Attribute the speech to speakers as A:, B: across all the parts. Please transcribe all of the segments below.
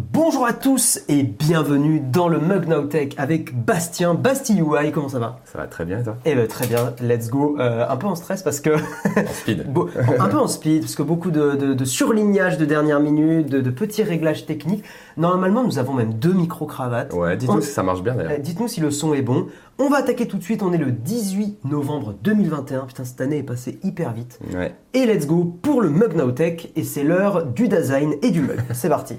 A: Bonjour à tous et bienvenue dans le Mug Now Tech avec Bastien, Basti UI, comment ça va
B: Ça va très bien et toi
A: Eh ben, très bien, let's go. Euh, un peu en stress parce que...
B: Speed.
A: Bon, un peu en speed, parce que beaucoup de, de- de surlignage de dernière minute, de, de petits réglages techniques. Normalement, nous avons même deux micro-cravates.
B: Ouais,
A: On-
B: dis-nous si ça marche bien
A: Euh,
B: d'ailleurs.
A: Dites-nous si le son est bon. On va attaquer tout de suite, on est le 18 novembre 2021. Putain, cette année est passée hyper vite.
B: Ouais.
A: Et let's go pour le Mug Now Tech, et c'est l'heure du design et du mug. C'est parti.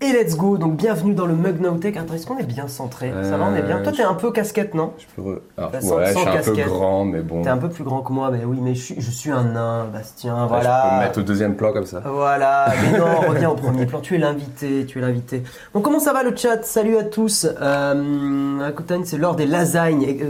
A: Et let's go, donc bienvenue dans le Mug Now Tech. Attends, est-ce qu'on est bien centré Ça va, on est bien.
B: Euh,
A: Toi, t'es un peu casquette, non
B: Je peux. Alors,
A: Bah,
B: ouais,
A: sans-
B: je
A: sans
B: suis un
A: casquette.
B: peu grand, mais bon.
A: T'es un peu plus grand que moi, mais oui, mais je suis, je suis un nain, Bastien,
B: Ouais, Je peux me
A: voilà.
B: mettre au deuxième plan comme ça.
A: Voilà, mais non, reviens au premier plan, tu es l'invité, tu es l'invité. Bon, comment ça va le chat Salut à tous. Euh, à Cotagne, c'est l'heure des lasagnes. Et, euh,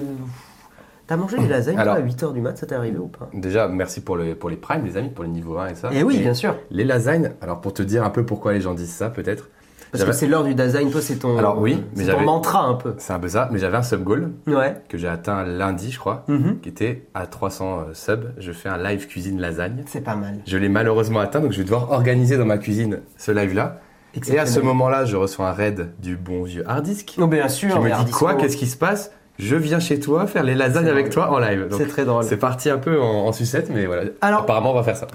A: T'as mangé des lasagnes
B: Alors-
A: toi, à 8h du mat, ça t'est arrivé ou pas
B: Déjà, merci pour, le, pour les primes, les amis, pour les niveaux 1 et ça.
A: Eh oui, bien sûr.
B: Les lasagnes, alors pour te dire un peu pourquoi les gens disent ça, peut-être.
A: Parce que
B: J'avais-
A: c'est l'heure du design, toi c'est ton,
B: Alors, oui, mais
A: c'est ton
B: j'avais-
A: mantra un peu.
B: C'est un peu ça, mais j'avais un sub goal
A: Ouais.
B: que j'ai atteint lundi, je crois,
A: Mhm.
B: qui était à 300 euh, subs. Je fais un live cuisine lasagne.
A: C'est pas mal.
B: Je l'ai malheureusement atteint, donc je vais devoir organiser dans ma cuisine ce live-là. Et à ce moment-là, je reçois un raid du bon vieux Hardisk.
A: Non, bien sûr.
B: Je me
A: regarde,
B: dis quoi
A: ils sont-
B: Qu'est-ce qui se passe Je viens chez toi faire les lasagnes
A: C'est
B: avec
A: drôle.
B: toi en live. Donc,
A: C'est très drôle.
B: C'est parti un peu en, en sucette, mais voilà.
A: Alors-
B: apparemment, on va faire ça.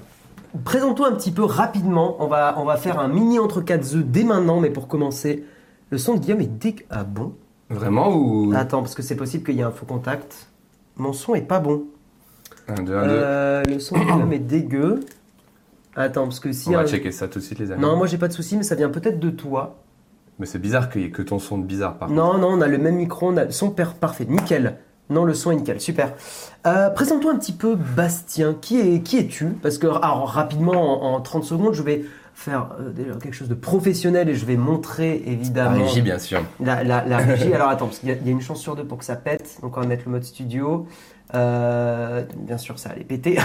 A: Présente-toi un petit peu rapidement. On va, on va faire un mini entre quatre œufs dès maintenant, mais pour commencer, le son de Guillaume est dég... Ah bon
B: Vraiment ou
A: Attends, parce que c'est possible qu'il y ait un faux contact. Mon son est pas bon.
B: Un, deux, un, deux.
A: Euh, le son de Guillaume est dégueu. Attends, parce que si.
B: On va
A: un-
B: checker ça tout de suite, les amis.
A: Non, moi j'ai pas de souci, mais ça vient peut-être de toi.
B: Mais c'est bizarre qu'il y ait que ton son de bizarre, par contre.
A: Non, non, on a le même micro, on a le son par- parfait, nickel. Non, le son est nickel, super. Euh, Présente-toi un petit peu, Bastien. Qui es-tu qui es Parce que alors, rapidement, en, en 30 secondes, je vais faire euh, déjà quelque chose de professionnel et je vais montrer
B: La
A: évidemment
B: régie, bien sûr.
A: la, la- la régie. Alors attends, parce qu'il y, a- il y a une chance sur deux pour que ça pète, donc on va mettre le mode studio. Euh, bien sûr, ça allait péter.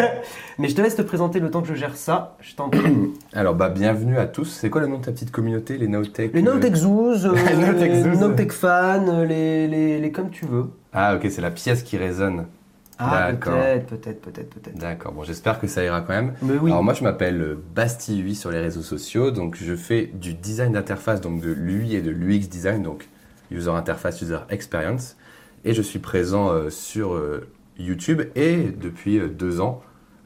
A: Mais je te laisse te présenter le temps que je gère ça. Je t'en prie.
B: Alors, bah, bienvenue à tous. C'est quoi le nom de ta petite communauté, les Naotech
A: Les
B: euh,
A: Notech Zoos, euh,
B: Les Notech
A: les
B: Zoos.
A: Notech fans, euh, les, les, les comme tu veux.
B: Ah, ok, c'est la pièce qui résonne.
A: Ah,
B: D'accord.
A: peut-être, peut-être, peut-être, peut-être.
B: D'accord, bon, j'espère que ça ira quand même.
A: Mais oui.
B: Alors moi je m'appelle Basti UI sur les réseaux sociaux, donc je fais du design d'interface, donc de l'UI et de l'UX design, donc User Interface, User Experience, et je suis présent euh, sur euh, YouTube et depuis euh, deux ans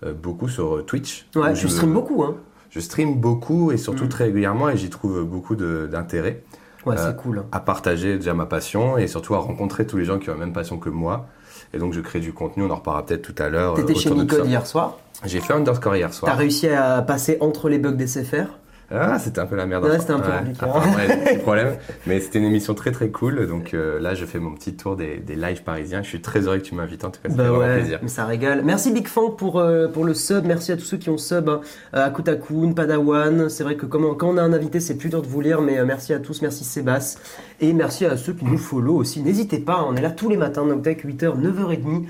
B: euh, beaucoup sur euh, Twitch.
A: ouais,
B: où
A: tu
B: je-
A: stream beaucoup, Mm. hein.
B: Je stream beaucoup et surtout très régulièrement et j'y trouve euh, beaucoup de- d'intérêt
A: Ouais,
B: Euh,
A: c'est cool.
B: à partager déjà ma passion et surtout à rencontrer tous les gens qui ont la même passion que moi. Et donc je crée du contenu, on en reparlera peut-être tout à l'heure. euh,
A: T'étais chez
B: autour de tout ça.
A: Micode hier soir.
B: J'ai fait Underscore hier soir.
A: T'as réussi à passer entre les bugs des CFR.
B: Ah, c'était un peu la merde.
A: Ouais,
B: enfin.
A: c'était un peu compliqué, hein.
B: Enfin, bref, petit problème. Mais c'était une émission très très cool. Donc euh, là, je fais mon petit tour des, des lives parisiens. Je suis très heureux que tu m'invites. En tout cas, ça fait
A: Bah
B: vraiment
A: ouais,
B: plaisir.
A: mais ça régale. Merci Big Fang pour, euh, pour le sub. Merci à tous ceux qui ont sub. Hein. Euh, Akutakun, Padawan. C'est vrai que quand on, quand on a un invité, c'est plus dur de vous lire. Mais euh, merci à tous. Merci Sébastien. Et merci à ceux qui nous follow aussi. N'hésitez pas. On est là tous les matins. Donc, 8h, 9h30.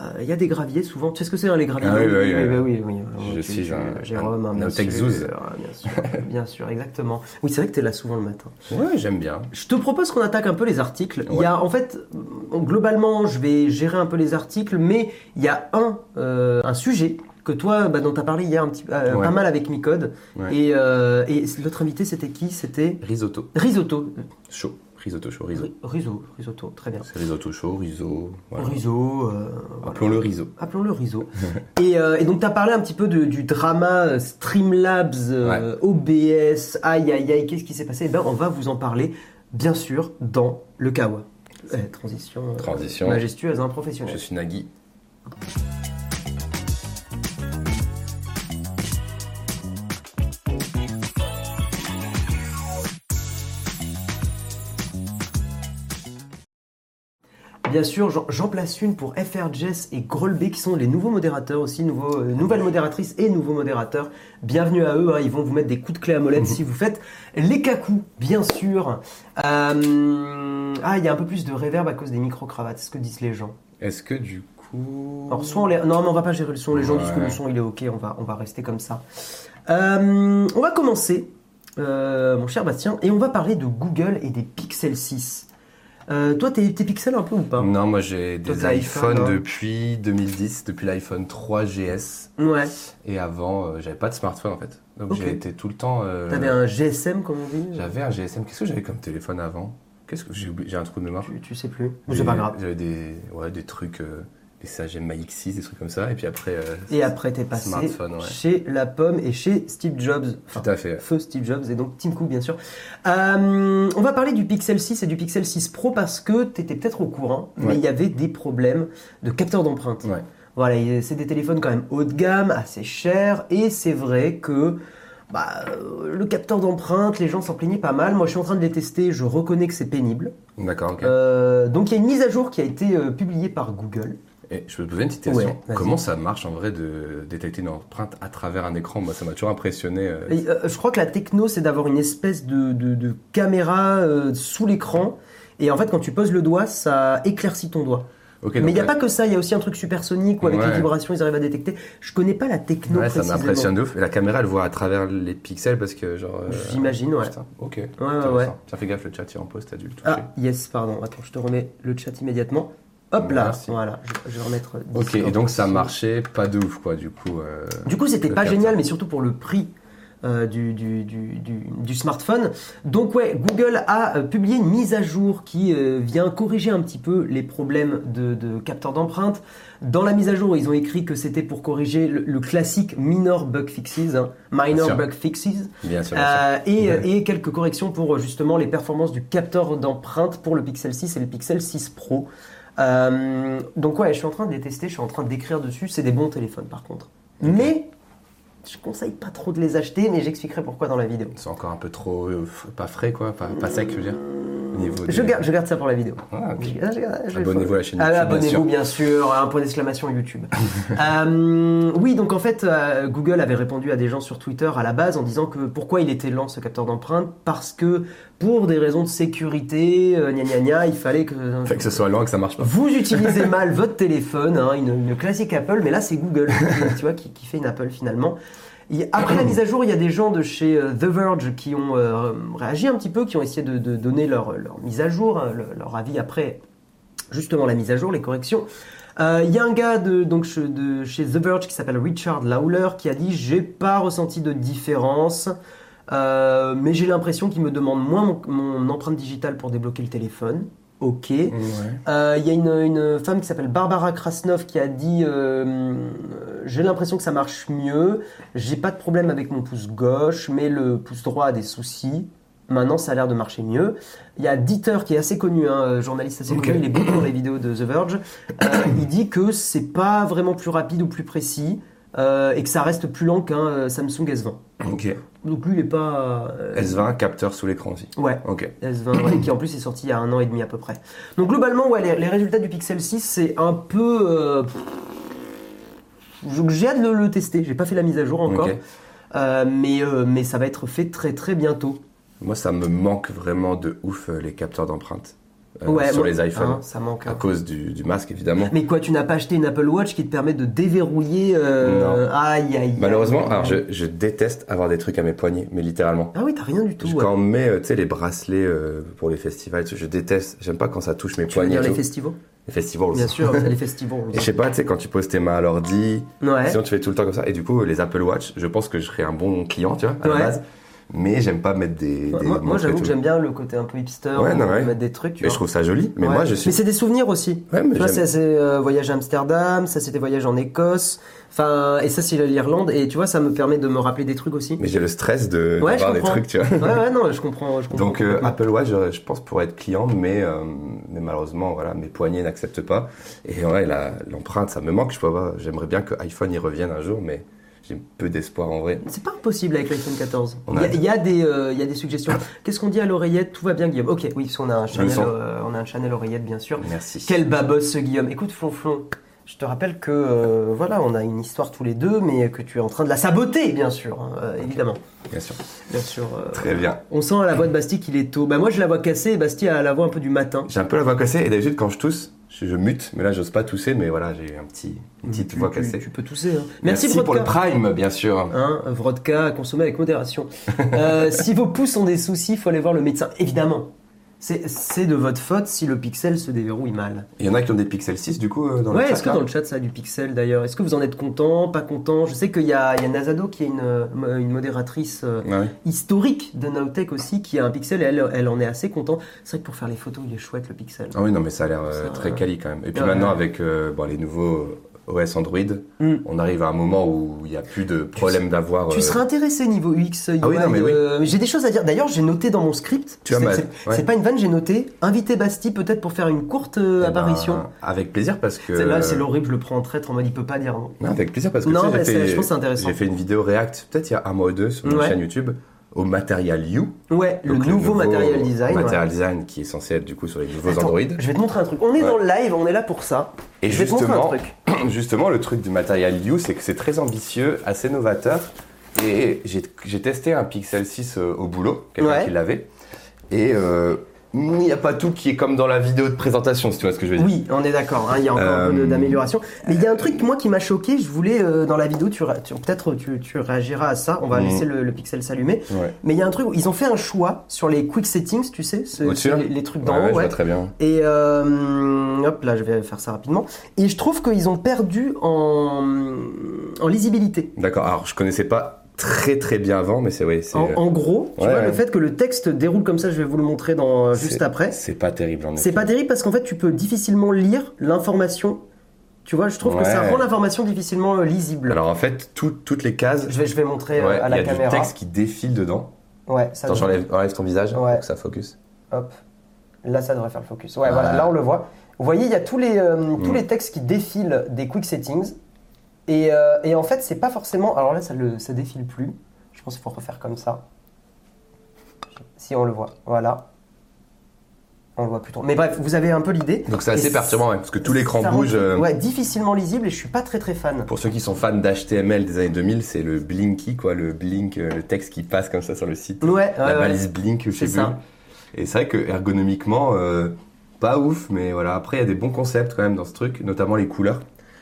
A: Euh, Il y a des graviers souvent. Tu sais ce que c'est hein, les graviers
B: Ah oui, oui, oui, oui.
A: bah oui, oui, oui,
B: Je
A: tu-
B: suis
A: tu-
B: un-
A: Jérôme,
B: un
A: hein, bien sûr,
B: Nautech Zouz.
A: Ah, bien sûr, bien sûr, exactement. Oui, c'est vrai que t'es là souvent le matin.
B: Ouais, j'aime bien.
A: Je te propose qu'on attaque un peu les articles. Il y
B: Ouais.
A: a en fait, euh, globalement, je vais gérer un peu les articles, mais il y a un, euh, un sujet que toi, bah, dont tu as parlé hier un petit, euh,
B: Ouais.
A: pas mal avec Micode.
B: Ouais.
A: Et, euh, et l'autre invité, c'était qui C'était
B: Risotto
A: Risotto.
B: chaud. Risotto chaud. Risotto.
A: Ri- Riso, Risotto, très bien.
B: C'est risotto chaud. Riso. Voilà.
A: Riso, euh, voilà.
B: Appelons le riso.
A: Appelons-le Riso. et, euh, et donc, tu as parlé un petit peu de- du drama euh, Streamlabs, euh, OBS, aïe aïe aïe, qu'est-ce qui s'est passé Eh ben, on va vous en parler, bien sûr, dans le Kawa. Euh, transition, euh,
B: Transition.
A: majestueuse, un
B: Je
A: professionnel.
B: suis Nagui.
A: Bien sûr, j'en- j'en place une pour FRJS et Grolbe qui sont les nouveaux modérateurs aussi, nouveaux, euh, nouvelles modératrices et nouveaux modérateurs. Bienvenue à eux, hein, ils vont vous mettre des coups de clé à molette si vous faites les cacous, bien sûr. Euh, Ah, il y a un peu plus de réverb à cause des micro-cravates, c'est ce que disent les gens.
B: Est-ce que du coup, coup.
A: Alors, soit on les... Non, mais on va pas gérer le son. Les gens
B: Ouais.
A: disent que le son, il est OK. On va, on va rester comme ça. Euh, on va commencer, euh, mon cher Bastien, et on va parler de Google et des Pixel 6. Euh, toi, t'es t'es Pixel un peu ou pas
B: Non, moi j'ai
A: Toi,
B: des
A: t'as iPhone,
B: iPhones
A: hein.
B: depuis 2010, depuis l'iPhone 3 GS.
A: Ouais.
B: Et avant, euh, j'avais pas de smartphone en fait. Donc
A: Ok.
B: j'ai été tout le temps. euh,
A: T'avais un GSM, comme on dit
B: J'avais un GSM. Qu'est-ce que j'avais comme téléphone avant Qu'est-ce que j'ai oublié J'ai un trou de mémoire.
A: tu, tu sais plus. Bon,
B: Des-
A: C'est pas grave.
B: J'avais des, ouais, des trucs, euh, des SAGM MyX6, des trucs comme ça. Et puis après. euh,
A: Et après, t'es passé
B: Smartphone, ouais.
A: chez La Pomme et chez Steve Jobs. Enfin,
B: Tout à fait.
A: Feu Steve Jobs et donc Tim Cook, bien sûr. Euh, on va parler du Pixel 6 et du Pixel 6 Pro parce que tu étais peut-être au courant, mais
B: Ouais.
A: il y avait des problèmes de capteur d'empreinte.
B: Ouais.
A: Voilà, et c'est des téléphones quand même haut de gamme, assez chers, et c'est vrai que bah, euh, le capteur d'empreinte, les gens s'en plaignaient pas mal. Moi, je suis en train de les tester, je reconnais que c'est pénible.
B: D'accord, ok.
A: Euh, donc, il y a une mise à jour qui a été euh, publiée par Google.
B: Et je peux te poser une petite
A: ouais,
B: question.
A: vas-y.
B: Comment ça marche en vrai de détecter une empreinte à travers un écran Moi, ça m'a toujours impressionné. euh,
A: Et, euh, je crois que la techno, c'est d'avoir une espèce de, de- de caméra euh, sous l'écran. Et en fait, quand tu poses le doigt, ça éclaircit ton doigt.
B: Ok,
A: Mais
B: donc,
A: il n'y a
B: euh,
A: pas que ça, il y a aussi un truc supersonique où avec les
B: Ouais.
A: vibrations, ils arrivent à détecter. Je connais pas la techno
B: Ouais, ça
A: précisément.
B: m'impressionne de ouf. Et la caméra, elle voit à travers les pixels parce que genre. euh,
A: J'imagine, ouais.
B: putain, ok.
A: Ouais, ouais,
B: intéressant.
A: ouais.
B: Tiens, fais gaffe, le chat il est en pause, t'as dû le toucher.
A: Ah, yes, pardon. Attends, je te remets le chat immédiatement. Hop là,
B: Merci.
A: voilà, je, je vais remettre.
B: ok,
A: Discord
B: et donc ça
A: aussi.
B: marchait pas de ouf, quoi, du coup. euh,
A: Du coup, c'était
B: Le
A: pas
B: capteur.
A: génial, mais surtout pour le prix euh, du, du, du, du- du smartphone. Donc ouais, Google a euh, publié une mise à jour qui euh, vient corriger un petit peu les problèmes de, de capteur d'empreinte. Dans la mise à jour, ils ont écrit que c'était pour corriger le, le classique minor bug fixes, hein,
B: Bien
A: minor
B: sûr.
A: bug fixes,
B: Bien sûr, bien sûr.
A: euh, et,
B: Ouais.
A: et quelques corrections pour euh, justement les performances du capteur d'empreinte pour le Pixel 6 et le Pixel 6 Pro. Euh, donc ouais, je suis en train de les tester, je suis en train d'écrire dessus. C'est des bons téléphones par contre. Mais je conseille pas trop de les acheter, mais j'expliquerai pourquoi dans la vidéo.
B: C'est encore un peu trop. euh, f- pas frais, quoi, pas, pas sec, je veux dire. Au niveau
A: Je
B: des-
A: garde, je garde ça pour la vidéo.
B: Ah, ok.
A: Je- je- je- je-
B: Abonnez-vous à la chaîne
A: Ah,
B: YouTube.
A: Abonnez-vous bien sûr, un point d'exclamation YouTube. Euh, oui, donc en fait, euh, Google avait répondu à des gens sur Twitter à la base en disant que pourquoi il était lent ce capteur d'empreinte Parce que pour des raisons de sécurité, euh, gna gna gna, il fallait que...
B: Fait que ce soit lent, que ça marche pas.
A: Vous utilisez mal votre téléphone, hein, une, une classique Apple, mais là c'est Google tu vois, qui, qui fait une Apple finalement. Et après la mise à jour, il y a des gens de chez euh, The Verge qui ont euh, réagi un petit peu, qui ont essayé de, de donner leur, leur mise à jour, hein, le- leur avis après justement la mise à jour, les corrections. Euh, Il y a un gars de, donc, che- de chez The Verge qui s'appelle Richard Lawler qui a dit J'ai pas ressenti de différence, euh, mais j'ai l'impression qu'il me demande moins mon, mon empreinte digitale pour débloquer le téléphone. Ok.
B: Ouais.
A: Euh, Il y a une, une femme qui s'appelle Barbara Krasnov qui a dit euh, euh, J'ai l'impression que ça marche mieux, j'ai pas de problème avec mon pouce gauche, mais le pouce droit a des soucis. Maintenant, ça a l'air de marcher mieux. Il y a Dieter qui est assez connu, hein, euh, journaliste assez
B: Ok.
A: connu, il est beaucoup dans les vidéos de The Verge. Euh, il dit que c'est pas vraiment plus rapide ou plus précis euh, et que ça reste plus lent qu'un euh, Samsung S20.
B: Ok.
A: Donc lui, il est pas. euh,
B: S20, capteur sous l'écran aussi.
A: Ouais.
B: Ok.
A: S20, ouais, qui en plus est sorti il y a un an et demi à peu près. Donc globalement, ouais, les, les résultats du Pixel 6, c'est un peu... euh, pff, je- J'ai hâte de le tester, j'ai pas fait la mise à jour encore,
B: Ok.
A: Euh, mais, euh, mais ça va être fait très très bientôt.
B: Moi, ça me manque vraiment de ouf euh, les capteurs d'empreinte euh,
A: ouais,
B: sur
A: moi-
B: les iPhones.
A: hein, ça manque.
B: à
A: hein.
B: cause du, du masque, évidemment.
A: Mais quoi, tu n'as pas acheté une Apple Watch qui te permet de déverrouiller... euh, Aïe, aïe, aïe.
B: Malheureusement, alors je, je déteste avoir des trucs à mes poignets, mais littéralement.
A: Ah oui, t'as rien du tout.
B: Je-
A: ouais.
B: Quand on me met, euh, tu sais, les bracelets euh, pour les festivals, je déteste. J'aime pas quand ça touche mes
A: Tu veux
B: poignets.
A: dire
B: et
A: les
B: tout.
A: festivals
B: Les festivals.
A: Bien
B: aussi.
A: sûr, les festivals.
B: Et je sais pas, tu sais, quand tu poses tes mains à l'ordi,
A: Ouais.
B: sinon tu fais tout le temps comme ça. Et du coup, les Apple Watch, je pense que je serais un bon client, tu vois, à
A: Ouais.
B: la base. Mais j'aime pas mettre des.
A: Moi,
B: des
A: moi,
B: montres et
A: j'avoue
B: tout.
A: que j'aime bien le côté un peu hipster,
B: Ouais, non,
A: où on
B: ouais.
A: met des trucs, tu
B: Et
A: vois.
B: je trouve ça joli. Mais
A: Ouais.
B: moi, je suis.
A: Mais c'est des souvenirs aussi.
B: Ouais, mais
A: Tu vois,
B: j'aime-
A: ça c'est euh, voyage à Amsterdam, ça c'était voyage en Écosse, enfin, et ça c'est l'Irlande, et tu vois, ça me permet de me rappeler des trucs aussi.
B: mais j'ai le stress de
A: Ouais, je
B: d'avoir des
A: comprends.
B: trucs, tu vois.
A: ouais, ouais, non, je comprends. Je comprends
B: Donc euh,
A: complètement.
B: Apple Watch, je, je pense pourrait être client, mais, euh, mais malheureusement, voilà, mes poignets n'acceptent pas. Et ouais, la- l'empreinte, ça me manque. Je vois pas. J'aimerais bien que iPhone y revienne un jour, mais j'ai peu d'espoir en vrai.
A: c'est pas impossible avec l'iPhone 14.
B: On
A: Il y, a-
B: a- Ah.
A: il y a des, euh, il y a des suggestions. Qu'est-ce qu'on dit à l'oreillette Tout va bien, Guillaume. Ok, oui, parce qu'on a un Chanel,
B: sens.
A: euh, on a un Chanel oreillette, bien sûr.
B: Merci.
A: Quel babos ce Guillaume. Écoute, Flonflon, je te rappelle que euh, voilà, on a une histoire tous les deux, mais que tu es en train de la saboter, bien sûr, hein, euh, évidemment,
B: Bien sûr.
A: bien sûr. euh,
B: Très bien.
A: On sent à la voix de Bastille qu'il est tôt. Bah moi je la vois cassée et Bastille a la voix un peu du matin.
B: J'ai un peu la voix cassée et d'habitude quand je tousse, Je, je mute, mais là j'ose pas tousser, mais voilà, j'ai un petit, une petite
A: Tu-
B: voix
A: tu-
B: cassée.
A: Tu peux tousser. hein. Merci,
B: Merci, pour le
A: Brodka.
B: Prime, bien sûr.
A: Hein, vodka à consommer avec modération. Euh, si vos pouces ont des soucis, faut aller voir le médecin, évidemment. C'est- C'est de votre faute si le pixel se déverrouille mal.
B: Il y en a qui ont des Pixel 6 du coup euh, dans le
A: Ouais,
B: chat,
A: est-ce que
B: là
A: dans le chat ça a du pixel d'ailleurs Est-ce que vous en êtes content, pas content Je sais qu'il y a, il y a Nazado qui est une, euh, une modératrice euh,
B: Ouais.
A: historique de Nowtech aussi qui a un pixel et elle, elle en est assez contente. C'est vrai que pour faire les photos, il est chouette le pixel.
B: Ah oui, non, mais ça a l'air euh,
A: Ça,
B: très
A: ouais.
B: quali quand même. Et puis
A: Ouais.
B: maintenant, avec euh, bon, les nouveaux OS Android,
A: Hmm.
B: on arrive à un moment où il n'y a plus de problème d'avoir. euh,
A: Tu serais intéressé niveau UX, UI.
B: Ah oui, non, mais oui.
A: euh, j'ai des choses à dire. D'ailleurs, j'ai noté dans mon script.
B: Tu as
A: c'est-
B: mal,
A: c'est
B: ouais.
A: c'est pas une vanne, j'ai noté. Invité Basti peut-être pour faire une courte euh,
B: eh ben,
A: apparition.
B: avec plaisir parce que.
A: Celle-là, c'est l'horrible, je le prends en traître en mode il peut pas dire non.
B: Non, avec plaisir parce que
A: Non,
B: tu sais,
A: mais
B: j'ai
A: c'est-
B: fait-
A: je pense que c'est intéressant.
B: J'ai fait une vidéo React, peut-être il y a un mois ou deux, sur ma
A: Ouais.
B: chaîne YouTube, au Material U.
A: Ouais, le
B: donc
A: nouveau, matériel design. ouais.
B: Material design qui est censé être du coup sur les nouveaux
A: Attends,
B: Android.
A: Je vais te montrer un truc. On est
B: Ouais.
A: dans le live, on est là pour ça.
B: Et
A: je vais te montrer un
B: justement,
A: truc.
B: justement, le truc du matériel You, c'est que c'est très ambitieux, assez novateur. Et j'ai j'ai testé un Pixel 6 euh, au boulot, quelqu'un
A: Ouais.
B: qui l'avait. Et euh, il n'y a pas tout qui est comme dans la vidéo de présentation, si tu vois ce que je veux dire.
A: Oui, on est d'accord. hein, il y a encore un peu
B: Euh,
A: de- d'amélioration. Mais il y a un truc, moi, qui m'a choqué. Je voulais, euh, dans la vidéo, tu, ra- tu- peut-être tu, tu réagiras à ça. On va
B: Mhm.
A: laisser le, le pixel s'allumer.
B: Ouais.
A: Mais il y a un truc, où ils ont fait un choix sur les quick settings, tu sais, ce-
B: Au-dessus,
A: ce-
B: là
A: les, les trucs
B: Ouais,
A: d'en
B: ouais, je
A: haut. ouais.
B: vois très bien.
A: Et euh, hop, là, je vais faire ça rapidement. Et je trouve qu'ils ont perdu en, en lisibilité.
B: D'accord. Alors, je connaissais pas très très bien avant, mais c'est oui, c'est
A: En, en gros, tu
B: Ouais,
A: vois,
B: ouais.
A: le fait que le texte déroule comme ça, je vais vous le montrer dans, euh,
B: c'est-
A: juste après.
B: C'est pas terrible en effet.
A: C'est pas terrible parce qu'en fait, tu peux difficilement lire l'information. Tu vois, je trouve que ça
B: Ouais.
A: rend l'information difficilement euh, lisible.
B: Alors en fait, tout- toutes les cases,
A: je vais, je vais montrer euh,
B: ouais,
A: à
B: il y
A: la
B: a
A: caméra.
B: du texte qui défile dedans.
A: Ouais, ça
B: Attends,
A: devrait-
B: j'enlève enlève ton visage
A: Ouais.
B: pour que ça focus.
A: Hop. Là, ça devrait faire le focus. Ouais,
B: Ah.
A: voilà, là, on le voit. Vous voyez, il y a tous les, euh, tous
B: Mm.
A: les textes qui défilent des quick settings. Et, euh, et en fait, c'est pas forcément. Alors là, ça ne ça défile plus. Je pense qu'il faut refaire comme ça. Si on le voit. Voilà. On le voit plus trop. Mais bref, vous avez un peu l'idée.
B: Donc c'est
A: Et
B: assez perturbant, ouais, parce que tout l'écran
A: ça rend-
B: bouge. euh,
A: Ouais, difficilement lisible et je suis pas très très fan.
B: Pour ceux qui sont fans d'HTML des années 2000, c'est le blinky, quoi, le blink, euh, le texte qui passe comme ça sur le site.
A: Ouais, ouais,
B: la
A: ouais.
B: balise blink, je sais
A: C'est
B: plus.
A: ça.
B: Et c'est vrai que ergonomiquement, euh, pas ouf, mais voilà. Après, il y a des bons concepts quand même dans ce truc, notamment les couleurs.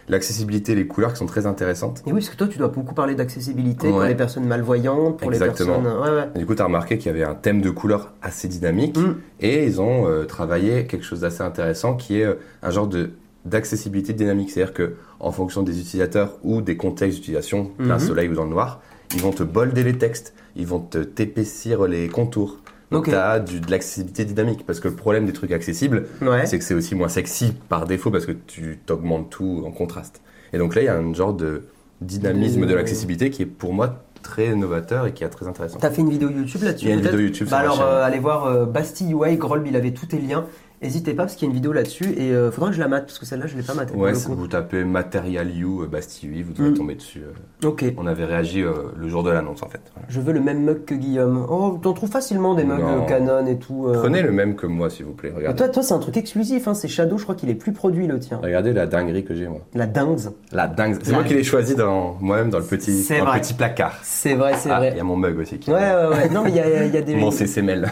B: L'accessibilité, les couleurs qui sont très intéressantes.
A: Et oui, parce que toi, tu dois beaucoup parler d'accessibilité pour
B: Ouais.
A: les personnes malvoyantes, pour
B: Exactement.
A: les personnes. Ouais, ouais.
B: Et du coup, tu as remarqué qu'il y avait un thème de couleurs assez dynamique
A: Mm.
B: et ils ont euh, travaillé quelque chose d'assez intéressant qui est euh, un genre de d'accessibilité dynamique, c'est-à-dire que en fonction des utilisateurs ou des contextes d'utilisation, plein
A: Mhm.
B: soleil ou dans le noir, ils vont te bolder les textes, ils vont te t'épaissir les contours. Donc
A: Ok.
B: tu as de l'accessibilité dynamique parce que le problème des trucs accessibles,
A: Mmh. Ouais.
B: c'est que c'est aussi moins sexy par défaut parce que tu t'augmentes tout en contraste. Et donc là, il y a un genre de dynamisme de
A: De-
B: l'accessibilité qui est pour moi très novateur et qui est très intéressant.
A: T'as fait une vidéo YouTube là-dessus
B: Il y a une
A: peut-être
B: vidéo YouTube
A: Bah
B: hein. sur ma
A: alors
B: chaîne.
A: euh, allez voir euh, Basti UI, Grolb, il avait tous tes liens. N'hésitez pas parce qu'il y a une vidéo là-dessus et euh, faudra que je la mate parce que celle-là je l'ai pas matée. pour
B: Ouais,
A: le
B: si
A: coup.
B: vous tapez Material You euh, Bastille, oui, vous devez
A: Mm.
B: tomber dessus. euh.
A: Ok.
B: On avait réagi euh, le jour de l'annonce en fait. Voilà.
A: Je veux le même mug que Guillaume. Oh, t'en trouves facilement des mugs
B: Non.
A: euh, Canon et tout. euh.
B: Prenez le même que moi s'il vous plaît,
A: Ah,
B: regardez.
A: Toi, toi c'est un truc exclusif, hein. c'est Shadow, je crois qu'il est plus produit le tien.
B: Regardez la dinguerie que j'ai moi.
A: La dingue.
B: La dingue. C'est
A: La-
B: moi qui l'ai choisi dans moi-même dans le petit,
A: C'est
B: dans le
A: vrai.
B: petit placard.
A: C'est vrai, c'est
B: Ah, il y
A: vrai.
B: a mon mug aussi. Qui
A: Ouais, ouais, ouais. Non, mais il y a, il y a des.
B: Mon CCML.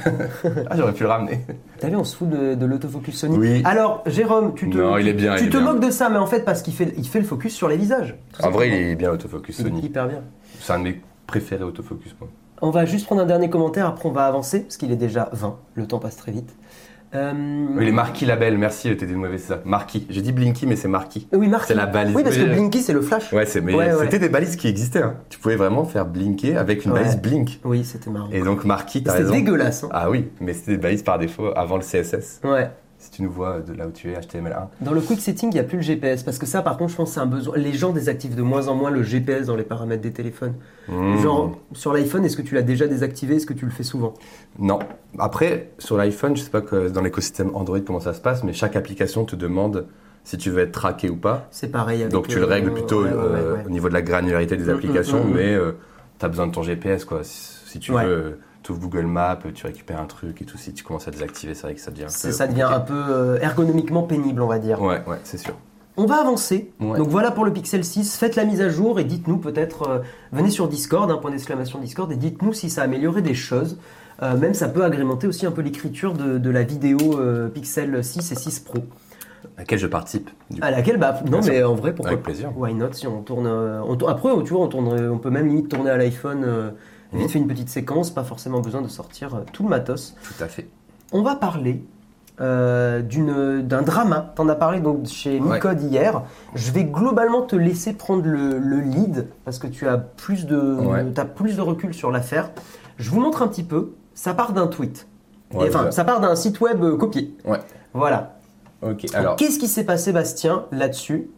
B: ah, j'aurais pu le ramener.
A: T'as vu, on se fout de, de l'autofocus Sony.
B: Oui.
A: Alors, Jérôme, tu te,
B: Non,
A: tu,
B: il est bien,
A: tu
B: il est
A: te
B: bien.
A: moques de ça, mais en fait, parce qu'il fait, il fait le focus sur les visages. tout
B: En vrai, il
A: simplement.
B: est bien autofocus
A: Il est
B: Sony.
A: hyper bien.
B: C'est un de mes préférés autofocus moi.
A: On va juste prendre un dernier commentaire, après on va avancer, parce qu'il est déjà 20, le temps passe très vite. Euh,
B: Oui, les Marquis Label, merci, t'étais mauvais, c'est ça. Marquis. J'ai dit Blinky, mais c'est Marquis.
A: oui, Marc.
B: C'est la balise.
A: Oui, parce que
B: Oui,
A: Blinky, c'est le flash.
B: Ouais, c'est, mais
A: Ouais, ouais.
B: c'était des balises qui existaient. hein. Tu pouvais vraiment faire blinker avec une
A: Ouais.
B: balise blink.
A: Oui, c'était marrant.
B: Et donc Marquis, t'as
A: C'était
B: raison.
A: dégueulasse. hein.
B: Ah oui, mais c'était des balises par défaut avant le CSS.
A: Ouais.
B: Si tu nous vois de là où tu es, HTML1.
A: Dans le quick setting, il n'y a plus le GPS, parce que ça, par contre, je pense que c'est un besoin. Les gens désactivent de moins en moins le GPS dans les paramètres des téléphones.
B: Mmh.
A: Genre, sur l'iPhone, est-ce que tu l'as déjà désactivé Est-ce que tu le fais souvent
B: Non. Après, sur l'iPhone, je sais pas que dans l'écosystème Android comment ça se passe, mais chaque application te demande si tu veux être traqué ou pas.
A: C'est pareil avec.
B: Donc tu
A: euh,
B: le règles plutôt
A: ouais, ouais,
B: euh,
A: ouais,
B: au
A: ouais.
B: niveau de la granularité des
A: Mm,
B: applications,
A: mm, mm,
B: mais tu as besoin de ton GPS quoi. Si, si tu
A: Ouais.
B: veux, tu ouvres Google Maps, tu récupères un truc et tout. Si tu commences à désactiver, c'est vrai que ça devient. un
A: C'est-
B: peu
A: Ça devient un
B: compliqué.
A: peu euh, ergonomiquement pénible, on va dire.
B: Ouais, ouais, c'est sûr.
A: On va avancer.
B: Ouais.
A: Donc voilà pour le Pixel 6. Faites la mise à jour et dites-nous peut-être, euh, venez sur Discord, un point d'exclamation Discord, et dites-nous si ça a amélioré des choses. Euh, même ça peut agrémenter aussi un peu l'écriture de, de la vidéo euh, Pixel 6 et 6 Pro.
B: à laquelle je participe. du
A: À laquelle, bah, non,
B: Bien
A: mais en vrai, pourquoi
B: Avec plaisir.
A: Why not Si on tourne. euh, on tourne- après, tu vois, on, tourne, on peut même limite tourner à l'iPhone, euh, vite
B: Mhm.
A: fait une petite séquence, pas forcément besoin de sortir euh, tout le matos.
B: coup. Tout à fait.
A: On va parler euh, d'une- d'un drama. T'en as parlé donc chez
B: Ouais.
A: Micode hier. Je vais globalement te laisser prendre le, le lead parce que tu as plus de,
B: Ouais.
A: t'as plus de recul sur l'affaire. Je vous montre un petit peu. Ça part d'un tweet.
B: Ouais,
A: Et enfin,
B: voilà.
A: ça part d'un site web euh, copié.
B: Ouais.
A: Voilà.
B: Ok, alors.
A: Qu'est-ce qui s'est passé, Bastien, là-dessus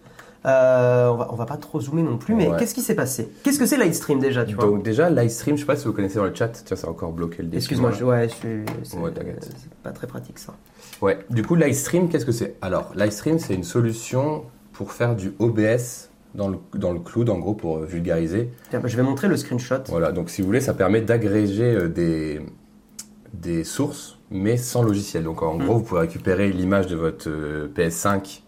A: Euh, on, va, on va pas trop zoomer non plus, mais
B: Ouais.
A: qu'est-ce qui s'est passé Qu'est-ce que c'est Livestream déjà, tu vois
B: Donc déjà, Livestream, je sais pas si vous connaissez dans le chat, tiens, c'est encore bloqué le début.
A: Excuse-moi, je- ouais, je suis- c'est
B: Ouais, t'inquiète.
A: c'est pas très pratique ça.
B: Ouais, du coup, Livestream, qu'est-ce que c'est Alors, Livestream, c'est une solution pour faire du OBS dans le, dans le cloud, en gros, pour euh, vulgariser.
A: Tiens, bah, je vais montrer le screenshot.
B: Voilà, donc si vous voulez, ça permet d'agréger euh, des, des sources, mais sans logiciel. Donc, en
A: Mm.
B: gros, vous pouvez récupérer l'image de votre euh, PS5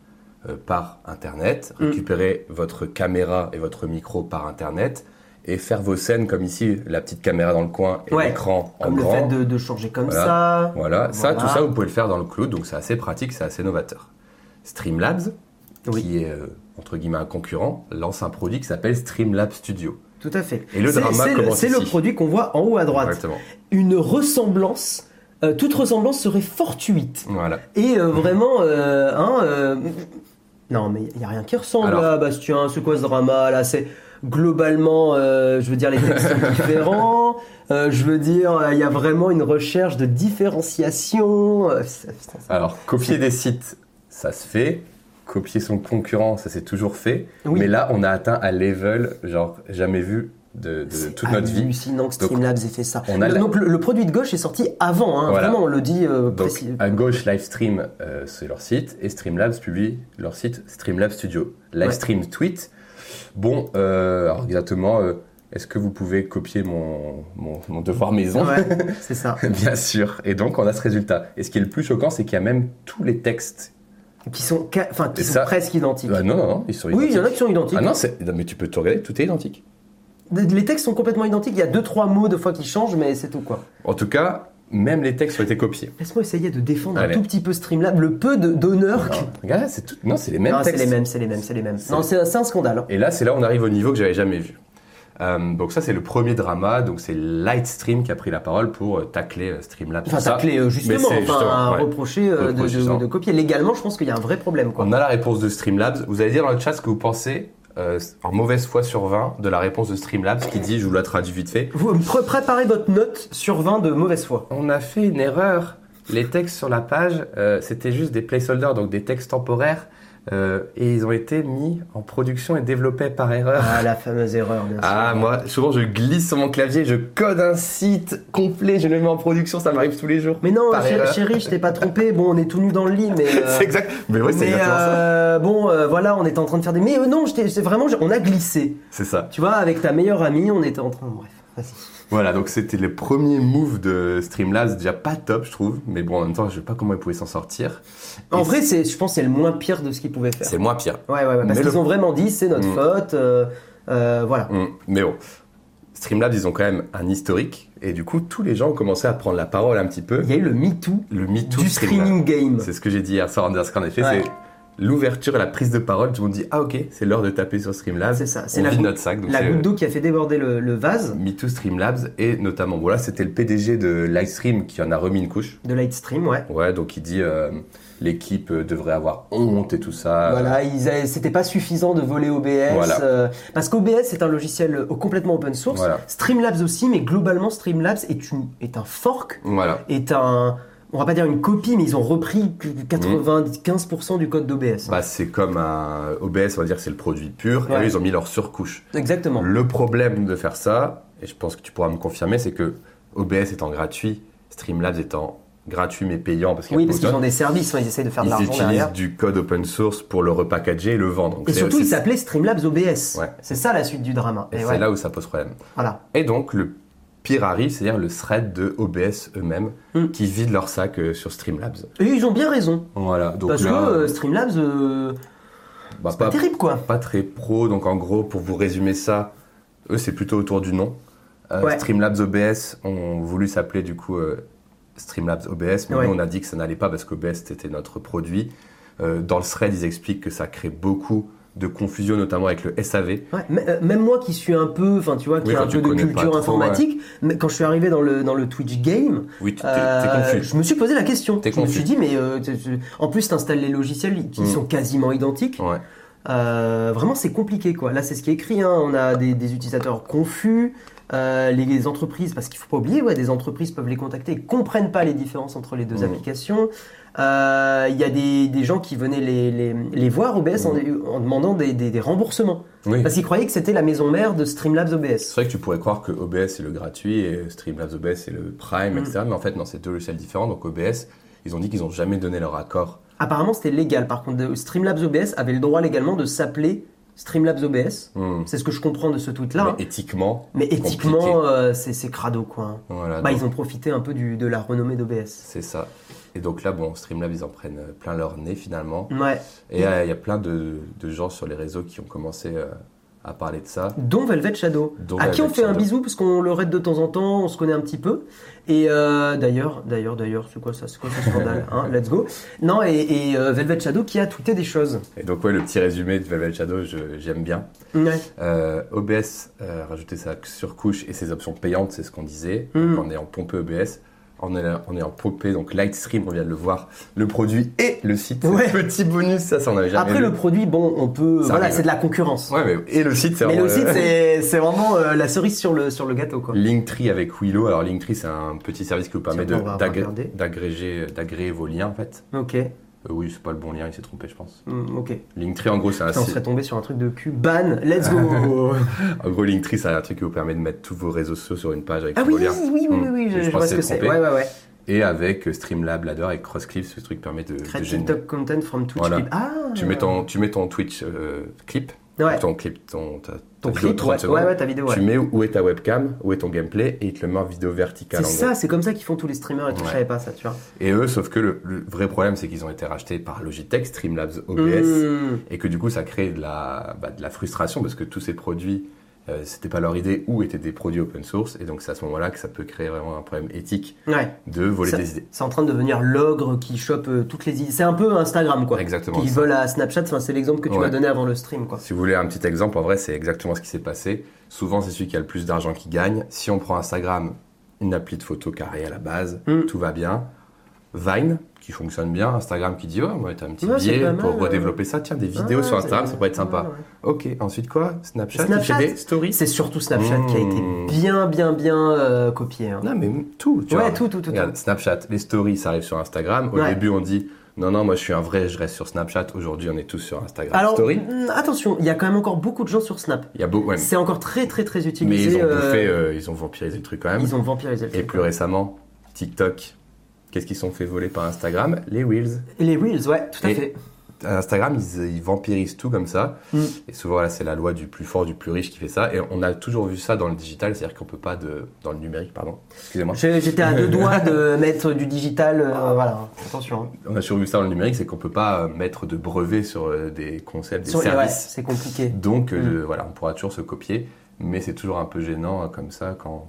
B: euh, par Internet,
A: Mm.
B: récupérer votre caméra et votre micro par Internet, et faire vos scènes comme ici, la petite caméra dans le coin et
A: Ouais,
B: l'écran en
A: Comme le
B: grand.
A: fait de, de changer comme
B: Voilà.
A: ça.
B: Voilà, ça,
A: Voilà.
B: tout ça, vous pouvez le faire dans le cloud, donc c'est assez pratique, c'est assez novateur. Streamlabs,
A: Oui.
B: qui est euh, entre guillemets un concurrent, lance un produit qui s'appelle Streamlabs Studio.
A: Tout à fait.
B: Et le
A: C'est-
B: drama
A: c'est
B: commence
A: C'est le
B: ici.
A: produit qu'on voit en haut à droite.
B: Exactement.
A: Une ressemblance, euh, toute ressemblance serait fortuite.
B: Voilà.
A: Et euh, vraiment, euh, hein, euh, non mais il n'y a rien qui ressemble
B: Alors-
A: à Bastien, c'est quoi ce drama là C'est globalement, euh, je veux dire, les textes sont différents, Euh, je veux dire, euh, il y a vraiment une recherche de différenciation. Euh, ça- putain, ça-
B: Alors, copier des sites, ça se fait. Copier son concurrent, ça s'est toujours fait.
A: Oui.
B: Mais là, on a atteint un level, genre, jamais vu de, de toute notre vie.
A: hallucinant que
B: Donc,
A: Streamlabs ait fait ça.
B: on a
A: Le-
B: la-
A: donc le, le produit de gauche est sorti avant, hein,
B: Voilà.
A: vraiment, on le dit euh,
B: Donc,
A: précis-
B: à gauche, Livestream, euh, c'est leur site, et Streamlabs publie leur site Streamlabs Studio. Livestream tweet. Bon, euh, alors exactement, euh, est-ce que vous pouvez copier mon, mon, mon devoir maison
A: Ouais, c'est ça.
B: Bien sûr. Et donc, on a ce résultat. Et ce qui est le plus choquant, c'est qu'il y a même tous les textes.
A: Qui sont, ca- enfin, qui
B: Et
A: sont
B: ça-
A: presque identiques.
B: Ah non, non, non, ils sont
A: oui, il y en a
B: identiques.
A: qui sont identiques.
B: Ah non, c'est- non, mais tu peux tout regarder, tout est identique.
A: Les textes sont complètement identiques, il y a deux trois mots de fois qui changent, mais c'est tout quoi.
B: En tout cas, même les textes ont été copiés.
A: Laisse-moi essayer de défendre
B: Allez.
A: un tout petit peu Streamlab, le peu de- d'honneur que...
B: Alors, Hein, regarde, c'est tout- Non, c'est les mêmes
A: Non, c'est
B: textes.
A: les mêmes, c'est les mêmes, c'est les mêmes.
B: C'est-
A: Non, c'est un, c'est un scandale.
B: Et là, c'est là où on arrive au niveau que j'avais jamais vu. Euh, donc ça, c'est le premier drama. Donc c'est Lightstream qui a pris la parole pour euh, tacler euh, Streamlabs.
A: Enfin,
B: sur ça.
A: tacler euh,
B: Mais
A: justement,
B: c'est
A: enfin, à
B: ouais.
A: reprocher euh, de-
B: Reprocher
A: de,
B: ça.
A: de copier. Légalement, je pense qu'il y a un vrai problème, quoi.
B: On a la réponse de Streamlabs. Vous allez dire dans le chat ce que vous pensez euh, en mauvaise foi sur 20 de la réponse de Streamlabs qui dit, je vous la traduis vite fait,
A: Vous pr- préparez votre note sur 20 de mauvaise foi.
B: on a fait une erreur. Les textes sur la page, euh, c'était juste des placeholders, donc des textes temporaires, euh, et ils ont été mis en production et développés par erreur.
A: Ah, la fameuse erreur, bien sûr.
B: Ah, moi, souvent, je glisse sur mon clavier, je code un site complet, je le mets en production, ça m'arrive tous les jours.
A: Mais non,
B: Par
A: chéri,
B: erreur.
A: chérie, je t'ai pas trompé. Bon, on est tout nu dans le lit, mais... euh,
B: c'est exact. Mais ouais, c'est
A: mais,
B: exactement ça.
A: euh, bon, euh, voilà, on était en train de faire des. Mais euh, non, j'étais- c'est vraiment, on a glissé.
B: C'est ça.
A: Tu vois, avec ta meilleure amie, on était en train. Bref, vas-y.
B: Voilà, donc c'était le premier move de Streamlabs, déjà pas top, je trouve, mais bon, en même temps, je sais pas comment ils pouvaient s'en sortir.
A: En
B: Et
A: vrai, c'est, je pense, que c'est le moins pire de ce qu'ils pouvaient faire.
B: c'est moins pire.
A: Ouais, ouais, ouais, parce
B: Mais
A: qu'ils
B: le-
A: ont vraiment dit, c'est notre
B: Mm.
A: faute. euh, euh, voilà.
B: Mm, Mais bon, Streamlabs, ils ont quand même un historique, et du coup, tous les gens ont commencé à prendre la parole un petit peu.
A: Il y a eu le MeToo
B: Le MeToo
A: du
B: Streamlabs.
A: streaming game.
B: C'est ce que j'ai dit hier soir en Underscore, en effet,
A: Ouais.
B: c'est l'ouverture et la prise de parole, tout le monde dit « Ah ok, c'est l'heure de taper sur Streamlabs,
A: C'est ça, c'est
B: on
A: la
B: vide
A: goutte-
B: notre sac ». donc
A: La
B: c'est-
A: goutte d'eau qui a fait déborder le, le vase
B: MeToo Streamlabs et notamment voilà c'était le PDG de Livestream qui en a remis une couche
A: de Lightstream, ouais.
B: ouais donc il dit euh, l'équipe euh, devrait avoir honte et tout ça
A: Voilà, ils avaient- c'était pas suffisant de voler OBS.
B: Euh, Voilà.
A: euh, parce qu'OBS c'est un logiciel euh, complètement open source.
B: Voilà.
A: Streamlabs aussi, mais globalement, Streamlabs est, une, est un fork
B: voilà
A: est un, on va pas dire une copie, mais ils ont repris que- 95% du code d'OBS.
B: bah c'est comme un OBS on va dire que c'est le produit pur
A: Ouais.
B: et eux, ils ont mis leur surcouche
A: Exactement.
B: le problème de faire ça et je pense que tu pourras me confirmer c'est que OBS étant gratuit Streamlabs étant gratuit mais payant parce qu'il y a
A: Oui,
B: peu
A: parce
B: de
A: qu'ils
B: gens,
A: ont des services, hein, ils essayent de faire de
B: ils
A: l'argent derrière.
B: utilisent du code open source pour le repackager et le vendre Donc,
A: Et
B: c'est-
A: surtout, il
B: c'est-
A: s'appelait Streamlabs OBS.
B: Ouais.
A: C'est ça la suite du drama.
B: et
A: Et
B: c'est
A: ouais,
B: là où ça pose problème
A: Voilà.
B: Et donc, le pire arrive, c'est-à-dire le thread de OBS eux-mêmes,
A: Mm.
B: qui vident leur sac euh, sur Streamlabs.
A: Et ils ont bien raison.
B: Voilà, donc
A: parce
B: là,
A: que euh, Streamlabs, euh,
B: bah,
A: pas
B: pas,
A: terrible quoi.
B: pas très pro, donc en gros, pour vous résumer ça, eux, c'est plutôt autour du nom. Euh,
A: Ouais.
B: Streamlabs OBS ont voulu s'appeler du coup euh, Streamlabs OBS, mais
A: Ouais.
B: nous, on a dit que ça n'allait pas parce qu'OBS, c'était notre produit. Euh, dans le thread, ils expliquent que ça crée beaucoup de confusion, notamment avec le SAV.
A: Ouais, mais, euh, même moi qui suis un peu, enfin tu vois, qui
B: Oui,
A: a
B: quand
A: un
B: tu
A: peu de
B: connais pas
A: culture
B: trop,
A: informatique, mais quand je suis arrivé dans le, dans le Twitch game,
B: Oui, tu- t'es
A: euh,
B: t'es confus.
A: je me suis posé la question.
B: T'es
A: je me
B: confus.
A: suis dit, mais euh, tu- tu- en plus, tu installes les logiciels qui
B: Mm.
A: sont quasiment identiques.
B: Ouais.
A: Euh, vraiment, c'est compliqué quoi. Là, c'est ce qui est écrit. hein. On a des, des utilisateurs confus. euh, les, les entreprises, parce qu'il faut pas oublier, ouais, des entreprises peuvent les contacter, ils comprennent pas les différences entre les deux
B: Mm.
A: applications. Euh, Il y a des, des gens qui venaient les, les, les voir OBS
B: Mm.
A: en, en demandant des- des- des remboursements.
B: Oui.
A: Parce qu'ils croyaient que c'était la maison mère de Streamlabs
B: C'est
A: OBS.
B: vrai que tu pourrais croire que OBS est le gratuit et StreamLabs OBS est le Prime,
A: Mm.
B: etc. Mais en fait, non, c'est deux logiciels différents. Donc OBS, ils ont dit qu'ils n'ont jamais donné leur accord.
A: Apparemment, c'était légal. Par contre, de- Streamlabs OBS avait le droit légalement de s'appeler Streamlabs OBS.
B: Mm.
A: C'est ce que je comprends de ce tweet-là. hein.
B: Mais éthiquement,
A: Mais, éthiquement,
B: compliqué.
A: euh, c'est c'est crado, quoi. hein.
B: voilà,
A: Bah,
B: donc,
A: ils ont profité un peu du- de la renommée d'OBS.
B: c'est ça. Et donc là, bon, StreamLabs, ils en prennent euh, plein leur nez finalement.
A: Ouais.
B: Et euh, il y a plein de, de gens sur les réseaux qui ont commencé euh, à parler de ça.
A: Dont Velvet Shadow.
B: Dont
A: à qui on
B: Velvet
A: fait un
B: Shadow.
A: bisou parce qu'on le raid de temps en temps, on se connaît un petit peu. Et euh, d'ailleurs, d'ailleurs, d'ailleurs, c'est quoi ça C'est quoi ce scandale hein Let's go. Non, et, et, euh, Velvet Shadow qui a tweeté des choses.
B: Et donc, ouais, le petit résumé de Velvet Shadow, je- j'aime bien.
A: Ouais.
B: Euh, OBS, euh, rajouter sa surcouche et ses options payantes, c'est ce qu'on disait,
A: Mm.
B: donc en ayant pompé OBS, en ayant, en ayant pompé donc Lightstream, on vient de le voir, le produit et le site.
A: Ouais.
B: Petit bonus, ça, ça on avait jamais
A: Après,
B: vu.
A: le produit, bon, on peut.
B: Ça
A: voilà,
B: arrive.
A: c'est de la concurrence.
B: Ouais, mais et le site, c'est
A: Mais le site,
B: vraiment, euh,
A: c'est c'est vraiment euh, la cerise sur le, sur le gâteau, quoi.
B: Linktree avec Willow. Alors, Linktree, c'est un petit service qui vous permet de-
A: Tiens, on va
B: d'agré-
A: regarder.
B: d'agréger, d'agréer vos liens, en fait.
A: Ok,
B: Euh, oui, c'est pas le bon lien, il s'est trompé, je pense.
A: Mm, ok.
B: Linktree, en gros, Ah, c'est un
A: Putain, on
B: site.
A: serait tombé sur un truc de cul. Ban, let's go
B: En gros, Linktree, c'est un truc qui vous permet de mettre tous vos réseaux sociaux sur une page avec
A: Ah
B: tous
A: oui, oui,
B: vos liens.
A: oui, oui, oui,
B: Mm.
A: oui, je,
B: Je
A: je
B: pense
A: vois ce
B: que
A: que
B: c'est
A: c'est.
B: trompé.
A: Ouais, ouais, ouais.
B: Et avec euh, Streamlab, Ladder et Crosscliff, ce truc permet de, de
A: Create
B: générer-
A: TikTok content from Twitch
B: Voilà.
A: clip. Ah
B: Tu mets ton, tu mets ton Twitch euh, clip,
A: Ouais,
B: ton clip, ton, ta, ta
A: ton
B: vidéo de
A: clip,
B: 30
A: ouais,
B: secondes.
A: ouais, ouais, ta vidéo,
B: Tu
A: ouais.
B: mets où est ta webcam, où est ton gameplay, et il te le met en vidéo verticale.
A: C'est
B: en gros.
A: ça, c'est comme ça qu'ils font tous les streamers et tout, je
B: Ouais.
A: savais pas ça, tu vois.
B: Et eux, sauf que le, le vrai problème, c'est qu'ils ont été rachetés par Logitech, Streamlabs, OBS,
A: Mm.
B: et que du coup, ça crée de la, bah, de la frustration parce que tous ces produits, euh, c'était pas leur idée ou étaient des produits open source, et donc c'est à ce moment-là que ça peut créer vraiment un problème éthique
A: Ouais,
B: de voler des idées.
A: c'est en train de devenir l'ogre qui chope euh, toutes les idées. C'est un peu Instagram, quoi.
B: Exactement.
A: Qui
B: ça.
A: vole à Snapchat, enfin, c'est l'exemple que tu
B: Ouais.
A: m'as donné avant le stream, quoi.
B: Si vous voulez un petit exemple, en vrai, c'est exactement ce qui s'est passé. Souvent, c'est celui qui a le plus d'argent qui gagne. Si on prend Instagram, une appli de photo carrée à la base,
A: Mm.
B: tout va bien. Vine, qui fonctionne bien. Instagram qui dit, oh, on va mettre un petit
A: Ouais, c'est
B: billet
A: pas mal,
B: pour
A: ouais.
B: redévelopper ça. Tiens, des vidéos
A: Ah,
B: sur
A: c'est-
B: Instagram, ça pourrait être sympa.
A: Ouais, ouais.
B: Ok, ensuite quoi Snapchat,
A: Snapchat.
B: il fait des stories.
A: C'est surtout Snapchat qui a été
B: Mmh.
A: bien, bien, bien euh, copié. hein.
B: Non, mais tout. Tu
A: Ouais,
B: vois.
A: tout, tout, tout,
B: Regarde, Snapchat, les stories, ça arrive sur Instagram. Au
A: Ouais.
B: début, on dit, non, non, moi, je suis un vrai, je reste sur Snapchat. Aujourd'hui, on est tous sur Instagram
A: Alors,
B: Story.
A: mm, attention, il y a quand même encore beaucoup de gens sur Snap.
B: Il y a beau, ouais,
A: C'est encore très, très, très
B: mais
A: utilisé.
B: ils ont
A: euh,
B: bouffé, euh, ils ont vampirisé le truc quand même.
A: ils ont vampirisé le
B: Et
A: truc.
B: plus récemment, TikTok. Qu'est-ce qu'ils se sont fait voler par Instagram Les Reels.
A: Et les Reels, ouais, tout à
B: Et-
A: fait.
B: Instagram, ils, ils vampirisent tout comme ça.
A: Mm.
B: Et souvent, là, c'est la loi du plus fort, du plus riche qui fait ça. Et on a toujours vu ça dans le digital, c'est-à-dire qu'on peut pas de. dans le numérique, pardon. Excusez-moi.
A: J'ai- J'étais à deux doigts de mettre du digital. euh, voilà, attention. hein.
B: On a toujours vu ça dans le numérique, c'est qu'on peut pas euh, mettre de brevets sur euh, des concepts, des
A: Sur- et ouais,
B: services.
A: c'est compliqué.
B: Donc, euh,
A: Mm.
B: je- voilà, on pourra toujours se copier, mais c'est toujours un peu gênant euh, comme ça quand,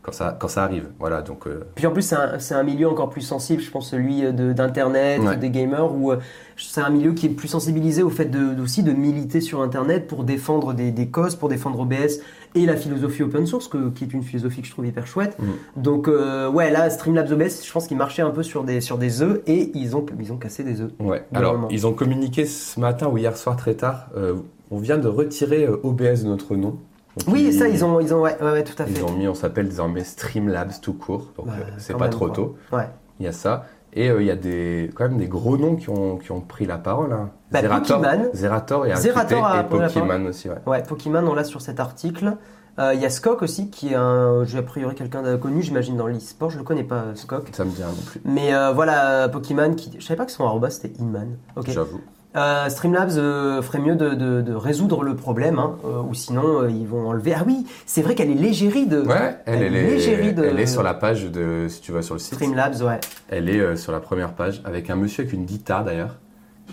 B: quand, ça, quand ça arrive. Voilà, donc. euh,
A: Puis en plus, c'est un, c'est un milieu encore plus sensible, je pense, celui euh, de- d'Internet,
B: Ouais.
A: des gamers, où euh, c'est un milieu qui est plus sensibilisé au fait de, aussi de militer sur Internet pour défendre des, des causes, pour défendre OBS et la philosophie open source, que- qui est une philosophie que je trouve hyper chouette.
B: Mm.
A: Donc, euh, ouais, là, Streamlabs OBS, je pense qu'ils marchaient un peu sur des, sur des œufs et ils ont, ils ont cassé des œufs.
B: Ouais.
A: Bon
B: Alors,
A: moment.
B: ils ont communiqué ce matin ou hier soir très tard. euh, on vient de retirer euh, OBS de notre nom. Donc,
A: Oui, et ça, ils ont, ils ont ouais, ouais, ouais, tout à fait.
B: Ils ont mis, on s'appelle désormais Streamlabs tout court. Donc,
A: Ouais,
B: euh, c'est
A: quand
B: pas
A: même,
B: trop
A: quoi.
B: tôt.
A: Ouais.
B: Il y a ça. Et euh, il y a des, quand même des gros noms qui ont, qui ont pris la parole. hein.
A: Bah,
B: Zerator,
A: Pokémon.
B: Zerator et,
A: Zerator a
B: et
A: pris la
B: Pokémon aussi. Ouais.
A: Ouais, Pokémon, on l'a sur cet article. Euh, Il y a Skok aussi, qui est un, j'ai a priori quelqu'un de connu, j'imagine, dans l'e-sport. Je le connais pas, euh, Skok.
B: Ça me dit rien non plus.
A: Mais euh, voilà, euh, Pokémon, qui... je savais pas que son arroba c'était Inman. Ok.
B: J'avoue.
A: Euh, Streamlabs euh, ferait mieux de, de- de résoudre le problème, hein, euh, ou sinon euh, ils vont enlever. Ah oui, c'est vrai qu'elle est légérie de
B: Ouais, elle, elle est,
A: Légérie de-
B: elle est sur la page de, si tu vas sur le site,
A: Streamlabs, ouais.
B: elle est euh, sur la première page avec un monsieur avec une guitare d'ailleurs.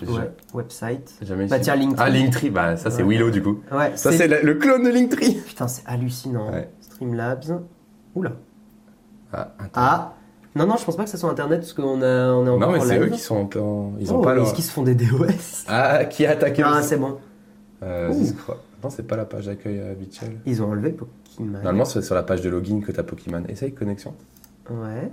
B: J'ai
A: ouais. Website.
B: Jamais
A: Bah
B: su.
A: tiens, Linktree.
B: Ah, Linktree, bah ça c'est
A: Ouais.
B: Willow du coup.
A: Ouais,
B: Ça
A: c'est-
B: c'est la- le clone de Linktree.
A: Putain, c'est hallucinant.
B: Ouais.
A: Streamlabs. Oula.
B: Ah, attends.
A: Ah, Non, non, je pense pas que ça soit Internet parce qu'on a, on est
B: Non,
A: encore
B: mais
A: en
B: c'est
A: live.
B: eux qui sont un peu en... Ils
A: Oh,
B: ont pas leur...
A: Est-ce qu'ils se font des DOS
B: Ah, qui a attaqué
A: Ah,
B: aussi
A: c'est bon.
B: Euh,
A: Ouh.
B: Discord. Non, c'est pas la page d'accueil euh, habituelle.
A: Ils ont enlevé Pokémon.
B: Normalement, c'est sur la page de login que t'as Pokémon. Essaye connexion.
A: Ouais.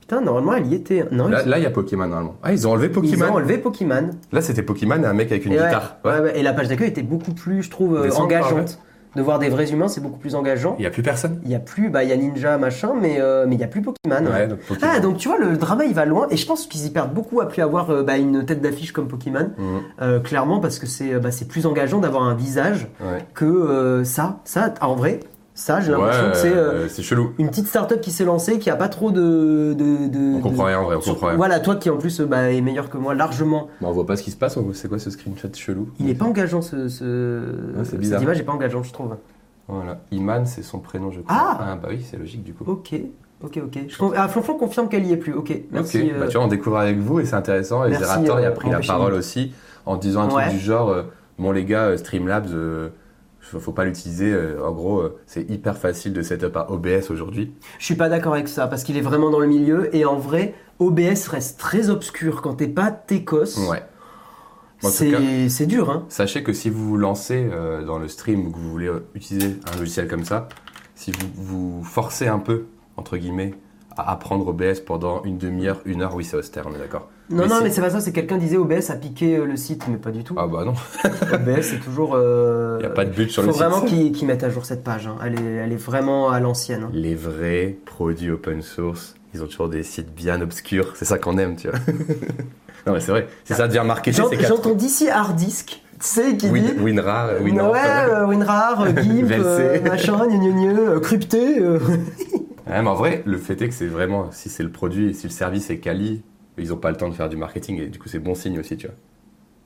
A: Putain, normalement, elle y était. Non,
B: Là,
A: ils-
B: là, il y a Pokémon normalement. Ah, ils ont enlevé
A: ils, ont
B: Pokémon.
A: enlevé Pokémon.
B: Là, c'était Pokémon et un mec avec une
A: Et ouais,
B: guitare. Ouais.
A: ouais, ouais, et la page d'accueil était beaucoup plus, je trouve, euh,
B: Descends,
A: engageante. De voir des vrais humains, c'est beaucoup plus engageant.
B: Il y a plus personne.
A: Il y a plus, bah, il y a Ninja, machin, mais euh, mais il y a plus Pokémon.
B: Ouais, donc Pokémon.
A: Ah, donc tu vois, le drama il va loin, et je pense qu'ils y perdent beaucoup après avoir euh, bah, une tête d'affiche comme Pokémon,
B: Mhm.
A: euh, clairement, parce que c'est euh, bah, c'est plus engageant d'avoir un visage
B: Ouais.
A: que euh, ça. Ça, en vrai, ça, j'ai l'impression
B: Ouais,
A: que c'est euh,
B: euh, c'est chelou.
A: une petite start-up qui s'est lancée, qui a pas trop de. de, de-
B: On comprend
A: de-
B: rien en vrai, on
A: sur-
B: comprend rien.
A: Voilà, toi qui en plus euh, bah, est meilleur que moi largement,
B: Bah, on voit pas ce qui se passe. on voit- C'est quoi ce screenshot chelou
A: il est pas engageant ce. ce-
B: Ouais, Ah, c'est
A: cette
B: bizarre.
A: image est pas engageante, je trouve.
B: Voilà. Iman, c'est son prénom, je crois.
A: Ah
B: bah oui, c'est logique du coup.
A: Ok, ok, ok. Je conf- Ah, Flonflon confirme qu'elle y est plus, ok. Merci.
B: ok,
A: euh,
B: bah, tu vois, on découvre avec vous et c'est intéressant. Et
A: merci,
B: Zerator, il a
A: euh,
B: pris la
A: empêchez-nous.
B: parole aussi en disant un truc
A: Ouais.
B: du genre euh, Bon, les gars, euh, Streamlabs, euh, faut faut pas l'utiliser. euh, en gros, euh, c'est hyper facile de setup à OBS aujourd'hui.
A: Je suis pas d'accord avec ça parce qu'il est vraiment dans le milieu et en vrai, OBS reste très obscur quand t'es pas Técos.
B: Ouais. En tout cas,
A: C'est c'est dur, hein.
B: sachez que si vous vous lancez euh, dans le stream ou que vous voulez euh, utiliser un logiciel comme ça, si vous vous forcez un peu, entre guillemets, à apprendre OBS pendant une demi-heure, une heure, oui, c'est austère, on est d'accord.
A: Non,
B: mais
A: non,
B: c'est-
A: mais c'est pas ça. C'est quelqu'un disait OBS a piqué euh, le site, mais pas du tout.
B: Ah bah non,
A: OBS c'est toujours. euh,
B: il n'y a pas de but sur
A: faut
B: le site.
A: vraiment qu'ils qu'ils mettent à jour cette page. hein. Elle, est, elle est vraiment à l'ancienne. hein.
B: les vrais produits open source, ils ont toujours des sites bien obscurs. C'est ça qu'on aime, tu vois. non, mais c'est vrai. Si ça devient marketé,
A: J'en-
B: c'est quatre.
A: J'entends d'ici hard disk, tu sais, qui dit.
B: Win, WinRAR, euh, Winamp.
A: ouais, euh, WinRAR, euh, GIMP, euh,
B: VLC.
A: machin, gna gna gna, euh, crypté. euh.
B: Ouais, mais en vrai, le fait est que c'est vraiment, si c'est le produit et si le service est quali, ils ont pas le temps de faire du marketing et du coup, c'est bon signe aussi, tu vois.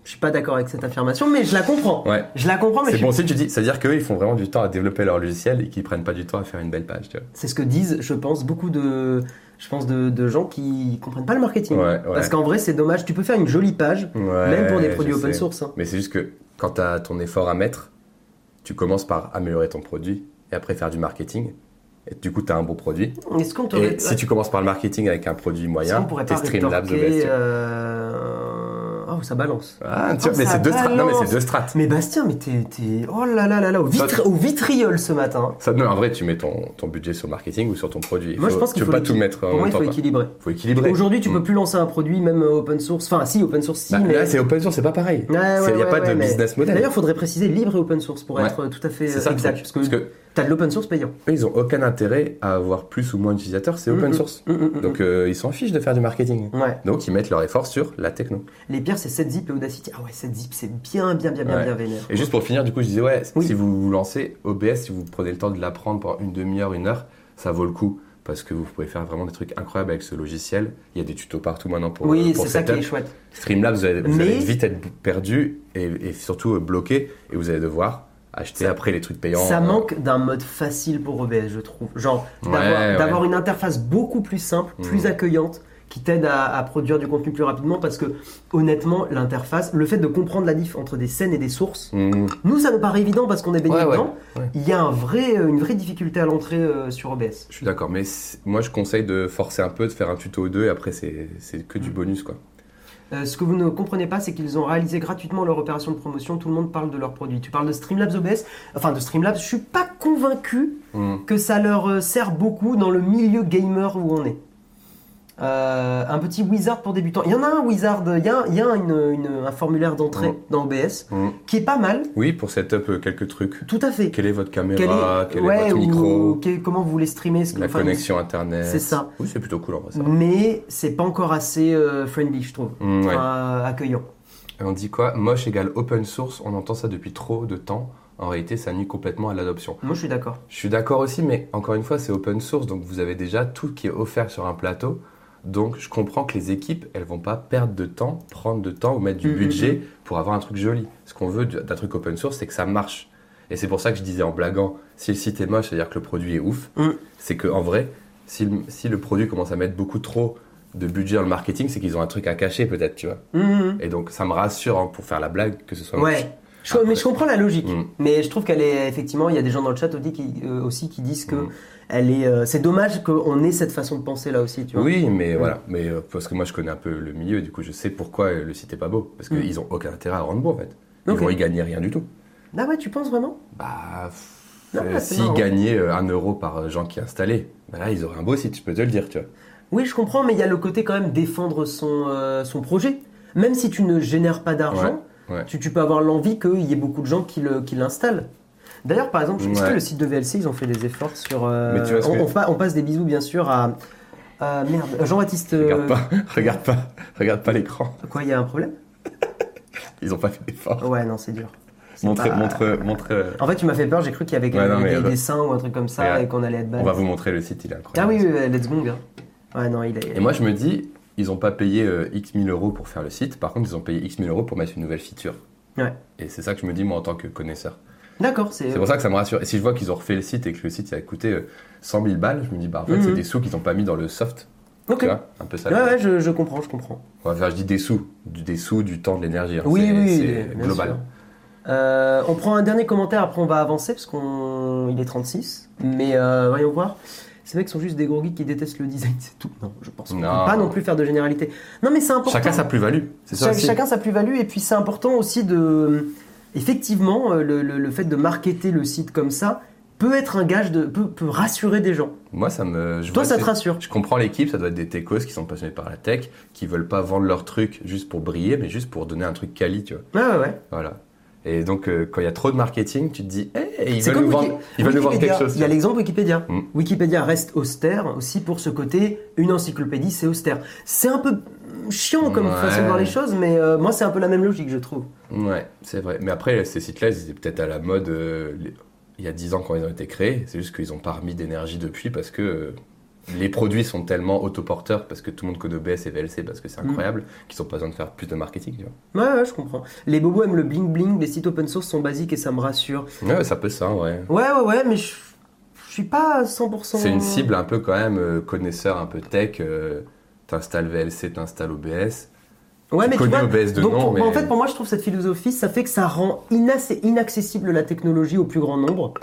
A: Je suis pas d'accord avec cette affirmation, mais je la comprends.
B: Ouais.
A: Je la comprends, mais je
B: C'est
A: suis
B: bon signe, tu dis. C'est-à-dire qu'eux, ils font vraiment du temps à développer leur logiciel et qu'ils prennent pas du temps à faire une belle page, tu vois.
A: C'est ce que disent, je pense, beaucoup de, je pense de, de gens qui comprennent pas le marketing.
B: Ouais, ouais.
A: Parce qu'en vrai, c'est dommage. Tu peux faire une jolie page,
B: Ouais,
A: même pour des
B: je
A: produits open
B: sais.
A: source. hein.
B: Mais c'est juste que quand tu as ton effort à mettre, tu commences par améliorer ton produit et après faire du marketing. Et du coup, tu as un bon produit.
A: Est-ce qu'on te
B: Et si tu commences par le marketing avec un produit moyen,
A: pourrait
B: t'es
A: pas
B: Streamlabs au
A: rétorquer,
B: best.
A: euh, Oh, ça balance.
B: Ah, tu vois,
A: Oh,
B: mais
A: ça
B: c'est deux strates. Non, mais
A: balance.
B: c'est deux strates.
A: Mais Bastien, mais t'es, t'es- oh là là là là, au, vitri- au vitriol ce matin.
B: Ça, non, en vrai, tu mets ton, ton budget sur le marketing ou sur ton produit. Il
A: Moi, je
B: faut-
A: pense qu'il
B: tu peux
A: faut
B: pas
A: l'équi-
B: tout mettre euh, en
A: Pour moi,
B: même
A: il
B: temps.
A: faut
B: quoi.
A: équilibrer.
B: faut équilibrer.
A: Aujourd'hui, tu
B: Mm.
A: peux plus lancer un produit, même euh, open source. Enfin, si, open source, si,
B: Bah,
A: mais.
B: Là, c'est open source, c'est pas pareil.
A: Ouais, ouais,
B: C'est- Il n'y a
A: ouais,
B: pas de
A: ouais, mais-
B: business model.
A: D'ailleurs, faudrait préciser libre et open source pour
B: Ouais.
A: être euh, tout à fait
B: c'est
A: euh,
B: ça le
A: exact.
B: truc.
A: Parce que,
B: Parce que
A: t'as de l'open source payant.
B: eux, ils ont aucun intérêt à avoir plus ou moins d'utilisateurs. C'est
A: Mm,
B: open
A: mm.
B: source.
A: Mm, mm, mm,
B: Donc, euh, ils s'en fichent de faire du marketing.
A: mm. ouais.
B: Donc, ils mettent leur effort sur la techno.
A: Les pires, c'est 7zip et Audacity. Ah ouais, 7zip, c'est bien, bien, bien, bien,
B: Ouais.
A: bien vénère.
B: Et juste pour finir, du coup, je disais, ouais,
A: Oui.
B: si vous vous lancez OBS, si vous prenez le temps de l'apprendre pendant une demi-heure, une heure, ça vaut le coup. Parce que vous pouvez faire vraiment des trucs incroyables avec ce logiciel. Il y a des tutos partout maintenant pour, euh,
A: oui,
B: pour
A: c'est ça qui
B: setup.
A: est chouette.
B: Streamlabs, vous allez, vous
A: Mais-
B: allez vite être perdu et, et surtout euh, bloqué. Et vous allez devoir acheter après les trucs payants.
A: Ça
B: euh,
A: manque d'un mode facile pour OBS, je trouve. Genre, d'avoir
B: Ouais, ouais.
A: d'avoir une interface beaucoup plus simple, plus
B: Mhm.
A: accueillante, qui t'aide à, à produire du contenu plus rapidement parce que, honnêtement, l'interface, le fait de comprendre la diff entre des scènes et des sources,
B: hmm,
A: nous, ça nous paraît évident parce qu'on est baigné
B: Ouais, ouais,
A: dedans.
B: ouais.
A: Il y a un vrai, euh, une vraie difficulté à l'entrée euh, sur OBS.
B: je suis d'accord, mais c'est- moi je conseille de forcer un peu, de faire un tuto ou deux, et après c'est c'est que du bonus quoi.
A: Euh, ce que vous ne comprenez pas, c'est qu'ils ont réalisé gratuitement leur opération de promotion. Tout le monde parle de leurs produits. Tu parles de Streamlabs OBS, enfin de Streamlabs. Je suis pas convaincu
B: Hmm.
A: que ça leur euh, sert beaucoup dans le milieu gamer où on est. Euh, un petit wizard pour débutants. Il y en a un wizard, il y a, il y a une- une- un formulaire d'entrée
B: Mm.
A: dans OBS
B: Mm.
A: qui est pas mal,
B: Oui, pour setup euh, quelques trucs.
A: tout à fait.
B: Quelle est votre
A: Quel
B: caméra Quel est,
A: ouais,
B: votre
A: ou-
B: micro
A: ou quel- comment vous voulez streamer ce que-
B: La
A: enfin,
B: connexion internet.
A: c'est ça.
B: Oui, c'est plutôt cool en vrai ça.
A: Mais c'est pas encore assez euh, friendly, je trouve.
B: Mm, ouais.
A: Enfin, accueillant.
B: Et on dit quoi Moche égale open source, on entend ça depuis trop de temps. En réalité, ça nuit complètement à l'adoption.
A: Moi, je suis d'accord.
B: Je suis d'accord aussi, mais encore une fois, c'est open source, donc vous avez déjà tout qui est offert sur un plateau. Donc je comprends que les équipes, elles vont pas perdre de temps, prendre de temps ou mettre du
A: Mm, mm,
B: budget pour avoir un truc joli. Ce qu'on veut du- d'un truc open source, c'est que ça marche. Et c'est pour ça que je disais en blaguant, si le site est moche, c'est-à-dire que le produit est ouf,
A: Mm.
B: c'est que en vrai, si le, si le produit commence à mettre beaucoup trop de budget dans le marketing, c'est qu'ils ont un truc à cacher peut-être, tu vois.
A: Mhm.
B: Et Hum, donc ça me rassure hein, pour faire la blague que ce soit moche.
A: Ouais. Je, mais je comprends la logique.
B: Mm.
A: Mais je trouve qu'elle est effectivement, il y a des gens dans le chat aussi qui, euh, aussi qui disent que
B: Mm.
A: elle est. euh, c'est dommage qu'on ait cette façon de penser là aussi, tu vois.
B: Oui, mais voilà. Mais euh, parce que moi, je connais un peu le milieu, du coup, je sais pourquoi euh, le site est pas beau. Parce
A: Mm.
B: qu'ils ont aucun intérêt à rendre beau, en fait. Ils
A: Ok.
B: vont y gagner rien du tout.
A: Ah ouais, tu penses vraiment
B: Bah, pff,
A: Non,
B: euh,
A: bah, c'est
B: s'ils
A: marrant.
B: gagnaient euh, un euro par euh, gens qui installaient, bah là, ils auraient un beau site, je peux te le dire, tu vois.
A: Oui, je comprends, mais il y a le côté quand même défendre son, euh, son projet. Même si tu ne génères pas d'argent,
B: Ouais, ouais.
A: Tu, tu peux avoir l'envie qu'il y ait beaucoup de gens qui le- qui l'installent. D'ailleurs, par exemple, est-ce
B: Ouais.
A: que le site de VLC, ils ont fait des efforts sur. euh,
B: Mais tu vois ce
A: on,
B: que-
A: on pa- on passe des bisous, bien sûr, à. à- merde, Jean-Baptiste. euh,
B: Regarde pas, regarde pas, regarde pas l'écran.
A: Quoi, il y a un problème
B: Ils ont pas fait d'effort.
A: Ouais, non, c'est dur. C'est
B: Montre,
A: pas-
B: montre, montre. euh,
A: En fait, tu m'as fait peur, j'ai cru qu'il y avait quand
B: Ouais,
A: même
B: non, mais
A: des
B: regarde.
A: dessins ou un truc comme ça
B: Regarde.
A: et qu'on allait être
B: On va
A: balade.
B: vous montrer le site, il est
A: Ah
B: incroyable.
A: oui, oui, oui, let's go, gars. Ouais, non, il est.
B: Et moi, je me dis, ils ont pas payé euh, X mille euros pour faire le site, par contre, ils ont payé X mille euros pour mettre une nouvelle feature.
A: Ouais.
B: Et c'est ça que je me dis, moi, en tant que connaisseur.
A: D'accord, c'est.
B: C'est pour ça que ça me rassure. Et si je vois qu'ils ont refait le site et que le site il a coûté euh, 100 000 balles, je me dis, bah en fait,
A: Mhm.
B: c'est des sous qu'ils n'ont pas mis dans le soft.
A: Ok.
B: Tu vois, un peu ça.
A: Ouais, ouais, je, je comprends, je comprends.
B: On va faire, je dis des sous, du, des sous, du temps, de l'énergie. hein.
A: Oui,
B: C'est-
A: oui, il est-
B: c'est
A: bien sûr.
B: global.
A: Euh, on prend un dernier commentaire, après on va avancer parce qu'on il est 36. Mais euh, voyons voir. Ces mecs sont juste des gros geeks qui détestent le design, c'est tout. Non, je pense qu'on peut
B: Non.
A: pas non plus faire de généralité. Non, mais c'est important.
B: Chacun sa plus-value. C'est ça
A: Cha-
B: aussi.
A: chacun sa plus-value et puis c'est important aussi de. Effectivement, euh, le, le- le fait de marketer le site comme ça peut être un gage de peut, peut rassurer des gens.
B: Moi, ça me. Je
A: Toi,
B: vois
A: ça
B: ces-
A: te rassure.
B: Je comprends l'équipe, ça doit être des techos qui sont passionnés par la tech, qui veulent pas vendre leur truc juste pour briller, mais juste pour donner un truc quali, tu vois.
A: Ouais, ouais, ouais.
B: Voilà. Et donc, euh, quand il y a trop de marketing, tu te dis, Eh, ils
A: C'est
B: veulent nous
A: Wiki-
B: vendre, ils veulent nous vendre
A: Wikipédia.
B: quelque chose.
A: Il y a l'exemple Wikipédia.
B: Mm.
A: Wikipédia reste austère aussi pour ce côté. Une encyclopédie, c'est austère. C'est un peu chiant comme
B: Ouais.
A: façon de voir les choses, mais euh, moi, c'est un peu la même logique, je trouve.
B: Ouais, c'est vrai. Mais après, ces sites-là, ils étaient peut-être à la mode euh, les- il y a 10 ans quand ils ont été créés. C'est juste qu'ils n'ont pas remis d'énergie depuis parce que euh, les produits sont tellement autoporteurs, parce que tout le monde connaît OBS et VLC, parce que c'est
A: Mm.
B: incroyable, qu'ils n'ont pas besoin de faire plus de marketing. Tu
A: Ouais, ouais, je comprends. Les bobos aiment le bling bling, les sites open source sont basiques et ça me rassure.
B: vois. Ouais, ça peut ça, ouais.
A: Ouais, ouais, ouais, mais je, je suis pas à 100%.
B: C'est une cible un peu quand même euh, connaisseur, un peu tech. euh, t'installes VLC, t'installes OBS.
A: Ouais,
B: tu
A: mais tu
B: connais
A: vois,
B: OBS de
A: donc,
B: nom,
A: pour-
B: mais-
A: en fait, pour moi, je trouve cette philosophie, ça fait que ça rend inasse- inaccessible la technologie au plus grand nombre.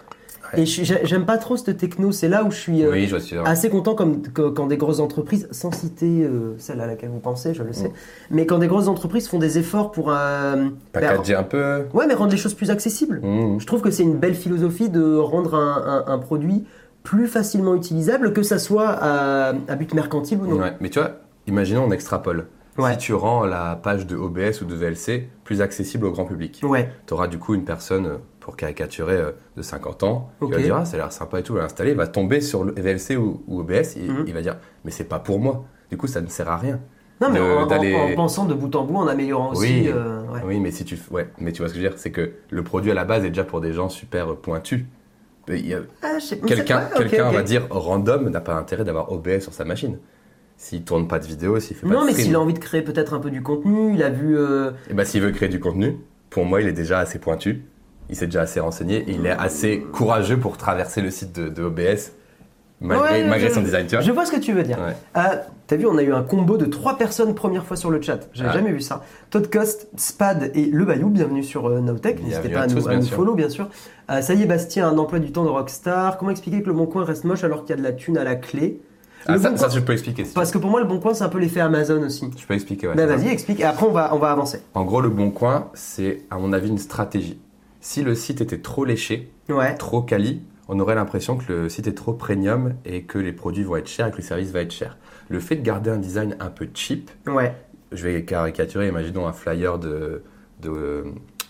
B: Ouais.
A: Et je- j'ai- j'aime pas trop cette techno, c'est là où je suis. euh,
B: Oui, je suis.
A: assez content comme, que- quand des grosses entreprises, sans citer euh, celle à laquelle vous pensez, je le sais,
B: Mm.
A: mais quand des grosses entreprises font des efforts pour... euh, ben,
B: Packager un peu.
A: ouais, mais rendre les choses plus accessibles.
B: Mm.
A: Je trouve que c'est une belle philosophie de rendre un, un- un produit plus facilement utilisable, que ça soit à, à but mercantile ou non.
B: Mm. Ouais, mais tu vois, imaginons on extrapole.
A: Ouais.
B: Si tu rends la page de OBS ou de VLC plus accessible au grand public,
A: Ouais.
B: tu auras du coup une personne, euh, pour caricaturer, euh, de 50 ans,
A: Ok.
B: qui va dire Ah, ça a l'air sympa et tout, va l'installer, il va tomber sur le VLC ou, ou OBS, il,
A: Mhm.
B: il va dire Mais c'est pas pour moi. Du coup, ça ne sert à rien.
A: Non, mais
B: De-
A: en- en,
B: d'aller-
A: en pensant de bout en bout, en améliorant aussi...
B: Oui.
A: euh, ouais.
B: Oui, mais si tu, f- ouais, mais tu vois ce que je veux dire, c'est que le produit à la base est déjà pour des gens super euh, pointus. Mais il y a-
A: Ah, je sais-
B: Quelqu'un,
A: ouais, ok,
B: quelqu'un,
A: ok.
B: on va dire random, n'a pas intérêt d'avoir OBS sur sa machine. S'il tourne pas de vidéo, s'il fait pas
A: Non,
B: de
A: mais
B: stream.
A: s'il a envie de créer peut-être un peu du contenu, il a vu... euh,
B: Et bah, s'il veut créer du contenu, pour moi, il est déjà assez pointu, il s'est déjà assez renseigné, et il est assez courageux pour traverser le site de, de OBS, malgré,
A: Ouais,
B: malgré
A: je-
B: son design, tu vois.
A: Je vois ce que tu veux dire.
B: Ouais.
A: Ah, T'as vu, on a eu un combo de trois personnes première fois sur le chat. J'avais
B: Ah.
A: jamais vu ça. Todd Cost, Spad et Le Bayou, bienvenue sur euh, Nowtech. N'hésitez
B: Bienvenue
A: pas
B: à
A: à, nous,
B: tous,
A: à
B: bien
A: nous
B: sûr.
A: follow, bien sûr. Ah, ça y est, Bastien, un emploi du temps de rockstar. Comment expliquer que le Bon Coin reste moche alors qu'il y a de la thune à la clé
B: Ah,
A: Le
B: ça,
A: Bon
B: ça,
A: Coin-
B: je peux expliquer. si tu veux.
A: Parce que pour moi, le Bon Coin, c'est un peu l'effet Amazon aussi.
B: Je peux expliquer, ouais.
A: Bah,
B: c'est ça.
A: vas-y, explique. Et après, on va, on va avancer.
B: En gros, le bon coin, c'est, à mon avis, une stratégie. Si le site était trop léché,
A: Ouais.
B: trop quali, on aurait l'impression que le site est trop premium et que les produits vont être chers et que le service va être cher. Le fait de garder un design un peu cheap,
A: Ouais.
B: je vais caricaturer, imaginons un flyer de, de,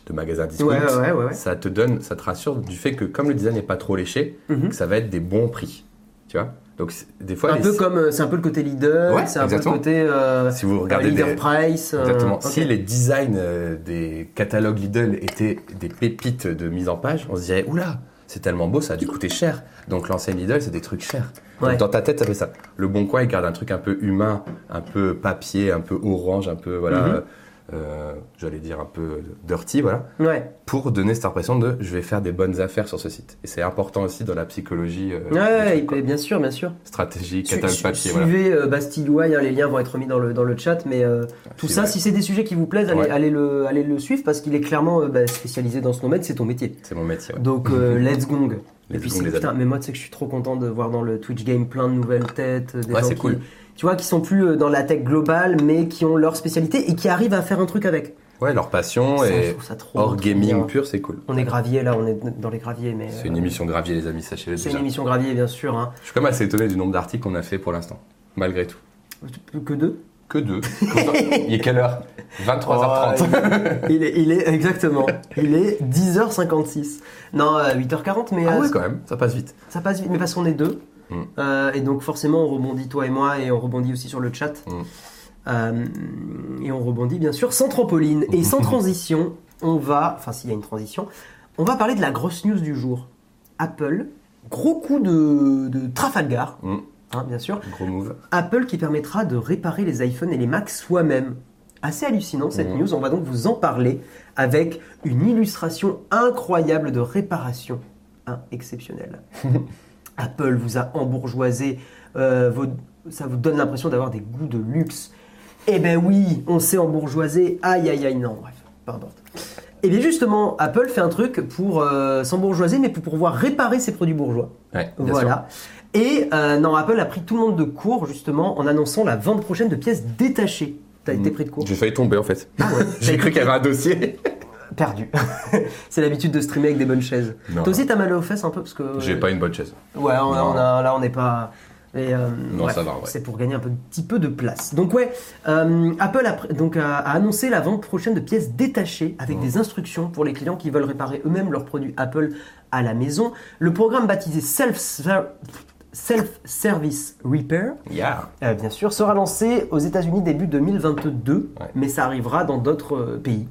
B: de magasin
A: Ouais,
B: discount.
A: ouais, ouais. ouais.
B: ça te donne, ça te rassure du fait que comme le design n'est pas trop léché,
A: Mhm.
B: que ça va être des bons prix. Tu vois Donc c'est- des fois,
A: un
B: les-
A: peu comme. euh, C'est un peu le côté leader.
B: Ouais,
A: c'est un
B: exactement.
A: peu le côté. euh,
B: si vous
A: euh,
B: regardez
A: leader
B: des-
A: price. euh,
B: Exactement.
A: ok.
B: Si les designs euh, des catalogues Lidl étaient des pépites de mise en page, on se dirait oula, c'est tellement beau, ça a dû coûter cher. Donc l'enseigne Lidl, c'est des trucs chers. Donc,
A: Ouais.
B: dans ta tête, ça fait ça. Le Bon Coin, il garde un truc un peu humain, un peu papier, un peu orange, un peu voilà,
A: Mhm.
B: euh, euh, j'allais dire un peu dirty, voilà,
A: Ouais.
B: pour donner cette impression de je vais faire des bonnes affaires sur ce site. Et c'est important aussi dans la psychologie euh,
A: Ouais,
B: des
A: ouais,
B: trucs, quoi.
A: et bien sûr, bien sûr.
B: stratégie,
A: Su-
B: catalogue
A: su-
B: papier, voilà.
A: suivez euh, Bastille Wine, hein, les liens vont être mis dans le, dans le chat, mais euh, tout
B: Suivez.
A: ça, si c'est des sujets qui vous plaisent, allez,
B: Ah, Ouais.
A: allez le, allez le suivre parce qu'il est clairement euh, bah, spécialisé dans ce domaine, c'est ton métier.
B: C'est mon métier. ouais.
A: Donc, euh, let's gong.
B: Les
A: Et puis,
B: secondes,
A: c'est-
B: les
A: putain,
B: amis.
A: mais moi, tu sais que je suis trop content de voir dans le Twitch Game plein de nouvelles têtes. euh, Des
B: Ouais,
A: gens
B: c'est
A: qui-
B: cool.
A: Tu vois, qui sont plus euh, dans la tech globale, mais qui ont leur spécialité et qui arrivent à faire un truc avec.
B: Ouais, leur passion
A: Ça, je
B: et
A: trouve ça trop.
B: hors
A: trop
B: gaming
A: bien.
B: pur, c'est cool.
A: On est gravier là, on est dans les graviers, mais.
B: C'est une
A: euh,
B: émission gravier, les amis, sachez-le
A: C'est
B: déjà.
A: une émission gravier, bien sûr. hein.
B: Je suis quand même assez étonné du nombre d'articles qu'on a fait pour l'instant, malgré tout.
A: Plus que deux.
B: Que deux. Il est quelle heure 23h30.
A: Oh, il, est, il est, exactement. Il est 10h56. Non, euh, 8h40, mais
B: ah
A: euh,
B: ouais, quand même, ça passe vite.
A: ça passe vite. Mais parce qu'on est deux.
B: Mm.
A: Euh, et donc, forcément, on rebondit, toi et moi, et on rebondit aussi sur le chat.
B: Mm.
A: Euh, et on rebondit, bien sûr, sans trampoline. Et sans transition, on va. Enfin, s'il y a une transition, on va parler de la grosse news du jour. Apple, gros coup de, de Trafalgar,
B: Mm.
A: hein, bien sûr.
B: Gros move.
A: Apple qui permettra de réparer les iPhones et les Macs soi-même. Assez hallucinant cette
B: Mhm.
A: news, on va donc vous en parler avec une illustration incroyable de réparation hein, exceptionnelle. Apple vous a embourgeoisé, euh, vos- ça vous donne l'impression d'avoir des goûts de luxe. Eh ben oui, on s'est embourgeoisé, aïe aïe aïe, non, bref, peu importe. Et bien justement, Apple fait un truc pour euh, s'embourgeoiser, mais pour pouvoir réparer ses produits bourgeois.
B: Ouais, bien sûr.
A: Voilà. Et euh, non, Apple a pris tout le monde de court justement en annonçant la vente prochaine de pièces détachées. T'as été pris de court
B: J'ai failli tomber en fait.
A: Ah ouais.
B: J'ai cru qu'il y avait un dossier.
A: Perdu. c'est l'habitude de streamer avec des bonnes chaises.
B: Non.
A: Toi aussi, t'as mal aux fesses un peu parce que.
B: J'ai pas une bonne chaise.
A: Ouais, on, on
B: Non.
A: a- là, on n'est pas. mais, euh,
B: Non, ça va, ouais.
A: C'est pour gagner un petit peu de place. Donc, ouais, euh, Apple a, pr- donc, a, a annoncé la vente prochaine de pièces détachées avec des instructions pour les clients qui veulent réparer eux-mêmes leurs produits Apple à la maison. Le programme baptisé Self- Self-Service Repair
B: Yeah.
A: euh, bien sûr, sera lancé aux États-Unis début 2022,
B: Ouais.
A: mais ça arrivera dans d'autres euh, pays.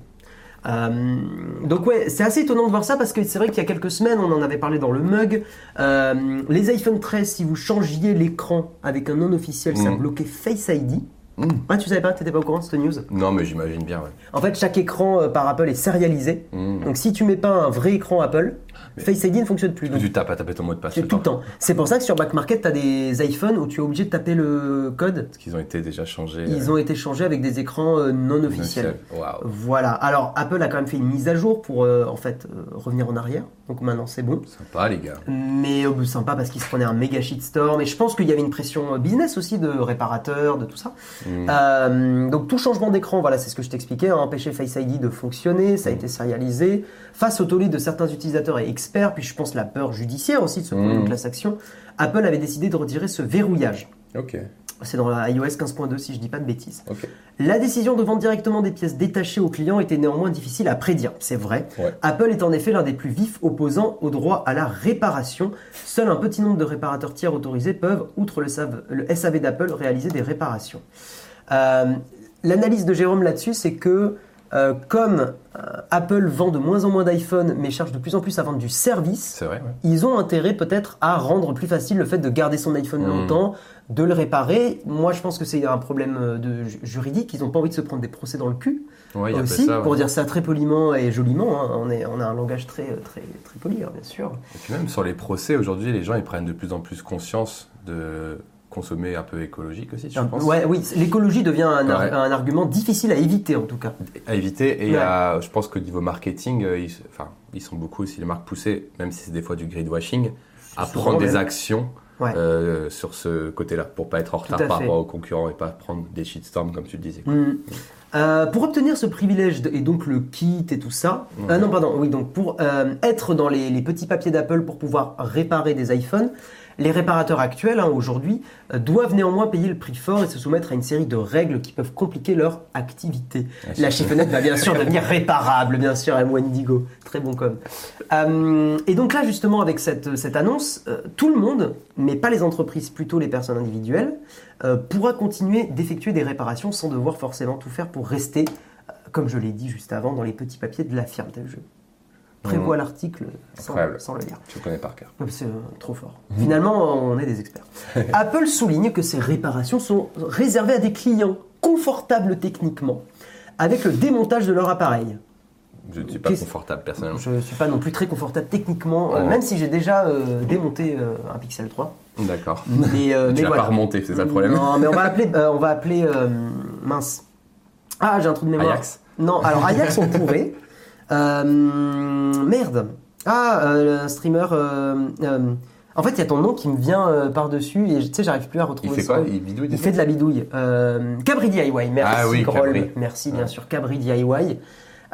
A: Euh, donc ouais, c'est assez étonnant de voir ça parce que c'est vrai qu'il y a quelques semaines, on en avait parlé dans le mug. euh, les iPhone 13, si vous changiez l'écran avec un non officiel, ça
B: Mhm.
A: bloquait Face ID. Ouais, tu savais pas, t'étais pas au courant de cette news.
B: Hmm. Non, mais j'imagine bien, ouais.
A: En fait, chaque écran euh, par Apple est sérialisé.
B: Mm.
A: Donc si tu mets pas un vrai écran Apple, Face ID ne fonctionne plus. Donc,
B: Tu tapes à taper ton mot de passe.
A: c'est tout le temps. C'est pour ça que sur Back Market, t'as des iPhones où tu es obligé de taper le code
B: Parce qu'ils ont été déjà changés. euh,
A: ils ont été changés avec des écrans euh, non officiels.
B: Waouh.
A: Voilà. Alors Apple a quand même fait une mise à jour pour euh, en fait euh, revenir en arrière. Donc maintenant c'est bon.
B: Sympa, les gars.
A: Mais euh, sympa parce qu'ils se prenaient un méga shitstorm. Et je pense qu'il y avait une pression euh, business aussi de réparateurs, de tout ça.
B: Mm.
A: Euh, donc tout changement d'écran, voilà, c'est ce que je t'expliquais, hein, empêcher Face ID de fonctionner,
B: Mm.
A: ça a été sérialisé. Face au tollé de certains utilisateurs et experts, puis je pense la peur judiciaire aussi de ce problème
B: Mm.
A: de class action, Apple avait décidé de retirer ce verrouillage.
B: Ok,
A: C'est dans la iOS 15.2 si je dis pas de bêtises.
B: ok.
A: La décision de vendre directement des pièces détachées aux clients était néanmoins difficile à prédire, c'est vrai.
B: Ouais.
A: Apple est en effet l'un des plus vifs opposants au droit à la réparation. Seul un petit nombre de réparateurs tiers autorisés peuvent, outre le, SAV le SAV d'Apple, réaliser des réparations. Euh, L'analyse de Jérôme là-dessus, c'est que euh, comme euh, Apple vend de moins en moins d'iPhone mais cherche de plus en plus à vendre du service,
B: C'est vrai, ouais.
A: ils ont intérêt peut-être à rendre plus facile le fait de garder son iPhone
B: Mm.
A: longtemps, de le réparer. Moi, je pense que c'est un problème euh, de ju- juridique. Ils n'ont pas envie de se prendre des procès dans le cul
B: Ouais, il y a
A: aussi,
B: pas ça. ouais.
A: pour dire ça très poliment et joliment. hein. On, est, on a un langage très, euh, très, très poli, hein, bien sûr.
B: Et puis même sur les procès, aujourd'hui, les gens, ils prennent de plus en plus conscience de consommer un peu écologique aussi, je
A: Un-
B: pense.
A: ouais, oui, c- l'écologie devient un, ar-
B: Ouais.
A: un argument difficile à éviter en tout cas.
B: à éviter. Et
A: Ouais.
B: à- je pense qu'au niveau marketing, euh, ils, enfin, ils sont beaucoup aussi les marques poussées, même si c'est des fois du gridwashing, à
A: Souvent
B: prendre des
A: même.
B: actions
A: Ouais.
B: euh, sur ce côté-là pour pas être en retard
A: à
B: par
A: fait.
B: rapport aux concurrents et pas prendre des shitstorms comme tu le disais.
A: Mm. Euh, pour obtenir ce privilège de- et donc le kit et tout ça,
B: Ouais.
A: Ah non pardon, oui donc pour euh, être dans les, les petits papiers d'Apple pour pouvoir réparer des iPhones, les réparateurs actuels hein, aujourd'hui euh, doivent néanmoins payer le prix fort et se soumettre à une série de règles qui peuvent compliquer leur activité.
B: c'est
A: La chiffonnette va bien sûr devenir réparable, bien sûr, à Wendigo, très bon com. Euh, et donc là justement avec cette, cette annonce, euh, tout le monde, mais pas les entreprises, plutôt les personnes individuelles, euh, pourra continuer d'effectuer des réparations sans devoir forcément tout faire pour rester, euh, comme je l'ai dit juste avant, dans les petits papiers de la firme. T'as vu, Je prévois l'article sans,
B: Incroyable.
A: sans le lire.
B: Tu le connais par cœur.
A: Ouais, C'est euh, trop fort.
B: Mmh.
A: Finalement, on est des experts. Apple souligne que ces réparations sont réservées à des clients confortables techniquement, avec le démontage de leur appareil.
B: Je ne suis pas
A: Qu'est-ce-
B: confortable personnellement.
A: Je ne suis pas non plus très confortable techniquement, euh,
B: Ouais.
A: même si j'ai déjà euh, démonté euh, un Pixel 3.
B: D'accord.
A: Mais, euh, mais
B: Tu l'as
A: voilà.
B: pas remonté, c'est ça le problème
A: Non, mais on va appeler. euh, on va appeler euh, mince. Ah, j'ai un trou de mémoire.
B: Ajax.
A: Non, alors Ajax, on pourrait. Euh, merde. Ah, euh, le streamer. euh, euh, en fait, il y a ton nom qui me vient euh, par-dessus et tu sais, j'arrive plus à
B: Il
A: retrouver
B: fait
A: son
B: quoi
A: nom.
B: Il bidouille
A: Il fait de la bidouille. Euh, Cabri DIY, merci
B: Ah oui,
A: Grolm.
B: Cabri.
A: Merci bien
B: Ouais.
A: sûr, Cabri DIY.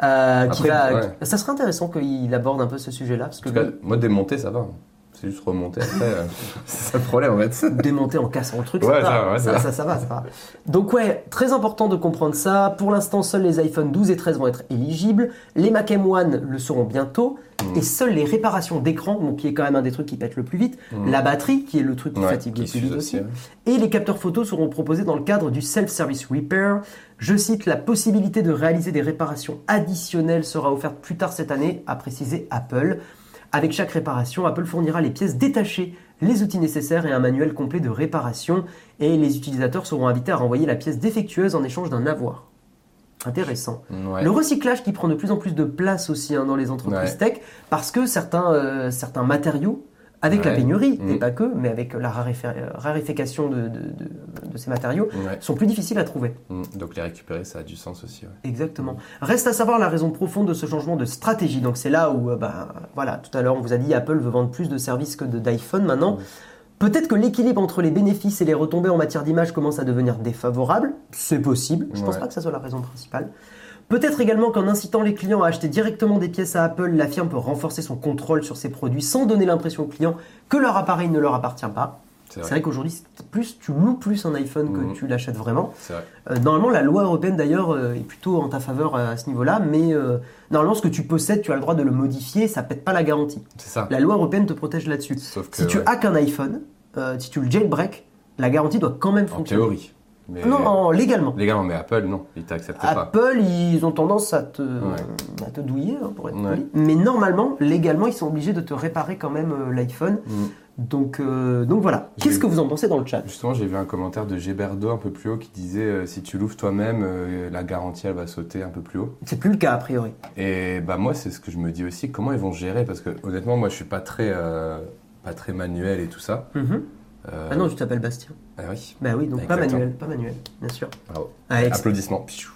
A: euh, qui
B: Après,
A: va-
B: ouais.
A: qui- Ça serait intéressant qu'il aborde un peu ce sujet-là, parce que
B: En tout cas, moi, démonter, ça va. C'est juste remonter après. euh, c'est ça le problème, en fait.
A: démonter en cassant le truc, ça,
B: Ouais,
A: va.
B: ça, ouais, ça
A: ça,
B: va.
A: ça, ça va, ça va. Donc ouais, très important de comprendre ça. Pour l'instant, seuls les iPhone 12 et 13 vont être éligibles. Les Mac M1 le seront bientôt.
B: Hmm.
A: Et seules les réparations d'écran, donc qui est quand même un des trucs qui pète le plus vite, la batterie, qui est le truc qui
B: Hmm. Ouais,
A: fatigue le
B: qui
A: plus
B: s'use
A: vite aussi,
B: aussi,
A: et les capteurs photos seront proposés dans le cadre du self-service repair. Je cite, la possibilité de réaliser des réparations additionnelles sera offerte plus tard cette année, a précisé Apple. Avec chaque réparation, Apple fournira les pièces détachées, les outils nécessaires et un manuel complet de réparation. Et les utilisateurs seront invités à renvoyer la pièce défectueuse en échange d'un avoir. Intéressant.
B: Ouais.
A: Le recyclage qui prend de plus en plus de place aussi hein, dans les entreprises
B: Ouais.
A: tech, parce que certains, euh, certains matériaux, avec la
B: Ouais.
A: pénurie,
B: Mhm.
A: et pas que, mais avec la raréfé- euh, raréfaction de, de- de- de ces matériaux,
B: Ouais.
A: sont plus difficiles à trouver.
B: Mm. Donc les récupérer, ça a du sens aussi. ouais.
A: Exactement. Reste à savoir la raison profonde de ce changement de stratégie. Donc c'est là où, euh, bah, voilà, tout à l'heure on vous a dit Apple veut vendre plus de services que de- d'iPhone maintenant. Peut-être que l'équilibre entre les bénéfices et les retombées en matière d'image commence à devenir défavorable. C'est possible. Je ne pense
B: Ouais.
A: pas que ça soit la raison principale. Peut-être également qu'en incitant les clients à acheter directement des pièces à Apple, la firme peut renforcer son contrôle sur ses produits sans donner l'impression aux clients que leur appareil ne leur appartient pas.
B: C'est
A: C'est
B: vrai.
A: vrai qu'aujourd'hui, c'est plus tu loues plus un iPhone que
B: Mhm.
A: tu l'achètes vraiment.
B: C'est vrai.
A: Euh, normalement, la loi européenne d'ailleurs euh, est plutôt en ta faveur euh, à ce niveau-là, mais euh, normalement, ce que tu possèdes, tu as le droit de le modifier, ça pète pas la garantie.
B: C'est ça.
A: La loi européenne te protège là-dessus.
B: Sauf que.
A: Si tu
B: ouais,
A: hackes un iPhone, euh, si tu le jailbreak, la garantie doit quand même
B: En
A: fonctionner.
B: théorie. Mais...
A: Non, en- légalement.
B: Les gars, mais Apple, non, ils t'acceptent pas.
A: Apple, ils ont tendance à te,
B: Ouais.
A: à te douiller, hein, pour être
B: Ouais.
A: poli. Mais normalement, légalement, ils sont obligés de te réparer quand même euh, l'iPhone.
B: Mm.
A: Donc, euh, donc voilà.
B: J'ai
A: Qu'est-ce
B: vu.
A: que vous en pensez dans le chat
B: Justement, j'ai vu un commentaire de Géberdo un peu plus haut qui disait euh, si tu l'ouvres toi-même, euh, la garantie elle va sauter un peu plus haut.
A: C'est plus le cas a priori.
B: Et bah moi, c'est ce que je me dis aussi. Comment ils vont gérer Parce que honnêtement, moi, je suis pas très, euh, pas très manuel et tout ça.
A: Mhm.
B: Euh,
A: Ah non, tu t'appelles Bastien.
B: ah oui.
A: Bah oui, donc pas
B: Exactement.
A: manuel, pas manuel, bien sûr.
B: Bravo.
A: Alex.
B: Applaudissements. Pichou.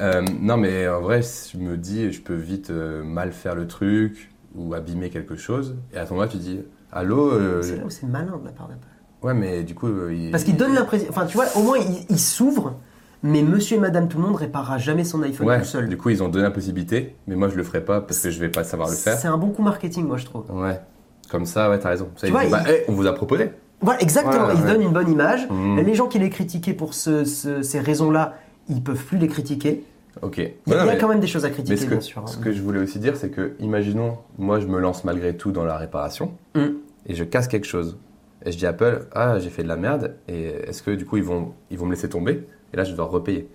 B: Euh, non, mais en vrai, je me dis, je peux vite euh, mal faire le truc ou abîmer quelque chose. Et à ce moment-là, tu dis, allô. euh,
A: C'est là où c'est malin de la part d'Apple.
B: ouais, mais du coup, euh, il-
A: Parce qu'il donne l'impression. Enfin, tu vois, au moins, il, il s'ouvre, mais monsieur et madame tout le monde réparera jamais son iPhone
B: Ouais,
A: tout seul.
B: du coup, ils ont donné la possibilité, mais moi, je le ferai pas parce que je vais pas savoir le faire.
A: C'est un bon coup marketing, moi, je trouve.
B: Ouais. Comme ça, ouais, t'as raison.
A: Tu
B: Ça, ils
A: vois,
B: disent,
A: il-
B: bah, hey, on vous a proposé.
A: Voilà, exactement.
B: Ouais,
A: ils
B: ouais.
A: donnent une bonne image.
B: Mhm.
A: Les gens qui les critiquaient pour ce- ce- ces raisons-là, ils peuvent plus les critiquer.
B: Ok.
A: Il
B: Voilà,
A: y a
B: mais-
A: quand même des choses à
B: mais
A: critiquer,
B: ce
A: bien
B: que,
A: sûr. hein.
B: ce que je voulais aussi dire, c'est que, imaginons, moi, je me lance malgré tout dans la réparation
A: Mm.
B: et je casse quelque chose. Et je dis à Apple, ah, j'ai fait de la merde, et est-ce que du coup, ils vont, ils vont me laisser tomber Et là, je dois repayer.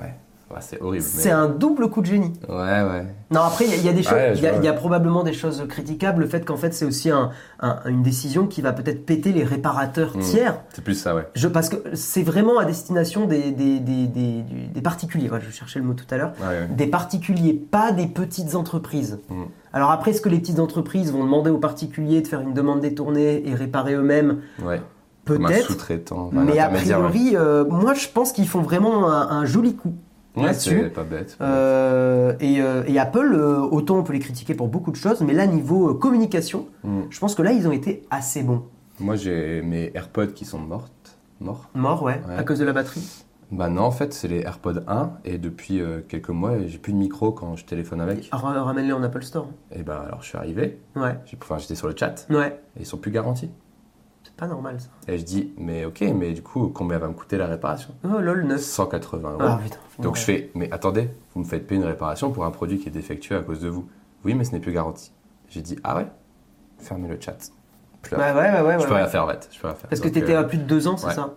B: Ouais. Ouais, c'est horrible. mais-
A: C'est un double coup de génie.
B: Ouais, ouais.
A: Non, après, il y, a- il y a des choses,
B: Ouais,
A: il
B: je
A: y, a-
B: vois.
A: il y a probablement des choses critiquables. Le fait qu'en fait, c'est aussi un- un- une décision qui va peut-être péter les réparateurs
B: Mhm.
A: tiers.
B: C'est plus ça, ouais.
A: Je, parce que c'est vraiment à destination des, des, des, des, du- des particuliers, Voilà, je cherchais le mot tout à l'heure,
B: Ouais, ouais.
A: des particuliers, pas des petites entreprises.
B: Mm.
A: Alors après, est-ce que les petites entreprises vont demander aux particuliers de faire une demande détournée et réparer eux-mêmes
B: Ouais. Comme un
A: Peut-être,
B: sous-traitant. un
A: mais a
B: intermédiaire, ouais.
A: priori, euh, moi je pense qu'ils font vraiment un, un joli coup.
B: hein. Ouais,
A: là-dessus,
B: c'est pas bête.
A: Euh, et, euh, et Apple, euh, autant on peut les critiquer pour beaucoup de choses, mais là, niveau euh, communication,
B: Mm.
A: je pense que là, ils ont été assez bons.
B: Moi, j'ai mes AirPods qui sont mortes. Morts.
A: Mort, ouais,
B: Ouais.
A: à cause de la batterie.
B: Bah non, en fait, c'est les AirPods 1 et depuis euh, quelques mois, j'ai plus de micro quand je téléphone avec.
A: Ra- Ramène-les en Apple Store.
B: Et bah alors je suis arrivé,
A: Ouais,
B: j'ai- enfin j'étais sur le chat
A: ouais,
B: et ils sont plus garantis.
A: c'est pas normal ça.
B: Et je dis mais ok, mais du coup combien va me coûter la réparation
A: Oh lol, 9.
B: 180 euros.
A: Ah putain.
B: Donc je fais mais attendez, vous me faites payer une réparation pour un produit qui est défectueux à cause de vous. Oui, mais ce n'est plus garanti. J'ai dit ah ouais, fermez le chat. Plus rien.
A: Ouais, ouais, ouais, ouais.
B: je peux
A: ouais.
B: rien faire en fait, je peux rien faire.
A: Parce que
B: Donc,
A: t'étais
B: euh,
A: à plus de 2 ans, c'est
B: ouais.
A: ça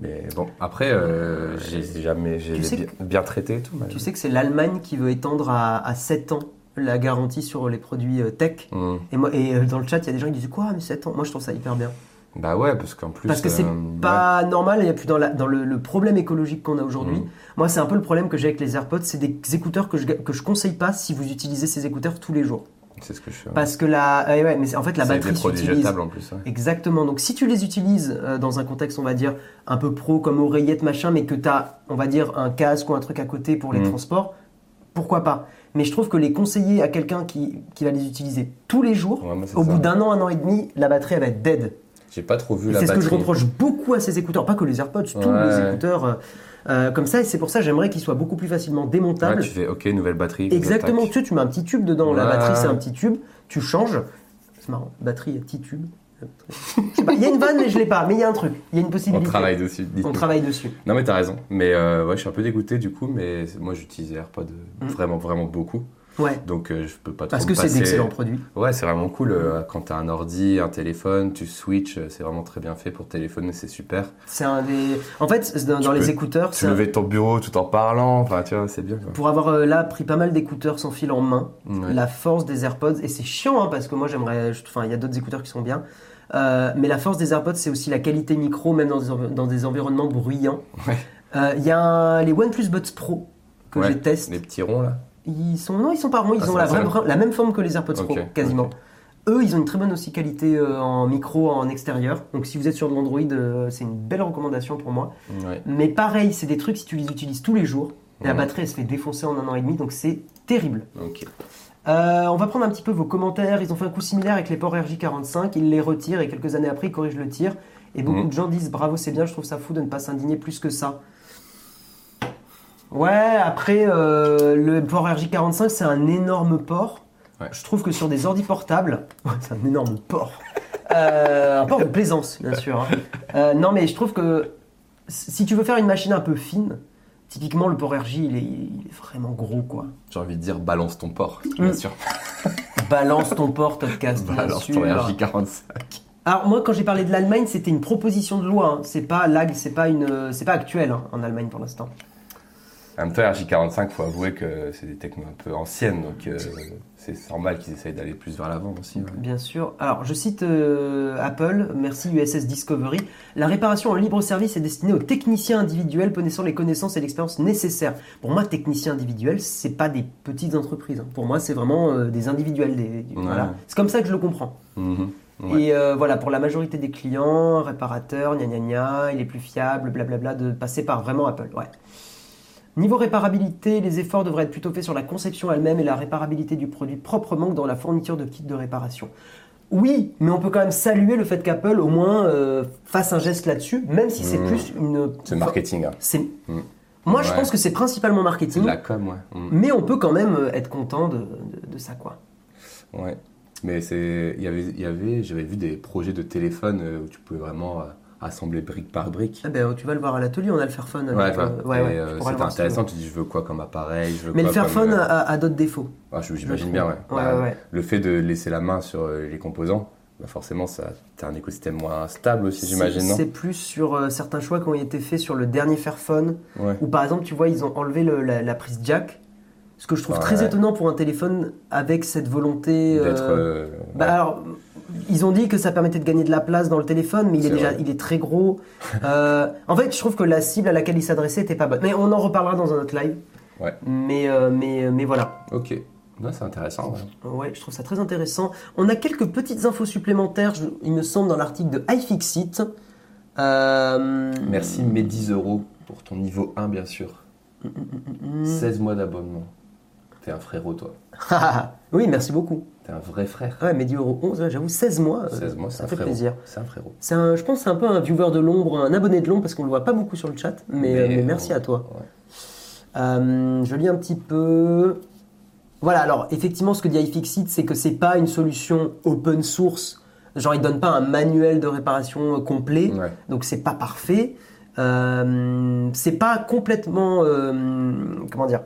B: Mais bon, après euh, j'ai jamais, j'ai
A: Tu sais
B: bien, bien traité et tout. mais-
A: Tu sais que c'est l'Allemagne qui veut étendre à, à 7 ans la garantie sur les produits euh, tech.
B: Hum,
A: Et, moi, et euh, dans le chat, il y a des gens qui disent quoi, mais 7 ans Moi, je trouve ça hyper bien.
B: Bah ouais, parce qu'en plus.
A: Parce que c'est
B: euh,
A: pas normal, il y a plus dans, la- dans le, le problème écologique qu'on a aujourd'hui.
B: Mhm.
A: Moi, c'est un peu le problème que j'ai avec les AirPods, c'est des écouteurs que je, que je conseille pas si vous utilisez ces écouteurs tous les jours.
B: ouais, c'est ce que je fais.
A: Parce que la, ouais, ouais, mais c'est- en fait, la
B: C'est avec
A: batterie
B: des produits
A: s'utilise.
B: jetables en plus. ouais.
A: Exactement. Donc, si tu les utilises euh, dans un contexte, on va dire, un peu pro, comme oreillette, machin, mais que tu as, on va dire, un casque ou un truc à côté pour les
B: Mhm.
A: transports, pourquoi pas Mais je trouve que les conseiller à quelqu'un qui, qui va les utiliser tous les jours,
B: Ouais, moi, c'est
A: au
B: ça.
A: bout d'un an, un an et demi, la batterie, elle va être dead.
B: J'ai pas trop vu
A: Et
B: la
A: C'est ce
B: batterie.
A: que je reproche beaucoup à ces écouteurs, pas que les AirPods, tous les
B: Ouais.
A: écouteurs euh, euh, comme ça. Et c'est pour ça que j'aimerais qu'ils soient beaucoup plus facilement
B: Ouais,
A: démontables.
B: Bah, tu fais OK, nouvelle batterie.
A: Exactement,
B: tac.
A: tu sais, tu mets un petit tube dedans. La
B: Ouais.
A: batterie, c'est un petit tube, tu changes. C'est marrant, batterie, petit tube. Je sais pas, Il y a une vanne, mais je l'ai pas. Mais il y a un truc, il y a une
B: On
A: possibilité.
B: travaille dessus. dites-nous.
A: On travaille dessus.
B: Non, mais t'as raison. Mais euh, ouais, je suis un peu dégoûté du coup, mais moi j'utilise les AirPods euh,
A: Mm.
B: vraiment, vraiment beaucoup.
A: Ouais.
B: Donc euh, je peux pas trop.
A: Parce
B: me
A: que c'est
B: passer.
A: d'excellents produits.
B: Ouais, c'est vraiment cool. euh, quand t'as un ordi, un téléphone, tu switches, euh, c'est vraiment très bien fait pour téléphoner, c'est super.
A: C'est un des. En fait, c'est dans,
B: Tu
A: dans les
B: peux
A: écouteurs,
B: Tu
A: c'est un-
B: levais de ton bureau tout en parlant, enfin tu vois, c'est bien quoi.
A: pour avoir euh, là pris pas mal d'écouteurs sans fil en main,
B: Ouais.
A: la force des AirPods, et c'est chiant hein, parce que moi j'aimerais, je- enfin il y a d'autres écouteurs qui sont bien, euh, mais la force des AirPods c'est aussi la qualité micro, même dans des, env- dans des environnements bruyants. Euh,
B: Ouais.
A: Il y a un- les OnePlus Buds Pro que
B: Ouais,
A: je teste.
B: Les petits ronds là.
A: Ils sont non, ils sont pas ronds, ils
B: Ah,
A: ont
B: c'est
A: la,
B: la
A: vraie- la même forme que les AirPods Pro
B: Ok,
A: quasiment.
B: ok.
A: Eux, ils ont une très bonne aussi qualité euh, en micro, en extérieur. Donc si vous êtes sur de l'Android, euh, c'est une belle recommandation pour moi.
B: Ouais.
A: Mais pareil, c'est des trucs si tu les utilises tous les jours, la
B: Mhm.
A: batterie elle se fait défoncer en un an et demi, donc c'est terrible.
B: Ok.
A: Euh, on va prendre un petit peu vos commentaires. Ils ont fait un coup similaire avec les ports RJ45. Ils les retirent et quelques années après, ils corrigent le tir. Et beaucoup
B: Mhm.
A: de gens disent bravo, c'est bien. Je trouve ça fou de ne pas s'indigner plus que ça. Ouais, après, euh, le port RJ45, c'est un énorme port.
B: Ouais.
A: Je trouve que sur des ordi portables, Ouais, c'est un énorme port. Euh, un port de plaisance, bien sûr. hein. Euh, non, mais je trouve que si tu veux faire une machine un peu fine, typiquement le port RJ, il est, il est vraiment gros, quoi.
B: J'ai envie de dire balance ton port,
A: Mm.
B: bien sûr.
A: Balance ton port, podcast, bien
B: Balance
A: sûr.
B: ton RJ45.
A: Alors moi, quand j'ai parlé de l'Allemagne, c'était une proposition de loi. hein. C'est pas lag, c'est pas une, euh, c'est pas actuel hein, en Allemagne pour l'instant.
B: En même temps, RJ45, faut avouer que c'est des technos un peu anciennes, donc euh, c'est normal qu'ils essayent d'aller plus vers l'avant aussi. ouais.
A: Bien sûr. Alors je cite euh, Apple. Merci USS Discovery. La réparation en libre service est destinée aux techniciens individuels connaissant les connaissances et l'expérience nécessaires. Pour moi, technicien individuel, c'est pas des petites entreprises. hein. Pour moi, c'est vraiment euh, des individuels. Des, des-
B: Ouais.
A: voilà. C'est comme ça que je le comprends.
B: Mhm. Ouais.
A: Et euh, voilà, pour la majorité des clients, réparateurs, gna gna gna, il est plus fiable, blablabla, de passer par vraiment Apple, ouais. Niveau réparabilité, les efforts devraient être plutôt faits sur la conception elle-même et la réparabilité du produit proprement que dans la fourniture de kits de réparation. Oui, mais on peut quand même saluer le fait qu'Apple au moins euh, fasse un geste là-dessus, même si c'est
B: Mmh.
A: plus une.
B: C'est marketing, hein.
A: C'est-
B: Mmh.
A: Moi, je
B: Ouais.
A: pense que c'est principalement
B: c'est
A: marketing,
B: de la com, ouais. Mhm.
A: mais on peut quand même euh, être content de, de- de ça, quoi.
B: Ouais. Mais c'est, il y avait, il y avait, j'avais vu des projets de téléphone euh, où tu pouvais vraiment euh, assembler brique par brique.
A: Ah ben, tu vas le voir à l'atelier, on a le Fairphone.
B: Ouais,
A: avec,
B: voilà.
A: euh, ouais,
B: Et,
A: ouais, tu
B: euh,
A: pourras le voir
B: c'était
A: si tu veux.
B: intéressant. Tu dis, je veux quoi comme appareil, je veux
A: Mais le
B: quoi
A: Fairphone
B: comme, euh,
A: a, a d'autres défauts.
B: ah, je- j'imagine bien, ouais.
A: Ouais,
B: Bah,
A: ouais, ouais.
B: Le fait de laisser la main sur euh, les composants, bah forcément, ça, t'as un écosystème moins stable aussi, j'imagine,
A: C'est-
B: non
A: C'est plus sur euh, certains choix qui ont été faits sur le dernier Fairphone,
B: Ouais.
A: où par exemple, tu vois, ils ont enlevé le- la, la prise jack, ce que je trouve
B: Ouais.
A: très étonnant pour un téléphone avec cette volonté. euh,
B: D'être, euh,
A: bah,
B: ouais.
A: alors, ils ont dit que ça permettait de gagner de la place dans le téléphone, mais il est,
B: C'est
A: déjà,
B: vrai.
A: il est très gros. Euh, en fait, je trouve que la cible à laquelle il s'adressait était pas bonne. Mais on en reparlera dans un autre live.
B: Ouais.
A: Mais, euh, mais, mais voilà.
B: Ok. Non, c'est intéressant. ouais.
A: Ouais, je trouve ça très intéressant. On a quelques petites infos supplémentaires, je- il me semble, dans l'article de iFixit. Euh,
B: Merci, mes 10 euros pour ton niveau 1, bien sûr.
A: mm,
B: 16 mois d'abonnement. T'es un frérot, toi.
A: oui, merci beaucoup. Ah
B: T'es un vrai frère.
A: Ouais, mais 10 euros 11, ouais, j'avoue, 16 mois. euh,
B: 16 mois, c'est
A: ça
B: un
A: fait
B: frérot.
A: plaisir.
B: C'est un frérot.
A: C'est un- je pense que c'est un peu un viewer de l'ombre, un abonné de l'ombre, parce qu'on le voit pas beaucoup sur le chat, mais, euh, mais merci à toi.
B: Ouais.
A: Euh, je lis un petit peu. Voilà, alors effectivement, ce que dit iFixit, c'est que c'est pas une solution open source. Genre, ils donnent pas un manuel de réparation euh, complet.
B: Ouais.
A: donc c'est pas parfait. Euh, c'est pas complètement, euh, comment dire,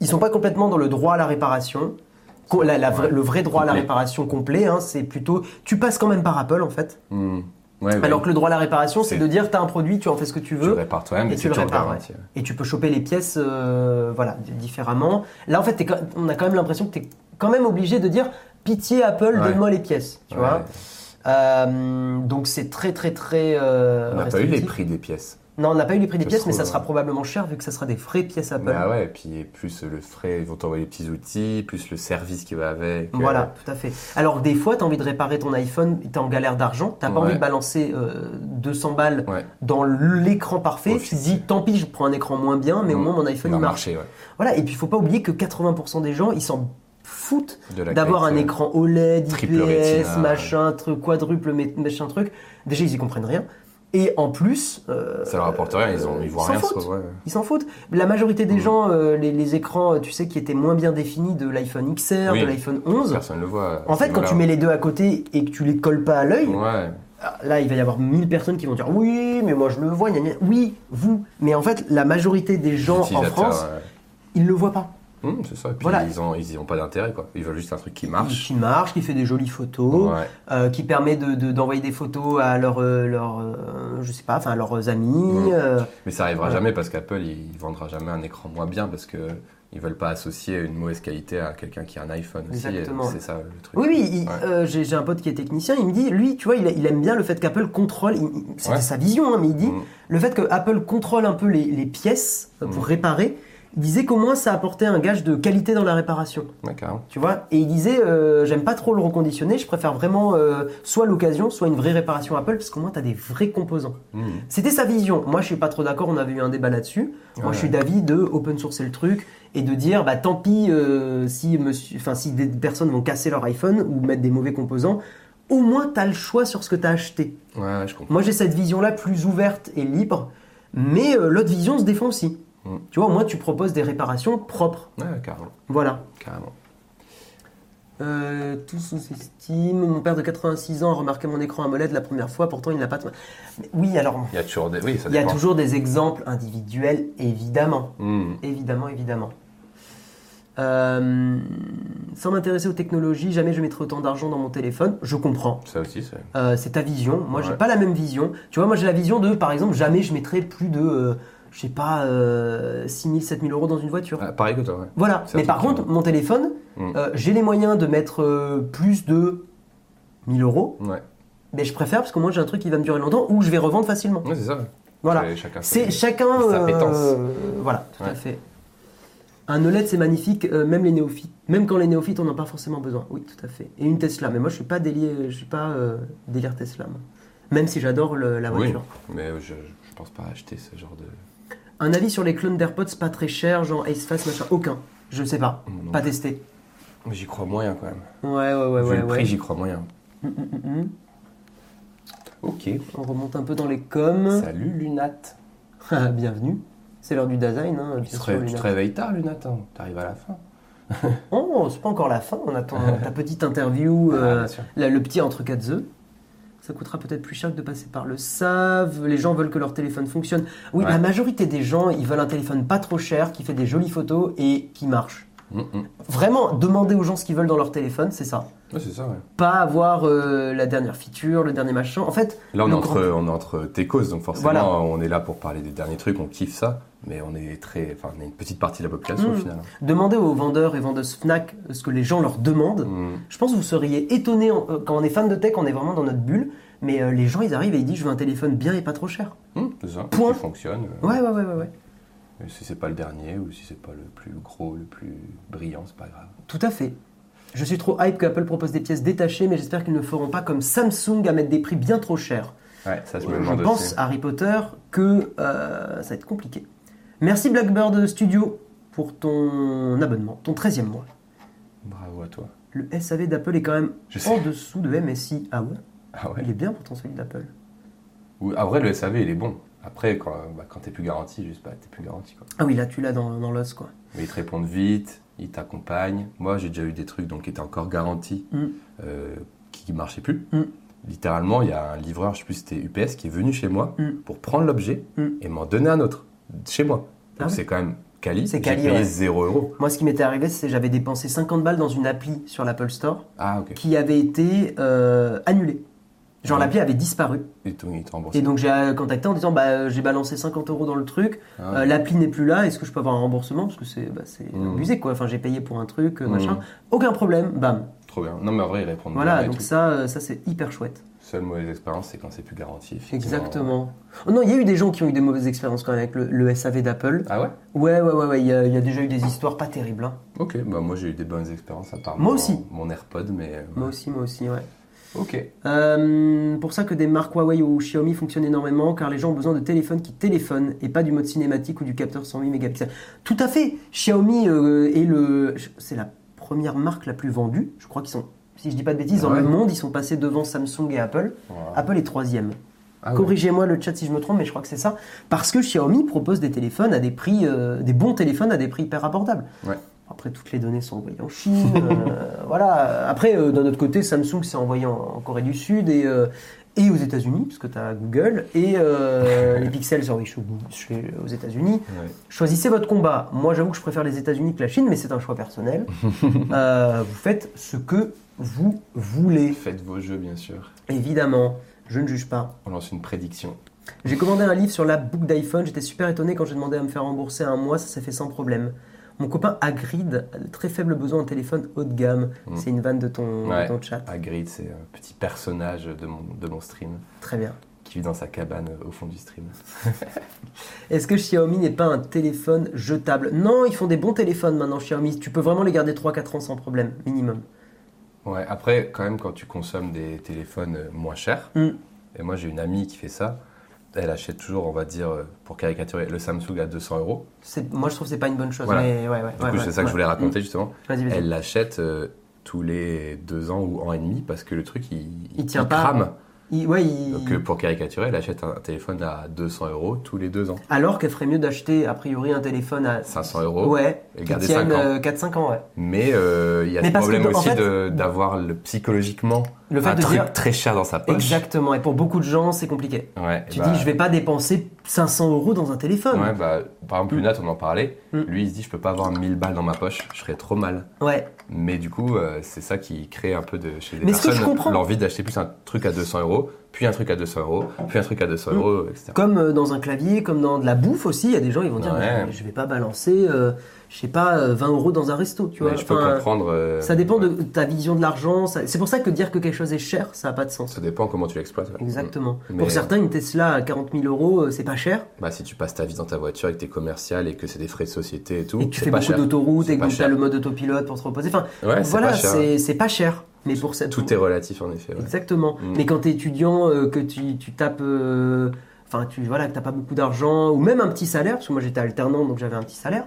A: ils sont pas complètement dans le droit à la réparation, Co- la- la vraie-
B: Ouais.
A: le vrai droit à la
B: Complet.
A: réparation complet. hein, c'est plutôt, tu passes quand même par Apple en fait.
B: Hmm. Ouais, ouais.
A: Alors que le droit à la réparation, c'est
B: C'est-
A: de dire t'as un produit, tu en fais ce que tu
B: tu le
A: veux.
B: répares toi-même
A: Et
B: et,
A: tu
B: c'est
A: le
B: toujours
A: répares, hein.
B: garanti. ouais.
A: Et tu peux choper les pièces, euh, voilà, d- différemment. Là, en fait, t'es quand- on a quand même l'impression que t'es quand même obligé de dire pitié Apple,
B: Ouais.
A: donne-moi les pièces, tu
B: Ouais.
A: vois. Euh, donc c'est très très très. euh,
B: On n'a pas eu
A: restrictif.
B: les prix des pièces.
A: Non, on n'a pas eu les prix des
B: Ça
A: pièces,
B: se
A: mais ça
B: trouve,
A: sera
B: ouais.
A: probablement cher vu que ça sera des vraies pièces Apple.
B: Bah ouais, et puis et plus le frais, ils vont t'envoyer les petits outils, plus le service qui va avec. euh,
A: Voilà, tout à fait. Alors que des fois, tu as envie de réparer ton iPhone, tu en galère d'argent, tu pas
B: Ouais.
A: envie de balancer euh, 200 balles
B: Ouais.
A: dans l'écran parfait,
B: Au
A: tu te
B: fichier.
A: dis tant pis, je prends un écran moins bien, mais au
B: Mm.
A: moins mon iPhone
B: Il
A: il
B: va
A: marche.
B: marcher, ouais.
A: Voilà, et puis il faut pas oublier que 80% des gens, ils s'en foutent
B: De la
A: d'avoir un
B: qualité.
A: écran E OLED,
B: Triple
A: IPS,
B: Retina.
A: machin, truc, quadruple, mé- machin truc. Déjà, ils y comprennent rien. Et en plus, euh,
B: Ça leur apporte rien, ils, ont, ils voient
A: s'en
B: rien.
A: foutent.
B: sur- ouais, ouais.
A: Ils s'en foutent. La majorité des
B: Mm.
A: gens, euh, les, les écrans, tu sais, qui étaient moins bien définis de l'iPhone XR,
B: Oui.
A: de l'iPhone 11.
B: Personne ne le voit.
A: En fait, quand tu mets les deux à côté et que tu les colles pas à l'œil, ah,
B: Ouais,
A: là, il va y avoir mille personnes qui vont dire oui, mais moi je le vois, gna gna. oui, vous. Mais en fait, la majorité des gens en
B: utilisateur,
A: France,
B: ouais.
A: ils le voient pas.
B: Hum, c'est ça. Et puis
A: Voilà.
B: ils ont, ils y ont pas d'intérêt quoi. Ils veulent juste un truc qui marche.
A: Qui marche, qui fait des jolies photos,
B: Ouais.
A: euh, qui permet de- de- d'envoyer des photos à leurs, euh, leurs, euh, je sais pas, enfin à leurs amis.
B: Mm.
A: euh,
B: Mais ça arrivera
A: Voilà.
B: jamais parce qu'Apple il vendra jamais un écran moins bien parce que ils veulent pas associer une mauvaise qualité à quelqu'un qui a un iPhone. aussi, et
A: Exactement.
B: c'est ça le truc.
A: Oui, oui, il-
B: Ouais.
A: euh, j'ai j'ai un pote qui est technicien, il me dit, lui, tu vois, il, il aime bien le fait qu'Apple contrôle, il- il- c'était
B: Ouais.
A: sa vision, hein, mais il dit,
B: Mm.
A: le fait que Apple contrôle un peu les, les pièces euh, pour
B: Mm.
A: réparer, il disait qu'au moins ça apportait un gage de qualité dans la réparation,
B: Ouais, carrément.
A: tu vois, et il disait, euh, j'aime pas trop le reconditionner, je préfère vraiment euh, soit l'occasion, soit une vraie réparation Apple, parce qu'au moins t'as des vrais composants.
B: Mm.
A: C'était sa vision. Moi, je suis pas trop d'accord. On avait eu un débat là-dessus. Moi,
B: Ouais.
A: je suis d'avis de open sourcer le truc et de dire, bah tant pis euh, si monsieur, enfin si des personnes vont casser leur iPhone ou mettre des mauvais composants. Au moins, t'as le choix sur ce que t'as acheté.
B: Ouais, je comprends.
A: Moi, j'ai cette vision-là plus ouverte et libre, mais euh, l'autre vision se défend aussi.
B: Mm.
A: Tu vois, au moins, tu proposes des réparations propres.
B: Ouais, carrément.
A: Voilà.
B: Carrément.
A: Euh, tout sous-estime. Mon père de 86 ans a remarqué mon écran AMOLED la première fois, pourtant il n'a pas. de- Mais Oui, alors.
B: Il y a toujours des. Oui, ça
A: Il y a
B: dépend.
A: toujours des exemples individuels, évidemment.
B: Mm.
A: Évidemment, évidemment. Euh, sans m'intéresser aux technologies, jamais je mettrai autant d'argent dans mon téléphone. Je comprends.
B: Ça aussi, c'est.
A: Euh, c'est ta vision. Moi, j'ai
B: Ouais.
A: pas la même vision. Tu vois, moi, j'ai la vision de, par exemple, jamais je mettrai plus de, euh, je sais pas, euh, 6000, 7000 euros dans une voiture.
B: Ah, pareil que toi, ouais.
A: Voilà.
B: C'est
A: Mais par contre,
B: effectivement.
A: mon téléphone,
B: Mm.
A: euh, j'ai les moyens de mettre euh, plus de 1000 euros.
B: Ouais.
A: Mais je préfère parce qu'au moins, j'ai un truc qui va me durer longtemps ou je vais revendre facilement.
B: Ouais, c'est ça.
A: Voilà.
B: C'est Chacun.
A: C'est
B: ses-
A: chacun.
B: Sa
A: euh,
B: pétence.
A: voilà, tout à
B: Ouais.
A: fait. Un OLED, c'est magnifique, euh, même les néophytes. Même quand les néophytes, on n'en a pas forcément besoin. Oui, tout à fait. Et une Tesla. Mais moi, je suis pas délié, je suis pas euh, délire Tesla. moi. Même si j'adore le- la
B: Oui.
A: voiture.
B: Mais euh, je, je pense pas acheter ce genre de.
A: Un avis sur les clones d'AirPods pas très cher, genre Aceface, machin. Aucun. Je sais pas.
B: Non.
A: Pas testé.
B: J'y crois moyen quand même.
A: Ouais, ouais, ouais,
B: Vu
A: ouais.
B: le
A: ouais.
B: prix, j'y crois moyen.
A: Mm, mm, mm, mm.
B: Ok.
A: On remonte un peu dans les coms.
B: Salut Lunat.
A: Ah, Bienvenue. C'est l'heure du design. Hein, bien
B: Tu te,
A: sûr,
B: ré- tu
A: Lina.
B: te réveilles tard, Lunat. hein. T'arrives à la fin.
A: Oh, c'est pas encore la fin. On attend ta petite interview.
B: Ah,
A: euh,
B: bien sûr.
A: Là, le petit entre quatre œufs. Ça coûtera peut-être plus cher que de passer par le SAV. Les gens veulent que leur téléphone fonctionne. Oui,
B: Ouais.
A: la majorité des gens, ils veulent un téléphone pas trop cher, qui fait des jolies photos et qui marche.
B: Mm, mm.
A: Vraiment, demander aux gens ce qu'ils veulent dans leur téléphone, c'est ça.
B: Ouais, c'est ça, ouais.
A: Pas avoir euh, la dernière feature, le dernier machin. En fait,
B: Là, on est,
A: Le
B: entre, on est entre tes causes, donc forcément,
A: Voilà.
B: on est là pour parler des derniers trucs, on kiffe ça, mais on est très, enfin, on est une petite partie de la population
A: Mm.
B: au final. hein.
A: demander aux vendeurs et vendeuses Fnac ce que les gens leur demandent.
B: Mm.
A: Je pense que vous seriez étonné quand on est fan de tech, on est vraiment dans notre bulle. Mais euh, les gens, ils arrivent et ils disent je veux un téléphone bien et pas trop cher.
B: Mm, c'est ça,
A: Point.
B: qui fonctionne. euh,
A: Ouais, ouais, ouais, ouais. ouais.
B: et Si c'est pas le dernier ou si c'est pas le plus gros, le plus brillant, c'est pas grave.
A: Tout à fait. Je suis trop hype que Apple propose des pièces détachées, mais j'espère qu'ils ne feront pas comme Samsung à mettre des prix bien trop chers.
B: Ouais, ça, je me
A: Euh,
B: demande
A: je pense,
B: aussi.
A: Harry Potter, que euh, ça va être compliqué. Merci Blackbird Studio pour ton abonnement, ton 13e mois.
B: Bravo à toi.
A: Le SAV d'Apple est quand même
B: Je
A: en
B: sais.
A: dessous de MSI. Ah ouais
B: Ah ouais.
A: Il est bien pourtant celui d'Apple.
B: Ou- ah, en vrai, le SAV, il est bon. Après, quand, bah, quand t'es plus garanti, juste, bah, t'es plus garanti, quoi.
A: Ah oui, là tu l'as dans, dans l'os quoi.
B: Mais ils te répondent vite, ils t'accompagnent. Moi, j'ai déjà eu des trucs donc, qui étaient encore garantis,
A: Mm.
B: euh, qui ne marchaient plus.
A: Mm.
B: Littéralement, il y a un livreur, je sais plus si c'était UPS, qui est venu chez moi
A: Mm.
B: pour prendre l'objet
A: Mm.
B: et m'en donner un autre chez moi.
A: Ah
B: Donc,
A: ouais.
B: c'est quand même quali.
A: C'est
B: J'ai
A: quali,
B: payé
A: ouais.
B: 0 euros.
A: Moi ce qui m'était arrivé, c'est que j'avais dépensé 50 balles dans une appli sur l'Apple Store
B: Ah, ok. Ah
A: qui avait été euh, annulée. Genre
B: Ouais.
A: l'appli avait disparu.
B: Et tout, ils te remboursent.
A: Et donc j'ai euh, contacté en disant bah, euh, j'ai balancé 50 euros dans le truc,
B: Ah,
A: euh, l'appli n'est plus là, est-ce que je peux avoir un remboursement Parce que c'est bah, c'est
B: Mm.
A: abusé quoi, enfin j'ai payé pour un truc, euh,
B: Mm.
A: machin. Aucun problème, bam.
B: Trop bien. Non, mais en vrai, ils répondent
A: Voilà,
B: bien et
A: donc
B: tout.
A: ça, euh, ça c'est hyper chouette.
B: seule mauvaise expérience, c'est quand c'est plus garanti. effectivement.
A: Exactement. Oh non, il y a eu des gens qui ont eu des mauvaises expériences quand même avec le, le SAV d'Apple.
B: Ah ouais
A: Ouais, ouais, ouais, ouais, il y, a il y a déjà eu des histoires pas terribles. hein.
B: Ok, bah moi j'ai eu des bonnes expériences à part
A: Moi
B: mon-
A: aussi.
B: mon AirPod, mais. euh,
A: Moi aussi, moi aussi, ouais.
B: Ok.
A: Euh, pour ça que des marques Huawei ou Xiaomi fonctionnent énormément, car les gens ont besoin de téléphones qui téléphonent et pas du mode cinématique ou du capteur 108 mégapixels. Tout à fait. Xiaomi euh, est le, c'est la première marque la plus vendue. Je crois qu'ils sont, si je dis pas de bêtises, dans
B: Ouais.
A: le monde, ils sont passés devant Samsung et Apple.
B: Voilà.
A: Apple est troisième.
B: Ah ouais.
A: Corrigez-moi le chat si je me trompe, mais je crois que c'est ça. Parce que Xiaomi propose des téléphones à des prix, euh, des bons téléphones à des prix hyper abordables.
B: Ouais.
A: Après, toutes les données sont envoyées en Chine. euh, voilà. Après, euh, d'un autre côté, Samsung s'est envoyé en, en Corée du Sud et, euh, et aux États-Unis, parce que tu as Google, et euh, les pixels sont envoyés chez Google- chez- aux États-Unis.
B: Ouais.
A: Choisissez votre combat. Moi, j'avoue que je préfère les États-Unis que la Chine, mais c'est un choix personnel. Euh, vous faites ce que vous voulez,
B: Faites vos jeux, bien sûr.
A: évidemment. Je ne juge pas.
B: On lance une prédiction.
A: J'ai commandé un livre sur la boucle d'iPhone, j'étais super étonné quand j'ai demandé à me faire rembourser un mois, ça s'est fait sans problème. Mon copain Hagrid a de très faible besoin d'un téléphone haut de gamme.
B: Mm.
A: C'est une vanne de ton, de
B: Ouais.
A: ton chat.
B: Hagrid, c'est un petit personnage de mon, de mon stream
A: Très bien.
B: qui vit dans sa cabane euh, au fond du stream.
A: Est-ce que Xiaomi n'est pas un téléphone jetable Non, ils font des bons téléphones maintenant, Xiaomi. Tu peux vraiment les garder 3-4 ans sans problème, minimum.
B: Ouais, après, quand même, quand tu consommes des téléphones euh, moins chers,
A: Mm.
B: et moi j'ai une amie qui fait ça, elle achète toujours, on va dire, euh, pour caricaturer, le Samsung à 200 euros.
A: C'est- Moi, je trouve que c'est pas une bonne chose.
B: Voilà.
A: mais ouais, ouais,
B: Du
A: ouais,
B: coup,
A: ouais,
B: c'est ça que
A: ouais.
B: je voulais raconter justement.
A: Mm. Vas-y, vas-y.
B: Elle l'achète euh, tous les deux ans ou an et demi parce que le truc, il,
A: Il tient pas.
B: crame.
A: Il- ouais, il-
B: Donc, euh, pour caricaturer, elle achète un téléphone à 200 euros tous les deux ans.
A: Alors qu'elle ferait mieux d'acheter, a priori, un téléphone à
B: 500 euros.
A: ouais,
B: et
A: qui
B: garder
A: tienne
B: cinq ans.
A: euh, 4-5 ans. Ouais.
B: Mais euh, il y a
A: Mais
B: ce
A: parce que,
B: problème
A: en
B: aussi
A: fait,
B: de- d'avoir le- psychologiquement
A: Le fait
B: un
A: de
B: truc
A: dire-
B: très cher dans sa poche.
A: Exactement, et pour beaucoup de gens, c'est compliqué.
B: Ouais,
A: Tu
B: bah,
A: dis, je vais pas dépenser 500 euros dans un téléphone.
B: Ouais, bah, par exemple, Lunat, on en parlait.
A: Mm.
B: Lui, il se dit, je peux pas avoir 1000 balles dans ma poche, je serais trop mal.
A: Ouais.
B: Mais du coup, euh, c'est ça qui crée un peu de, chez les
A: Mais ce que je
B: personnes
A: comprends-
B: l'envie d'acheter plus un truc à 200 euros, puis un truc à 200 euros, puis un truc à 200 euros, etc.
A: Mm. Comme euh, dans un clavier, comme dans de la bouffe aussi, il y a des gens, ils vont dire,
B: Ouais.
A: mais je vais pas balancer, euh, je sais pas, euh, 20 euros dans un resto, tu vois.
B: Mais je peux
A: Enfin,
B: comprendre. euh,
A: ça dépend
B: ouais.
A: de ta vision de l'argent. ça- C'est pour ça que dire que quelque chose est cher, ça a pas de sens.
B: Ça dépend comment tu l'exploites. ouais. Mm.
A: Exactement.
B: Mais-
A: Pour certains, une Tesla à 40 000 euros, euh, c'est pas cher.
B: Bah, si tu passes ta vie dans ta voiture et que t'es commercial et que c'est des frais de société et tout,
A: et que tu
B: c'est
A: fais
B: pas
A: beaucoup
B: cher.
A: d'autoroutes
B: C'est
A: et
B: pas
A: que tu as
B: cher.
A: le mode autopilote pour te reposer. Enfin,
B: Ouais, c'est
A: voilà,
B: pas cher.
A: c'est c'est pas cher. Mais pour cette.
B: Tout est relatif en effet. ouais.
A: Exactement.
B: Mm.
A: Mais quand tu es étudiant, euh, que tu, tu tapes. euh, Enfin, tu voilà, que t'as pas beaucoup d'argent, ou même un petit salaire, parce que moi j'étais alternant, donc j'avais un petit salaire.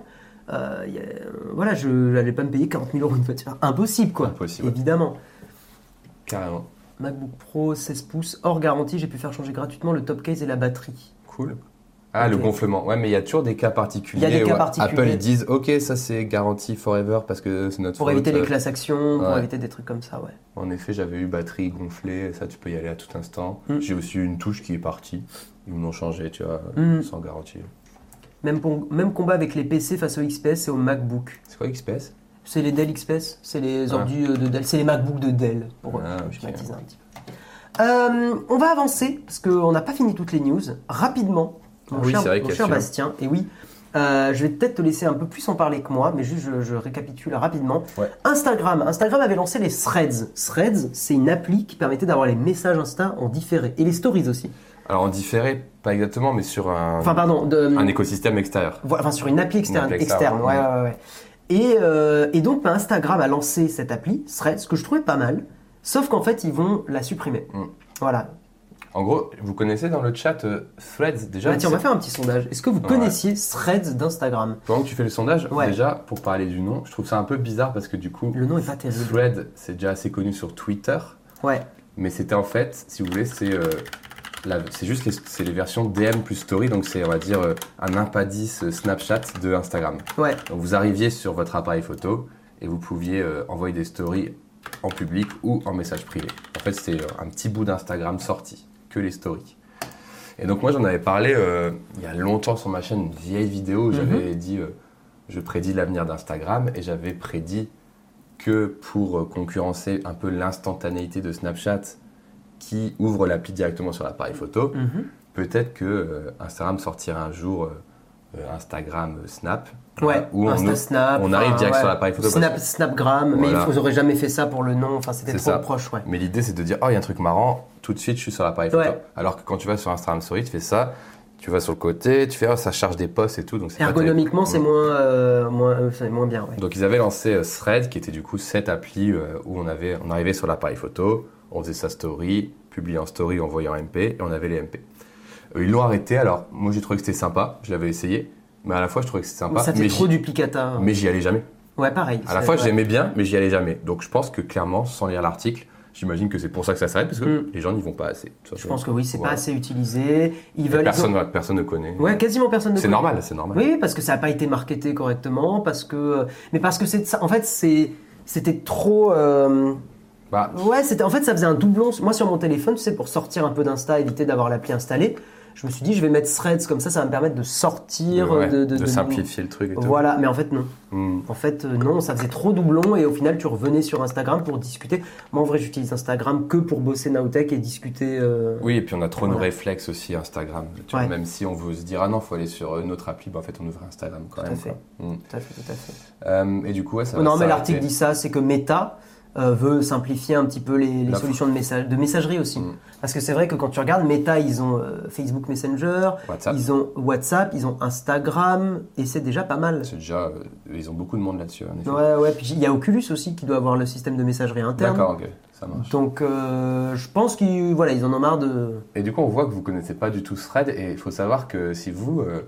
A: euh, y a- euh, voilà, je n'allais pas me payer 40 000 euros une voiture. Impossible, quoi.
B: Impossible.
A: Évidemment.
B: Carrément.
A: MacBook Pro 16 pouces, hors garantie, j'ai pu faire changer gratuitement le top case et la batterie.
B: Cool. Ah,
A: Ok.
B: le gonflement. Ouais, mais il y a toujours des cas particuliers.
A: Il y a des cas
B: où
A: particuliers.
B: Apple, ils disent, OK, ça c'est garanti forever parce que c'est notre
A: Pour
B: faute.
A: éviter les classes actions, pour
B: ouais.
A: éviter des trucs comme ça, ouais.
B: En effet, j'avais eu batterie gonflée, ça tu peux y aller à tout instant.
A: Mm.
B: J'ai aussi eu une touche qui est partie. Ils m'ont changé, tu vois,
A: Mm.
B: sans garantie.
A: Même, pon- même combat avec les PC face au XPS et au MacBook.
B: C'est quoi XPS
A: C'est les Dell XPS, c'est les
B: Ah.
A: ordi euh, de Dell, c'est les MacBook de Dell, pour euh,
B: Ah, ok.
A: schématiser un petit peu. Euh, on va avancer, parce qu'on n'a pas fini toutes les news. Rapidement, mon
B: Ah oui,
A: cher,
B: c'est vrai
A: mon
B: qu'il y a
A: cher
B: celui-là.
A: Bastien, et oui, euh, je vais peut-être te laisser un peu plus en parler que moi, mais juste je, je récapitule rapidement.
B: Ouais.
A: Instagram, Instagram avait lancé les Threads. Threads, c'est une appli qui permettait d'avoir les messages Insta en différé, et les stories aussi.
B: Alors en différé, pas exactement, mais sur un,
A: Enfin, pardon, de,
B: un écosystème extérieur.
A: voilà, enfin sur une appli externe.
B: Une appli
A: externe,
B: externe,
A: ouais, ouais, ouais. Et, euh, et donc, bah, Instagram a lancé cette appli, Threads, ce que je trouvais pas mal, sauf qu'en fait, ils vont la supprimer.
B: Mm.
A: Voilà.
B: En gros, vous connaissez dans le chat euh, Threads déjà
A: Bah, tiens, on va faire un petit sondage. Est-ce que vous
B: Ouais.
A: connaissiez Threads d'Instagram
B: Pendant que tu fais le sondage,
A: Ouais.
B: déjà, pour parler du nom, je trouve ça un peu bizarre parce que du coup,
A: Le nom est pas terrible.
B: Thread, c'est déjà assez connu sur Twitter.
A: Ouais.
B: Mais c'était en fait, si vous voulez, c'est euh, la- c'est juste les, c'est les versions DM plus Story, donc c'est on va dire euh, un impadis euh, Snapchat de Instagram.
A: Ouais.
B: Donc vous arriviez sur votre appareil photo et vous pouviez euh, envoyer des stories en public ou en message privé. En fait, c'est euh, un petit bout d'Instagram sorti, que les stories. Et donc moi j'en avais parlé euh, il y a longtemps sur ma chaîne, une vieille vidéo, où j'avais dit euh, je prédis l'avenir d'Instagram et j'avais prédit que pour euh, concurrencer un peu l'instantanéité de Snapchat qui ouvre l'appli directement sur l'appareil photo,
A: Mhm.
B: peut-être que euh, Instagram sortira un jour euh, euh, Instagram, euh, Snap.
A: Ouais,
B: Où on,
A: Snap.
B: on arrive direct sur
A: la
B: l'appareil photo. parce
A: Snap,
B: que-
A: Snapgram,
B: Voilà.
A: mais ils n'auraient jamais fait ça pour le nom. Enfin, c'était
B: C'est
A: trop
B: ça.
A: proche, ouais.
B: Mais l'idée, c'est de dire, oh, il y a un truc marrant, tout de suite, je suis sur l'appareil photo.
A: Ouais.
B: Alors que quand tu vas sur Instagram Story, tu fais ça, tu vas sur le côté, tu fais, oh, ça charge des posts et tout. Donc c'est pas
A: Ergonomiquement,
B: terrible.
A: c'est moins, euh, moins, euh, c'est moins bien, ouais.
B: Donc ils avaient lancé euh, Thread, qui était du coup cette appli euh, où on, avait, on arrivait sur l'appareil photo, on faisait sa story, publiait en story, envoyait en MP, et on avait les MP. Euh, ils l'ont arrêté, alors moi j'ai trouvé que c'était sympa, je l'avais essayé, mais à la fois je trouvais que c'était sympa,
A: ça fait
B: mais
A: trop
B: j'y-
A: duplicata. hein.
B: mais j'y allais jamais.
A: Ouais, pareil.
B: À la
A: c'est-
B: fois,
A: ouais.
B: j'aimais bien, mais j'y allais jamais. Donc, je pense que clairement, sans lire l'article, j'imagine que c'est pour ça que ça s'arrête, parce que
A: Mm.
B: les gens n'y vont pas assez.
A: Je pense que oui, c'est
B: Voilà.
A: pas assez utilisé. Ils veulent.
B: Personne, personne ne connaît.
A: Ouais, quasiment personne ne
B: c'est
A: connaît.
B: normal, c'est normal.
A: Oui, parce que ça n'a pas été marketé correctement, parce que. euh, Mais parce que c'est de ça. En fait, c'est. C'était trop. euh,
B: Bah,
A: Ouais, c'était. En fait, ça faisait un doublon. Moi, sur mon téléphone, tu sais, pour sortir un peu d'Insta, éviter d'avoir l'appli installée, je me suis dit, je vais mettre Threads comme ça, ça va me permettre de sortir,
B: ouais,
A: de, de- de-
B: simplifier le truc et tout.
A: Voilà, mais en fait, non.
B: Mm.
A: En fait, euh, non, ça faisait trop doublon et au final, tu revenais sur Instagram pour discuter. Moi, en vrai, j'utilise Instagram que pour bosser Nowtech et discuter. euh,
B: Oui, et puis on a trop nos
A: Voilà.
B: réflexes aussi Instagram. Tu
A: Ouais.
B: vois, même si on veut se dire, ah non, faut aller sur euh, notre appli, bah, en fait, on ouvre Instagram quand
A: Tout à
B: même.
A: fait.
B: quoi. Mm.
A: Tout à fait, tout à fait.
B: Euh, et du coup, ouais, ça va
A: non, mais
B: s'arrêter.
A: l'article dit ça, c'est que Meta euh, veut simplifier un petit peu les, les
B: La-
A: solutions de, message, de messagerie aussi.
B: Mm.
A: Parce que c'est vrai que quand tu regardes, Meta, ils ont euh, Facebook Messenger,
B: WhatsApp,
A: ils ont WhatsApp, ils ont Instagram, et c'est déjà pas mal.
B: c'est déjà, euh, ils ont beaucoup de monde là-dessus. en effet.
A: Ouais, ouais, puis il y a Oculus aussi qui doit avoir le système de messagerie interne.
B: D'accord, ok, ça marche.
A: Donc euh, je pense qu'ils voilà, ils en ont marre de...
B: Et du coup, on voit que vous connaissez pas du tout ce thread. Et il faut savoir que si vous euh,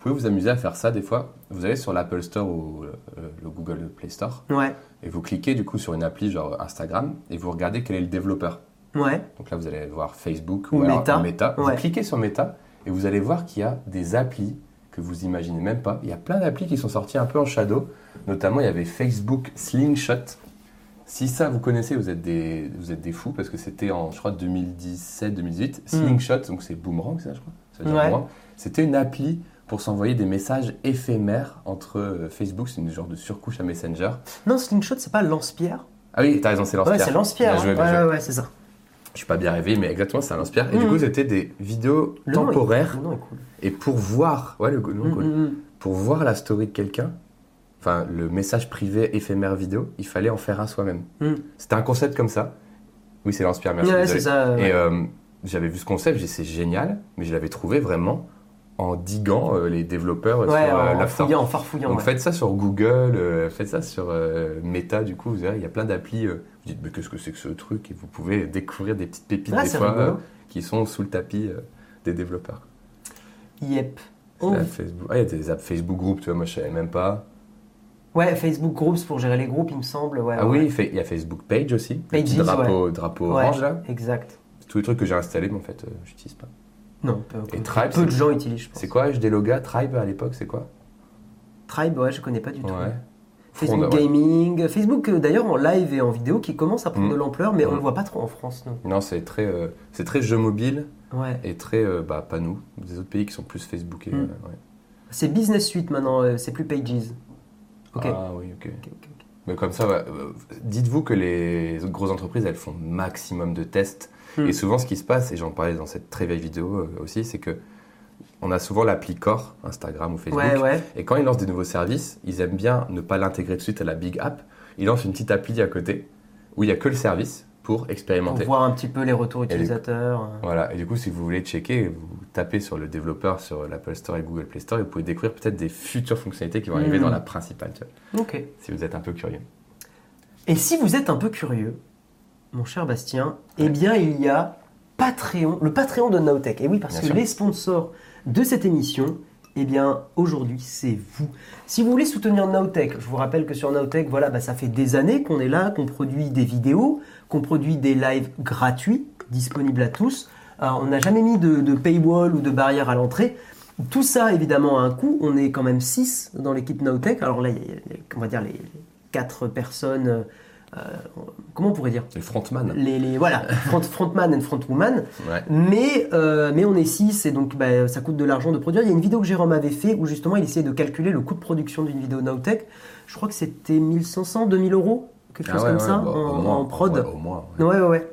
B: pouvez vous amuser à faire ça des fois, vous allez sur l'Apple Store ou euh, le Google Play Store
A: Ouais,
B: et vous cliquez du coup sur une appli genre Instagram et vous regardez quel est le développeur.
A: ouais,
B: Donc là, vous allez voir Facebook
A: Ou
B: ou alors
A: Meta. Ouais.
B: Vous cliquez sur Meta et vous allez voir qu'il y a des applis que vous imaginez même pas. Il y a plein d'applis qui sont sorties un peu en shadow. Notamment, il y avait Facebook Slingshot. Si ça, vous connaissez, vous êtes des, vous êtes des fous parce que c'était en, je crois, 2017-2018. Slingshot, donc c'est boomerang, ça, je crois. Ça veut dire
A: Hmm. Ouais.
B: boomerang. C'était une appli pour s'envoyer des messages éphémères entre euh, Facebook, c'est une genre de surcouche à Messenger.
A: Non, Slingshot, c'est pas lance-pierre
B: Ah oui, t'as raison, c'est
A: Ouais,
B: Lance-Pierre.
A: c'est lance-pierre.
B: Bien joué,
A: hein.
B: bien joué.
A: Ouais, ouais, ouais, c'est ça.
B: Je suis pas bien rêvé, mais exactement, ça l'inspire. Et
A: Mhm.
B: du coup, c'était des vidéos
A: Le nom est-
B: temporaires.
A: Le nom est cool.
B: Et pour voir, ouais, le nom,
A: Mm,
B: cool.
A: mm, mm.
B: pour voir la story de quelqu'un, enfin le message privé éphémère vidéo, il fallait en faire un soi-même.
A: Mm.
B: C'était un concept comme ça. Oui, c'est l'inspire, merci.
A: Ouais,
B: désolé.
A: c'est ça. euh,
B: Et euh, j'avais vu ce concept, j'ai dit, c'est génial, mais je l'avais trouvé vraiment en diguant euh, les développeurs euh,
A: ouais,
B: sur euh,
A: en, en
B: l'App Store.
A: fouillant, en farfouillant.
B: Donc
A: ouais.
B: faites ça sur Google, euh, faites ça sur euh, Meta, du coup, vous verrez, il y a plein d'applis. euh, vous dites, mais qu'est-ce que c'est que ce truc Et vous pouvez découvrir des petites pépites
A: Ah,
B: des
A: c'est
B: fois
A: rigolo.
B: euh, qui sont sous le tapis euh, des développeurs.
A: Yep.
B: C'est
A: On-
B: la Facebook. Ah, il y a des apps Facebook Group, tu vois, moi je savais même pas.
A: Ouais, Facebook Groups pour gérer les groupes, il me semble. Ouais,
B: Ah
A: ouais.
B: oui, il fait- il y a Facebook Page aussi. le
A: Pages,
B: petit drapeau, drapeau
A: Ouais,
B: orange là.
A: Exact.
B: C'est tous les trucs que j'ai installés, mais en fait, euh, j'utilise pas.
A: Oh. Non, peu, peu-
B: Et Tribe,
A: peu de
B: c'est-
A: gens utilisent, je pense.
B: C'est quoi Logas, Tribe à l'époque, c'est quoi
A: Tribe, ouais, je connais pas du tout.
B: Ouais.
A: Facebook
B: Frondeur, ouais.
A: Gaming, euh, Facebook euh, d'ailleurs en live et en vidéo qui commence à prendre
B: Mm.
A: de l'ampleur, mais on
B: Mm.
A: le voit pas trop en France, non.
B: Non, c'est très, euh, c'est très jeu mobile
A: Ouais.
B: et très, euh, bah, pas nous, des autres pays qui sont plus Facebookés.
A: Mm.
B: euh, ouais.
A: C'est Business Suite maintenant, euh, c'est plus Pages. Ok.
B: Ah oui, ok.
A: Ok, ok, ok.
B: Mais comme ça, ouais, euh, dites-vous que les autres grosses entreprises, elles font maximum de tests.
A: Hmm.
B: Et souvent, ce qui se passe, et j'en parlais dans cette très vieille vidéo euh, aussi, c'est que on a souvent l'appli Core, Instagram ou Facebook.
A: Ouais, ouais.
B: Et quand ils lancent des nouveaux services, ils aiment bien ne pas l'intégrer tout de suite à la big app. Ils lancent une petite appli à côté où il n'y a que le service pour
A: Pour
B: expérimenter.
A: voir un petit peu les retours
B: les-
A: utilisateurs. euh.
B: Voilà, et du coup, si vous voulez checker, vous tapez sur le développeur sur l'Apple Store et Google Play Store et vous pouvez découvrir peut-être des futures fonctionnalités qui vont arriver
A: Hmm.
B: dans la principale, tu vois,
A: Ok.
B: si vous êtes un peu curieux.
A: Et si vous êtes un peu curieux, mon cher Bastien, eh bien il y a Patreon, le Patreon de Nowtech. Et oui, parce
B: Bien
A: que
B: sûr.
A: les sponsors de cette émission, eh bien aujourd'hui c'est vous. Si vous voulez soutenir Nowtech, je vous rappelle que sur Nowtech, voilà, bah, ça fait des années qu'on est là, qu'on produit des vidéos, qu'on produit des lives gratuits, disponibles à tous. Euh, on n'a jamais mis de, de paywall ou de barrière à l'entrée. Tout ça, évidemment, a un coût. On est quand même 6 dans l'équipe Nowtech. Alors là, il y a- il y a- on va dire les 4 personnes euh, comment on pourrait dire
B: Les frontman.
A: les, les- voilà
B: Euh.
A: front, frontman and frontwoman
B: Ouais.
A: mais euh, mais on est 6 et donc bah, ça coûte de l'argent de produire il y a une vidéo que Jérôme avait fait où justement il essayait de calculer le coût de production d'une vidéo Nowtech je crois que c'était 1500 2000 euros quelque chose
B: Ah ouais,
A: comme
B: ouais,
A: ça
B: bah, au
A: en,
B: moins,
A: en prod
B: ouais, au moins, ouais.
A: Ouais, ouais, ouais.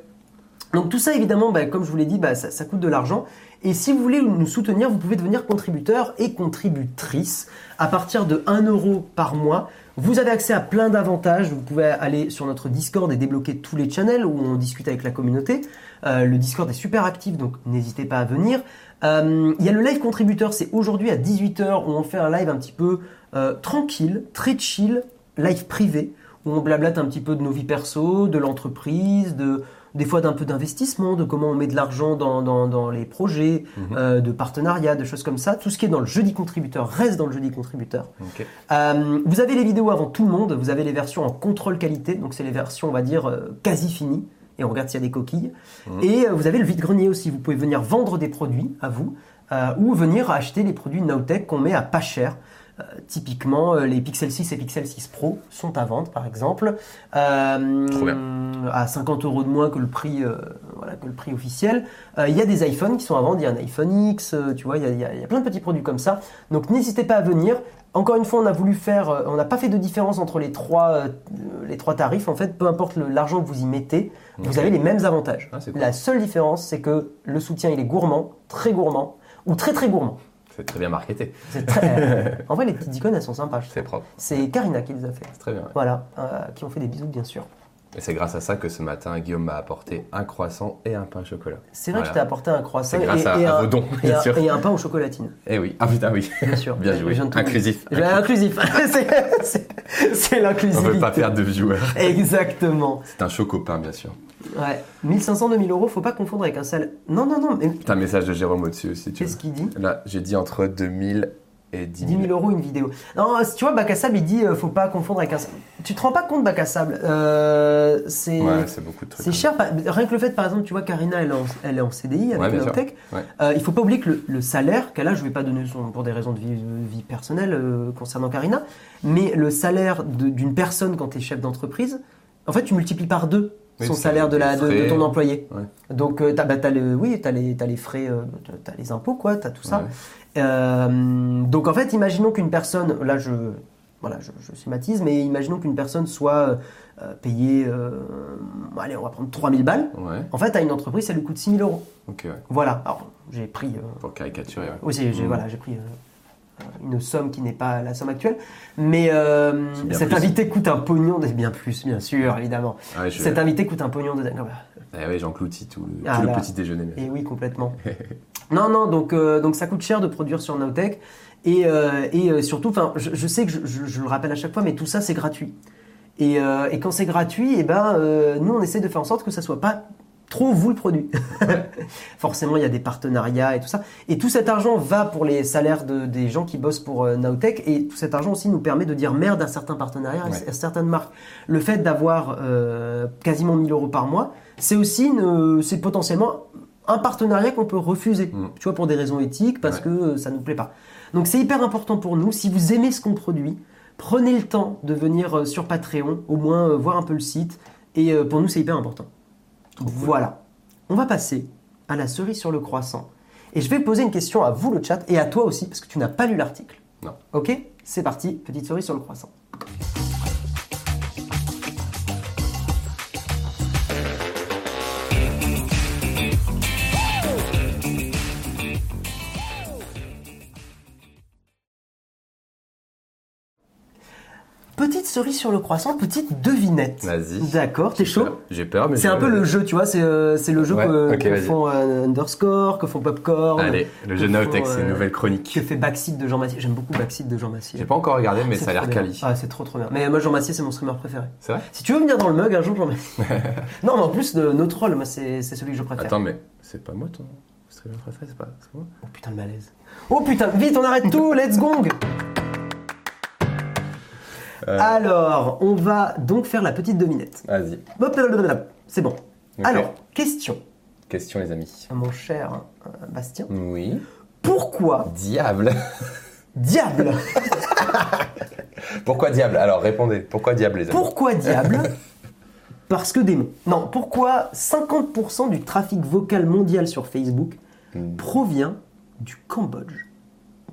A: Donc tout ça, évidemment, bah, comme je vous l'ai dit, bah, ça, ça coûte de l'argent. Et si vous voulez nous soutenir, vous pouvez devenir contributeur et contributrice. À partir de 1 euro par mois, vous avez accès à plein d'avantages. Vous pouvez aller sur notre Discord et débloquer tous les channels où on discute avec la communauté. Euh, le Discord est super actif, donc n'hésitez pas à venir. Euh, Il y a le live contributeur, c'est aujourd'hui à 18h où on fait un live un petit peu euh, tranquille, très chill, live privé, où on blablate un petit peu de nos vies perso, de l'entreprise, de des fois d'un peu d'investissement, de comment on met de l'argent dans, dans, dans les projets, euh, de partenariats, de choses comme ça. Tout ce qui est dans le jeudi contributeur reste dans le jeudi contributeur.
B: Ok.
A: Euh, vous avez les vidéos avant tout le monde, vous avez les versions en contrôle qualité, donc c'est les versions, on va dire, euh, quasi finies, et on regarde s'il y a des coquilles.
B: Mmh.
A: Et euh, vous avez le vide-grenier aussi, vous pouvez venir vendre des produits à vous, euh, ou venir acheter des produits Nowtech qu'on met à pas cher. Euh, typiquement, euh, les Pixel 6 et Pixel 6 Pro sont à vendre, par exemple, euh,
B: Trop bien.
A: à 50 euros de moins que le prix, euh, voilà, que le prix officiel. Euh, Il y a des iPhones qui sont à vendre, il y a un iPhone X, euh, tu vois, il y a- il y, a- il y a plein de petits produits comme ça. Donc n'hésitez pas à venir. Encore une fois, on a voulu faire, euh, on n'a pas fait de différence entre les trois, euh, les trois tarifs. En fait, peu importe le- l'argent que vous y mettez, vous avez les mêmes avantages.
B: Ah, c'est cool.
A: La seule différence, c'est que le soutien, il est gourmand, très gourmand, ou très très gourmand.
B: C'est très bien marketé.
A: C'est très... en vrai, les petites icônes, elles sont sympas. je trouve.
B: C'est propre.
A: C'est Karina qui les a fait.
B: C'est très bien. ouais.
A: Voilà, euh, qui ont fait des bisous, bien sûr.
B: Et c'est grâce à ça que ce matin, Guillaume m'a apporté un croissant et un pain au chocolat.
A: C'est vrai que je t'ai
B: Voilà.
A: apporté un croissant
B: C'est grâce à- à
A: un-
B: vos dons,
A: et
B: bien
A: un-
B: sûr.
A: et un pain aux chocolatines,
B: Eh oui. Ah putain, oui.
A: bien sûr.
B: Bien joué.
A: Je viens de tout dire.
B: Inclusif.
A: Je- Inclusif. C'est- c'est- C'est
B: On
A: l'inclusivité.
B: ne veut pas perdre de viewers.
A: Exactement.
B: C'est un chocopin, bien sûr.
A: Ouais. 1500, 2000 euros, faut pas confondre avec un sale. Non, non, non, mais
B: T'as un message de Jérôme au-dessus aussi, tu
A: qu'est-ce
B: vois.
A: qu'il dit
B: Là, j'ai dit entre 2000 et 10
A: 10
B: 000.
A: 000 euros une vidéo. Non, si tu vois, bac à sable, il dit euh, faut pas confondre avec un. Tu te rends pas compte, bac à sable euh, C'est.
B: Ouais, c'est beaucoup de trucs.
A: c'est
B: comme
A: cher, par- rien que le fait, par exemple, tu vois, Karina, elle est en, elle est en CDI
B: Ouais,
A: avec
B: bien
A: la
B: sûr.
A: tech.
B: Ouais.
A: Euh, il faut pas oublier que le, le salaire qu'elle a, je vais pas donner son, pour des raisons de vie, de vie personnelle euh, concernant Karina, mais le salaire de- d'une personne quand tu es chef d'entreprise, en fait, tu multiplies par deux
B: Oui,
A: son
B: c'est
A: salaire de, la,
B: les
A: de, de
B: frais.
A: ton employé.
B: Ouais.
A: Donc, tu as, le, oui, t'as les, t'as les frais, euh, t'as les impôts, quoi, tu as tout ça.
B: Ouais.
A: Euh, donc en fait, imaginons qu'une personne, là je, voilà, je, je schématise, mais imaginons qu'une personne soit euh, payée, euh, allez, on va prendre 3000 balles.
B: Ouais,
A: En fait, à une entreprise, ça lui coûte 6000 euros.
B: ok, ouais.
A: Voilà, alors j'ai pris, euh,
B: Pour caricaturer, ouais.
A: oui, j'ai- j'ai-
B: Mhm.
A: voilà, j'ai pris euh, une somme qui n'est pas la somme actuelle, mais euh,
B: C'est bien
A: cet
B: plus.
A: invité coûte un pognon, de, bien plus, bien sûr, évidemment.
B: Ah, ouais, je-
A: Cet invité coûte un pognon de dingue.
B: Eh ouais, j'engloutis tout le,
A: Ah
B: tout le
A: là.
B: petit déjeuner. mais-
A: Et oui, complètement. non, non, donc, euh, donc ça coûte cher de produire sur Nowtech. Et, euh, et euh, surtout, enfin, je, je sais que je, je- je le rappelle à chaque fois, mais tout ça, c'est gratuit. Et, euh, et quand c'est gratuit, eh ben, euh, nous, on essaie de faire en sorte que ça soit pas trop vous le produit. Forcément, il y a des partenariats et tout ça. Et tout cet argent va pour les salaires de- des gens qui bossent pour euh, Nowtech. Et tout cet argent aussi nous permet de dire merde à certains partenariats, à-
B: Ouais.
A: à, certaines marques. Le fait d'avoir euh, quasiment 1000 euros par mois, c'est aussi une- c'est potentiellement un partenariat qu'on peut refuser.
B: Mm.
A: Tu vois, pour des raisons éthiques, parce
B: Ouais.
A: que euh, ça nous plaît pas. Donc c'est hyper important pour nous. Si vous aimez ce qu'on produit, prenez le temps de venir euh, sur Patreon, au moins euh, voir un peu le site. Et euh, pour nous, c'est hyper important. Voilà. On va passer à la cerise sur le croissant. Et je vais poser une question à vous, le chat, et à toi aussi, parce que tu n'as pas lu l'article.
B: Non.
A: Ok C'est parti, petite cerise sur le croissant. Petite cerise sur le croissant, petite devinette.
B: Vas-y.
A: D'accord, t'es
B: J'ai
A: chaud
B: peur. J'ai peur, mais
A: c'est
B: je-
A: un peu le jeu, tu vois, c'est euh, c'est le jeu
B: Ouais,
A: que,
B: ok,
A: que
B: vas-y.
A: font euh, Underscore, que font Popcorn,
B: Allez, le jeu
A: que
B: Nowtech,
A: font,
B: c'est
A: euh,
B: une nouvelle chronique.
A: que fait Backseat de Jean Massier. J'aime beaucoup Backseat de Jean
B: J'ai
A: Massier.
B: pas encore regardé, mais
A: C'est
B: ça a l'air
A: trop bien.
B: quali.
A: Ah, c'est trop trop bien. Mais moi, Jean Massier, c'est mon streamer préféré.
B: C'est vrai
A: Si tu veux venir dans le mug un jour, Jean Massier. non, mais en plus, de notre rôle, moi, c'est c'est celui que je préfère.
B: Attends, mais c'est pas moi hein. ton streamer préféré, c'est pas c'est moi
A: Oh putain, le malaise. Oh putain, vite, on arrête tout, let's gong
B: Euh.
A: Ah. Alors, on va donc faire la petite devinette.
B: Vas-y.
A: Hop, hop, hop, hop, C'est bon.
B: Ok.
A: Alors, question,
B: Question, les amis.
A: mon cher euh, Bastien.
B: Oui.
A: Pourquoi
B: Diable.
A: Diable
B: Pourquoi diable Alors répondez. Pourquoi diable, les amis
A: Pourquoi diable Parce que démon. Non, pourquoi 50% du trafic vocal mondial sur Facebook
B: Hmm.
A: provient du Cambodge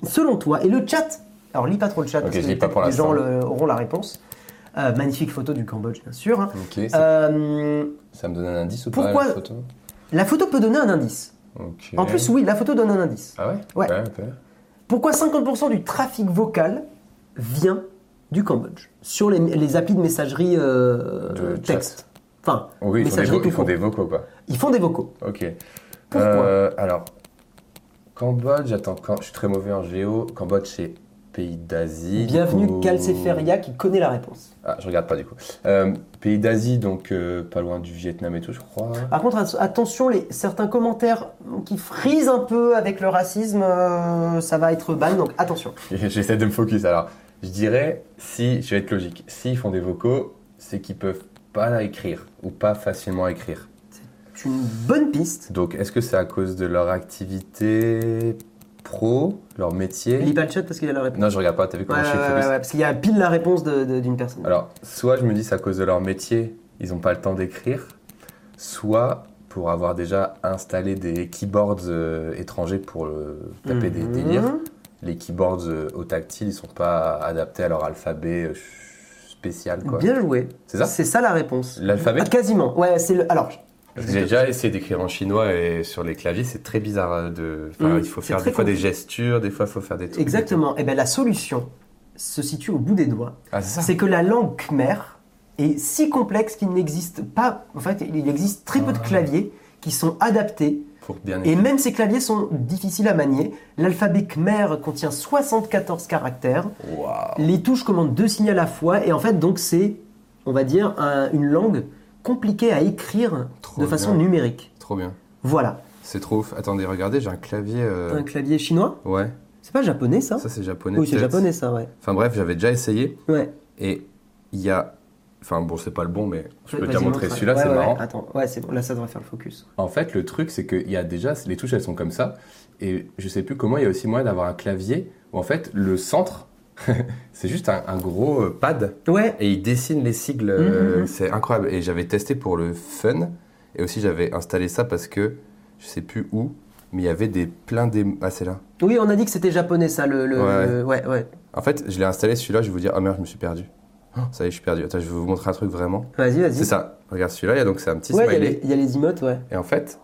A: Selon toi, et le chat Alors lis pas trop le chat, parce
B: je
A: que
B: lis pas
A: peut-être
B: pour
A: les gens
B: l'instant.
A: le- auront la réponse. Euh, magnifique photo du Cambodge, bien sûr. hein.
B: Ok, ça,
A: Euh,
B: ça me donne un indice ou
A: pourquoi-
B: pas la photo
A: la photo peut donner un indice.
B: Ok.
A: En plus, oui, la photo donne un indice.
B: Ah ouais
A: Ouais.
B: ok.
A: Pourquoi 50% du trafic vocal vient du Cambodge sur les, les applis de messagerie euh,
B: De chat.
A: texte Enfin,
B: Oui, ils font, des,
A: messagerie
B: vo-
A: tout
B: ils font
A: court.
B: des vocaux, quoi.
A: Ils font des vocaux.
B: Ok.
A: Pourquoi
B: Euh, Alors, Cambodge, attends, quand... je suis très mauvais en géo. Cambodge, c'est pays d'Asie. du
A: Bienvenue
B: coup-
A: Calceferia qui connaît la réponse.
B: Ah, je regarde pas du coup. Euh, pays d'Asie, donc euh, pas loin du Vietnam et tout, je crois.
A: Par contre, att- attention, les, certains commentaires qui frisent un peu avec le racisme, euh, ça va être ban, donc attention.
B: J'essaie de me focus. Alors, je dirais, si, je vais être logique, s'ils font des vocaux, c'est qu'ils peuvent pas écrire ou pas facilement écrire.
A: C'est une bonne piste.
B: Donc, est-ce que c'est à cause de leur activité pro, leur métier
A: Il lit pas le chat parce qu'il a la réponse.
B: Non, je regarde pas, t'as vu
A: Ouais,
B: comment je suis
A: ouais,
B: focus
A: ouais, parce qu'il y a pile la réponse de- de- d'une personne.
B: Alors, soit je me dis c'est à cause de leur métier, ils n'ont pas le temps d'écrire, soit pour avoir déjà installé des keyboards euh, étrangers pour euh, taper des
A: Mhm.
B: délires, les keyboards euh, au tactile, ils sont pas adaptés à leur alphabet euh, ch- spécial, quoi.
A: Bien joué.
B: C'est ça
A: C'est ça la réponse.
B: L'alphabet
A: Ah, Quasiment. Ouais, c'est le. Alors,
B: Parce que J'ai déjà essayé d'écrire en chinois et sur les claviers, c'est très bizarre. euh, De... enfin,
A: Mhm,
B: il faut
A: c'est
B: faire
A: très
B: des fois des
A: compliqué.
B: gestures, des fois il faut faire des trucs.
A: Exactement. Et ben la solution se situe au bout des doigts.
B: Ah, c'est ça
A: C'est que la langue khmer est si complexe qu'il n'existe pas. En fait, il existe très
B: Ah.
A: peu de claviers qui sont adaptés.
B: Pour bien
A: Et
B: écrire.
A: même ces claviers sont difficiles à manier. L'alphabet khmer contient 74 caractères.
B: Waouh.
A: Les touches commandent deux signes à la fois. Et en fait, donc, c'est, on va dire, un- une langue compliquée à écrire
B: Trop
A: de façon
B: bien.
A: numérique.
B: Trop bien.
A: Voilà.
B: C'est trop ouf. Attendez, regardez, j'ai un clavier. euh,
A: Un clavier chinois
B: Ouais,
A: C'est pas japonais, ça,
B: ça c'est japonais.
A: Oui, c'est
B: peut-être.
A: japonais, ça, ouais.
B: Enfin bref, j'avais déjà essayé
A: Ouais.
B: et il y a. Enfin bon, c'est pas le bon, mais je peux
A: Vas-y,
B: te le montrer
A: montre.
B: celui-là,
A: Ouais,
B: c'est
A: ouais,
B: marrant.
A: ouais. Attends, ouais, c'est bon, là ça devrait faire le focus.
B: En fait, le truc, c'est qu'il y a déjà. Les touches, elles sont comme ça. Et je sais plus comment, il y a aussi moyen d'avoir un clavier où en fait, le centre, c'est juste un, un gros euh, pad
A: Ouais,
B: et il dessine les sigles. euh,
A: Mhm.
B: C'est incroyable. Et j'avais testé pour le fun et aussi j'avais installé ça parce que je sais plus où, mais il y avait des plein des. Ah, c'est là.
A: oui, on a dit que c'était japonais ça, le. le-
B: Ouais.
A: le- ouais, ouais.
B: En fait, je l'ai installé celui-là, je vais vous dire, ah merde, je me suis perdu. Oh, ça y est, je suis perdu. Attends, je vais vous montrer un truc vraiment.
A: Vas-y, vas-y.
B: C'est ça. Regarde celui-là, il y a donc c'est un petit
A: Ouais, il y a
B: smiley.
A: les- il y, a les emotes, ouais.
B: Et en fait,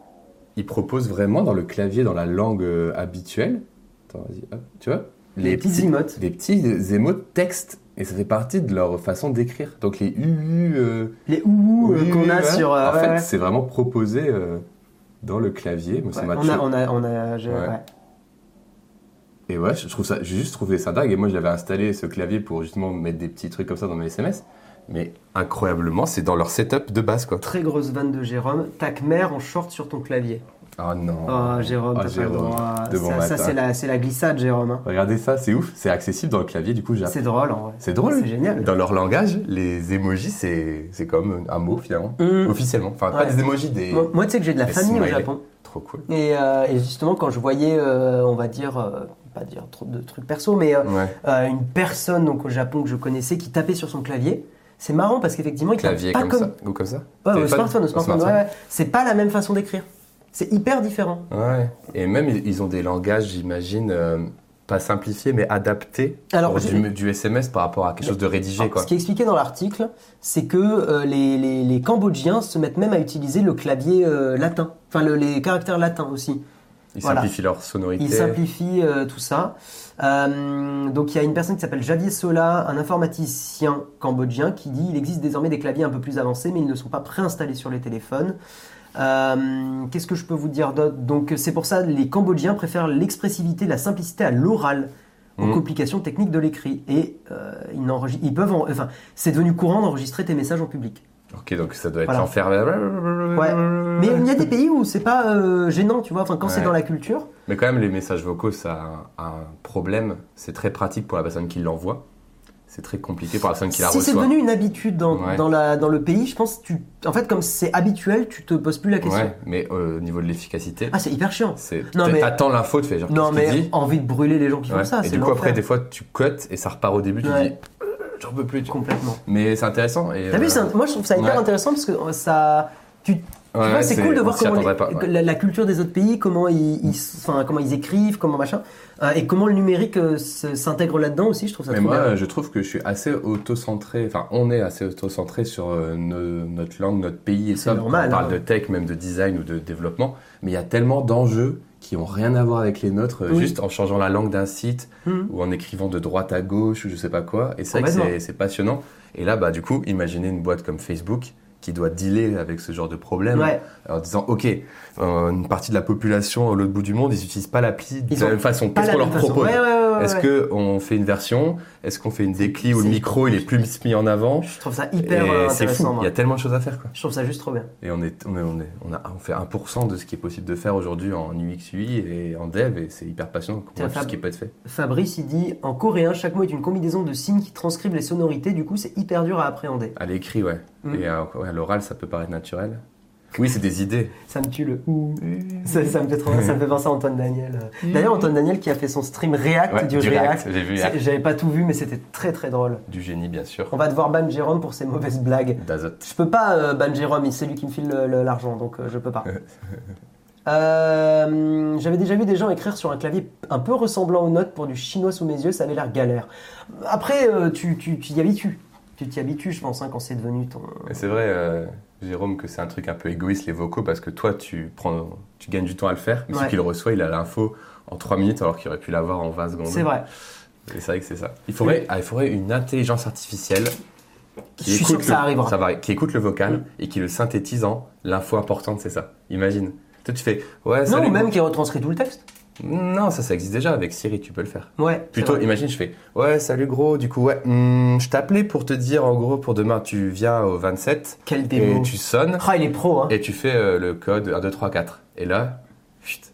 B: il propose vraiment dans le clavier, dans la langue euh, habituelle. Attends, vas-y, hop, tu vois
A: Les, petites
B: petits,
A: emotes.
B: des petits émotes texte. Et ça fait partie de leur façon d'écrire. Donc les UU euh,
A: Les ouhou euh,
B: oui,
A: qu'on
B: oui,
A: a
B: ouais.
A: sur. euh,
B: en
A: ouais,
B: fait,
A: ouais.
B: c'est vraiment proposé euh, dans le clavier. Moi, ça
A: Ouais,
B: m'a
A: on
B: tué.
A: a, on a, on a, je-
B: Ouais.
A: ouais.
B: Et ouais, je trouve ça, j'ai juste trouvé ça dingue. Et moi, j'avais installé ce clavier pour justement mettre des petits trucs comme ça dans mes SMS. Mais incroyablement, c'est dans leur setup de base, quoi.
A: Très grosse vanne de Jérôme. Tac mère en short sur ton clavier.
B: Oh non.
A: Oh, Jérôme,
B: Oh,
A: t'as
B: Jérôme,
A: pas
B: de
A: le
B: bon
A: droit. Ça- Ça,
B: matin.
A: c'est la, c'est la glissade, Jérôme. hein.
B: Regardez ça, c'est ouf. C'est accessible dans le clavier, du coup, j'ai
A: C'est drôle, en vrai.
B: C'est drôle.
A: C'est génial.
B: Dans leur langage, les emojis, c'est c'est comme un mot finalement.
A: Hum.
B: Officiellement. Enfin, pas
A: Ouais.
B: des emojis, des.
A: Moi, moi, tu sais que j'ai de la
B: des
A: famille au
B: smileys.
A: Japon.
B: Trop cool.
A: Et, euh, et justement, quand je voyais, euh, on va dire, euh, pas dire trop de trucs perso, mais euh,
B: Ouais.
A: euh, une personne donc au Japon que je connaissais qui tapait sur son clavier. C'est marrant parce qu'effectivement, il tape
B: Clavier
A: pas
B: comme, ça. Ou comme ça
A: Ouais, au
B: Téléphone
A: smartphone, au smartphone,
B: smartphone.
A: ouais, ouais. C'est pas la même façon d'écrire. C'est hyper différent.
B: Ouais. Et même, ils ils ont des langages, j'imagine, euh, pas simplifiés, mais adaptés
A: Alors, Ah,
B: pour
A: je-
B: du, du SMS par rapport à quelque chose de rédigé, quoi.
A: Ce qui est expliqué dans l'article, c'est que euh, les, les- les Cambodgiens se mettent même à utiliser le clavier euh, latin, enfin le- les caractères latins aussi.
B: Ils
A: Voilà.
B: simplifient leur sonorité.
A: Ils simplifient euh, tout ça. Euh, donc il y a une personne qui s'appelle Javier Sola, un informaticien cambodgien, qui dit il existe désormais des claviers un peu plus avancés, mais ils ne sont pas préinstallés sur les téléphones. Euh, Qu'est-ce que je peux vous dire d'autre Donc c'est pour ça les Cambodgiens préfèrent l'expressivité, la simplicité à l'oral aux
B: Mm.
A: complications techniques de l'écrit. Et euh, ils, n'enregistrent- ils peuvent, en- enfin, c'est devenu courant d'enregistrer tes messages en public.
B: Ok, donc ça doit être
A: Voilà.
B: l'enfer.
A: Ouais. Mais il y a des pays où c'est pas euh, gênant, tu vois. Enfin, quand c'est
B: Ouais.
A: dans la culture,
B: Mais quand même, les messages vocaux, ça a un, un problème. C'est très pratique pour la personne qui l'envoie. C'est très compliqué pour la personne qui la
A: si c'est
B: reçoit.
A: devenu une habitude dans,
B: Ouais.
A: dans la, dans le pays, je pense que tu. En fait, comme c'est habituel, tu te poses plus la question.
B: Ouais, mais euh, au niveau de l'efficacité,
A: Ah, c'est hyper chiant.
B: c'est.
A: Non,
B: t'a-
A: mais-
B: T'attends l'info, tu fais genre,
A: Non,
B: qu'est-ce qu'il
A: mais
B: dit
A: envie de brûler les gens qui font
B: Ouais.
A: ça.
B: Et
A: c'est
B: du coup, après,
A: l'enfer.
B: des fois, tu cotes et ça repart au début, tu
A: Ouais.
B: dis, Euh, j'en peux plus. tu-
A: Complètement.
B: Mais c'est intéressant. et,
A: T'as vu,
B: euh,
A: c'est un- moi je trouve euh, ça hyper
B: Ouais.
A: intéressant parce que ça. Tu, Tu vois,
B: Ouais,
A: c'est
B: c'est-
A: cool de
B: on
A: voir
B: s'y
A: comment
B: attendrait
A: les-
B: pas, ouais. Mm.
A: la, la culture des autres pays, comment ils, ils- enfin, comment ils écrivent, comment machin, euh, et comment le numérique euh, se- s'intègre là-dedans aussi. Je trouve ça
B: Mais
A: trop
B: moi,
A: bien.
B: euh, je trouve que je suis assez auto-centré, enfin, on est assez auto-centré sur euh, no- notre langue, notre pays et
A: C'est
B: ça.
A: normal,
B: on parle
A: hein.
B: de tech, même de design ou de développement, mais il y a tellement d'enjeux qui ont rien à voir avec les nôtres, euh,
A: Oui.
B: juste en changeant la langue d'un site
A: Mhm.
B: ou en écrivant de droite à gauche ou je sais pas quoi. Et c'est vrai que
A: Complètement.
B: c'est- c'est passionnant. Et là, bah, du coup, imaginez une boîte comme Facebook qui doit dealer avec ce genre de problème
A: Ouais.
B: en disant ok euh, une partie de la population à l'autre bout du monde ils n'utilisent pas l'appli de
A: Ils
B: la
A: ont
B: même façon
A: Pas
B: qu'est-ce
A: la
B: qu'on
A: même
B: leur
A: façon.
B: propose
A: Ouais, ouais, ouais, ouais,
B: est-ce
A: ouais.
B: que on fait une version Est-ce qu'on fait une décli où le
A: c'est-
B: micro il est plus mis en avant
A: Je trouve ça hyper euh,
B: Et C'est fou.
A: intéressant. moi.
B: Il y a tellement de choses à faire quoi.
A: Je trouve ça juste trop bien.
B: Et on est, on est, on est- on a, on fait 1% de ce qui est possible de faire aujourd'hui en UX UI et en dev et c'est hyper passionnant.
A: T'es
B: Comment tout ce
A: capable.
B: qui peut être fait.
A: Fabrice, il dit en coréen, chaque mot est une combinaison de signes qui transcrivent les sonorités. Du coup, c'est hyper dur à appréhender.
B: À l'écrit ouais.
A: Mm.
B: Et à, ouais, à l'oral ça peut paraître naturel. Oui c'est des idées.
A: Ça me tue le ou. Ça, ça me fait trop, ça me fait penser à Antoine Daniel. D'ailleurs, Antoine Daniel qui a fait son stream React
B: Ouais,
A: du, React.
B: j'ai vu
A: C'est-
B: React.
A: J'avais pas tout vu, mais c'était très très drôle.
B: du génie bien sûr.
A: On va devoir ban Jérôme pour ses mauvaises blagues.
B: D'Azot.
A: Je peux pas euh, ban Jérôme, c'est lui qui me file le- le- l'argent, donc euh, je peux pas. Euh, J'avais déjà vu des gens écrire sur un clavier un peu ressemblant aux notes pour du chinois sous mes yeux, ça avait l'air galère. Après, euh, tu tu- tu t'y habitues. Tu t'y habitues, je pense, hein, quand c'est devenu ton.
B: Et C'est vrai, euh, Jérôme, que c'est un truc un peu égoïste, les vocaux, parce que toi, tu, prends, tu gagnes du temps à le faire, mais
A: Ouais.
B: celui qui le reçoit, il a l'info en 3 minutes, alors qu'il aurait pu l'avoir en 20 secondes.
A: C'est vrai.
B: Et c'est vrai que c'est ça. Il faudrait, ah, il faudrait une intelligence artificielle
A: Je suis sûr que
B: le,
A: ça arrivera. Mm.
B: va, qui écoute le vocal et qui le synthétise en l'info importante, c'est ça. Imagine. Toi, tu fais, ouais,
A: Non,
B: salut.
A: ou même qui retranscrit tout le texte.
B: Non, ça, ça existe déjà avec Siri, tu peux le faire.
A: Ouais. c'est
B: Plutôt,
A: vrai.
B: imagine, je fais Ouais, salut gros, du coup, ouais, hmm, je t'appelais pour te dire en gros pour demain, tu viens au 27
A: Quel
B: et
A: démo.
B: tu sonnes
A: Ah, il est pro, hein.
B: et tu fais euh, le code 1, 2, 3, 4. Et là, chut,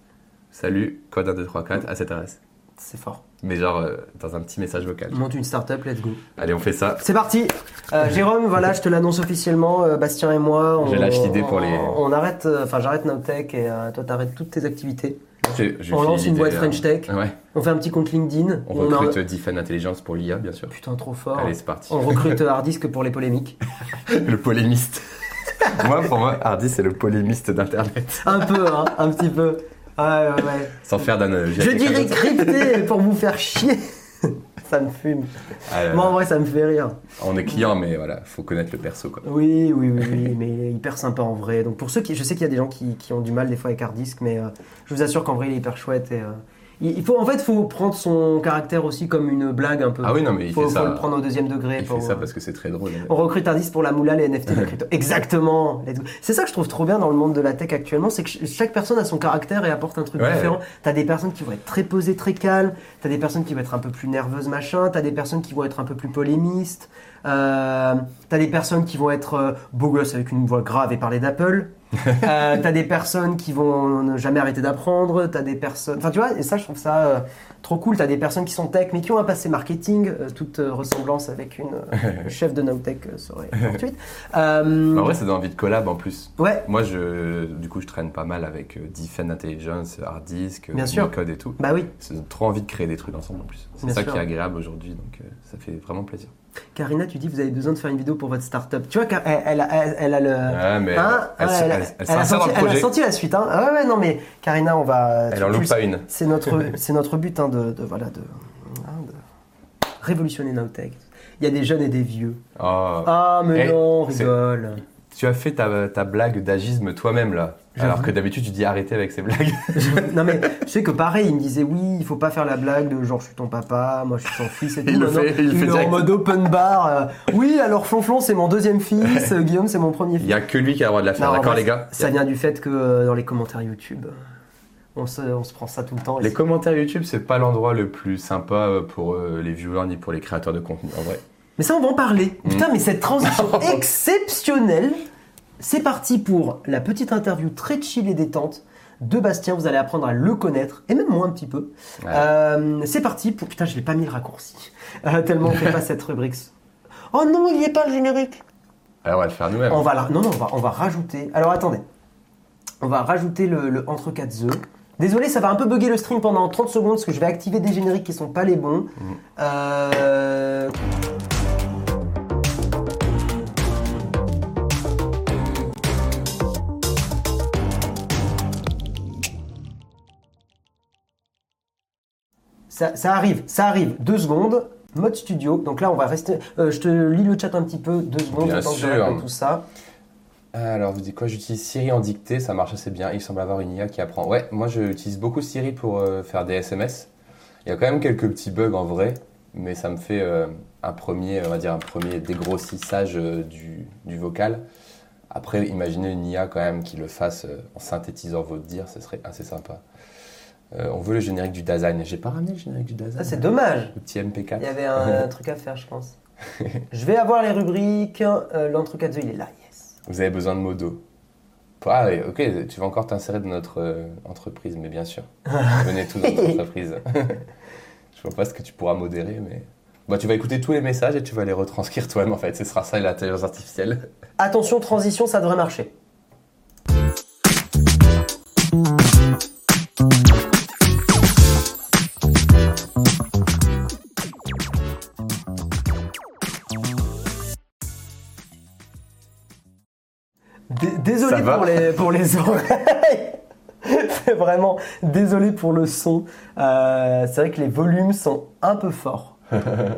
B: salut, code 1, 2, 3, 4 à cette adresse.
A: C'est fort.
B: Mais genre euh, dans un petit message vocal.
A: Monte une startup, let's go.
B: Allez, on fait ça.
A: C'est parti. Euh, Jérôme, voilà, je te l'annonce officiellement. euh, Bastien et moi, on,
B: Je lâche l'idée pour les-
A: on, on arrête. euh, Enfin, j'arrête Nowtech et euh, toi, t'arrêtes toutes tes activités.
B: J'ai- j'ai
A: On
B: fini
A: lance une
B: l'idée,
A: boîte
B: hein.
A: French Tech.
B: Ouais,
A: On fait un petit compte LinkedIn.
B: on
A: a- Oh.
B: recrute Diffan Intelligence pour l'IA, bien sûr.
A: Putain, trop fort.
B: Allez, c'est parti.
A: on recrute euh, Hardisk pour les polémiques.
B: le polémiste. moi, pour moi, Hardy, c'est le polémiste d'Internet.
A: Un peu, hein, un petit peu. Ouais, ouais, ouais.
B: Sans faire
A: Je
B: d'analogie. avec quelqu'un
A: dirais
B: d'autre.
A: crypté pour vous faire chier. ça me fume.
B: Ah, là, là.
A: Moi, en vrai, ça me fait rire.
B: On est client, mais voilà, faut connaître le perso, quoi.
A: Oui, oui, oui, oui, mais hyper sympa en vrai. Donc pour ceux qui, je sais qu'il y a des gens qui, qui ont du mal des fois avec Hard Disk, mais euh, je vous assure qu'en vrai il est hyper chouette. Et, euh, il il faut, en fait, faut prendre son caractère aussi comme une blague un peu.
B: Ah oui, non, mais il
A: faut,
B: fait
A: faut
B: ça.
A: le prendre au deuxième degré.
B: Il
A: pour- euh,
B: fait ça parce que c'est très drôle.
A: On recrute Hard Disk pour la moula, les NFT, la crypto. Exactement. Let's go. C'est ça que je trouve trop bien dans le monde de la tech actuellement, c'est que ch- chaque personne a son caractère et apporte un truc
B: Ouais.
A: différent. T'as des personnes qui vont être très posées, très calmes. T'as des personnes qui vont être un peu plus nerveuses, machin. T'as des personnes qui vont être un peu plus polémistes. Euh, t'as des personnes qui vont être euh, beau gosse avec une voix grave et parler d'Apple. Euh, t'as des personnes qui vont ne jamais arrêter d'apprendre. T'as des personnes. Enfin, tu vois, et ça, je trouve ça euh, trop cool. T'as des personnes qui sont tech, mais qui ont un passé marketing. euh, toute euh, ressemblance avec une euh, chef de Nowtech euh, serait fortuite. Euh,
B: En vrai, ça donne envie de collab en plus.
A: ouais,
B: Moi, je, du coup, je traîne pas mal avec euh, Defen Intelligence, Hardisk,
A: Bien sûr.
B: Code et tout.
A: bah oui.
B: C'est trop envie de créer des trucs ensemble en plus. C'est
A: Bien
B: ça
A: sûr.
B: qui est agréable aujourd'hui, donc euh, ça fait vraiment plaisir.
A: Karina, tu dis vous avez besoin de faire une vidéo pour votre startup. Tu vois, Car- elle, elle, a- elle- elle a le.
B: Ah, mais
A: Hein
B: elle,
A: Ouais,
B: elle,
A: elle a-
B: elle- elle
A: elle a
B: s'insère dans le
A: senti- elle a
B: projet.
A: senti la suite. Hein. Ah ouais, ouais, non, mais Karina, on va.
B: Elle
A: tu-
B: en
A: tu
B: loupe
A: le
B: pas une.
A: C'est notre, c'est notre but hein, de, de- voilà, de, hein, de révolutionner Nowtech. Il y a des jeunes et des vieux.
B: Oh.
A: Ah, mais
B: Eh,
A: non, on
B: c'est-
A: rigole.
B: Tu as fait ta, ta blague d'agisme toi-même là.
A: J'avoue.
B: Alors que d'habitude, tu dis arrêtez avec ces blagues.
A: non, mais tu sais que pareil, il me disait oui, il faut pas faire la blague de genre je suis ton papa, moi je suis ton fils et tout.
B: Il le
A: Maintenant,
B: fait- il le fait
A: est en
B: direct.
A: mode open bar. euh, oui, alors Flonflon, c'est mon deuxième fils, euh, Guillaume, c'est mon premier
B: Il
A: fils.
B: n'y a que lui qui a le droit de la faire,
A: Non, en
B: d'accord
A: vrai,
B: les gars
A: Ça vient du fait que euh, dans les commentaires YouTube, on se, on se prend ça tout le temps. et
B: Les
A: c'est-
B: commentaires YouTube, c'est pas l'endroit le plus sympa pour euh, les viewers ni pour les créateurs de contenu en vrai.
A: Mais ça, on va en parler.
B: Mm.
A: Putain, mais cette transition exceptionnelle. C'est parti pour la petite interview très chill et détente de Bastien. Vous allez apprendre à le connaître, et même moi un petit peu.
B: Ouais.
A: Euh, c'est parti pour... Putain, je l'ai pas mis le raccourci. Euh, tellement on fait pas cette rubrique. Oh non, il n'y est pas le générique.
B: Ah Alors on va le faire nous-mêmes.
A: On va la- Non, non, on va, on va rajouter... Alors, attendez. On va rajouter le, le entre quatre œufs. Désolé, ça va un peu bugger le stream pendant 30 secondes parce que je vais activer des génériques qui sont pas les bons. Euh, Ça, ça arrive, ça arrive. Deux secondes. Mode studio. Donc là, on va rester. euh, je te lis le chat un petit peu. Deux secondes.
B: Bien
A: le temps que je
B: sûr.
A: réponde tout ça.
B: Alors, vous dites quoi J'utilise Siri en dictée, ça marche assez bien. Il semble avoir une IA qui apprend. Ouais, moi j'utilise beaucoup Siri pour euh, faire des SMS. Il y a quand même quelques petits bugs en vrai, mais ça me fait euh, un premier, on va dire, un premier dégrossissage euh, du, du vocal. Après, imaginez une IA quand même qui le fasse euh, en synthétisant votre dire, ce serait assez sympa. Euh, on veut le générique du Dasein. J'ai pas ramené le générique du Dasein.
A: Ça, Ah, c'est dommage.
B: Le petit MP4.
A: Il y avait un, un truc à faire, je pense. je vais avoir les rubriques. Euh, L'entrecadeux, il est là. Yes.
B: Vous avez besoin de modo. Ah, ouais, ok, tu vas encore t'insérer dans notre euh, entreprise, mais bien sûr. Venez tous dans notre entreprise. Je vois pas ce que tu pourras modérer, mais. Bah, tu vas écouter tous les messages et tu vas les retranscrire toi-même en fait. Ce sera ça l'intelligence artificielle.
A: Attention, transition, ça devrait marcher. Dé- Désolé
B: Ça va
A: pour les, pour les oreilles. C'est vraiment désolé pour le son. Euh, c'est vrai que les volumes sont un peu forts.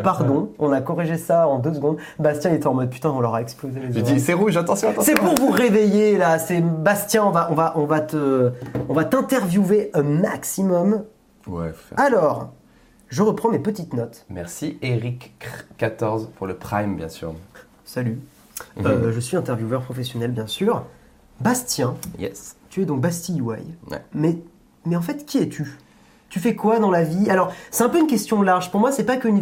A: Pardon, on a corrigé ça en deux secondes. Bastien était en mode putain, on leur a explosé les
B: J'ai
A: oreilles.
B: dit, c'est rouge, attention, attention.
A: C'est pour vous réveiller là, c'est Bastien, on va, on va, on va te, on va t'interviewer un maximum.
B: Ouais, faut faire-
A: Alors, je reprends mes petites notes.
B: Merci Eric 14 pour le Prime, bien sûr.
A: Salut.
B: Mmh.
A: Euh, je suis intervieweur professionnel bien sûr. Bastien,
B: Yes.
A: tu es donc Bastille Ouaille.
B: Ouais.
A: Mais, mais en fait, qui es-tu Tu fais quoi dans la vie Alors, c'est un peu une question large. Pour moi, c'est pas qu'un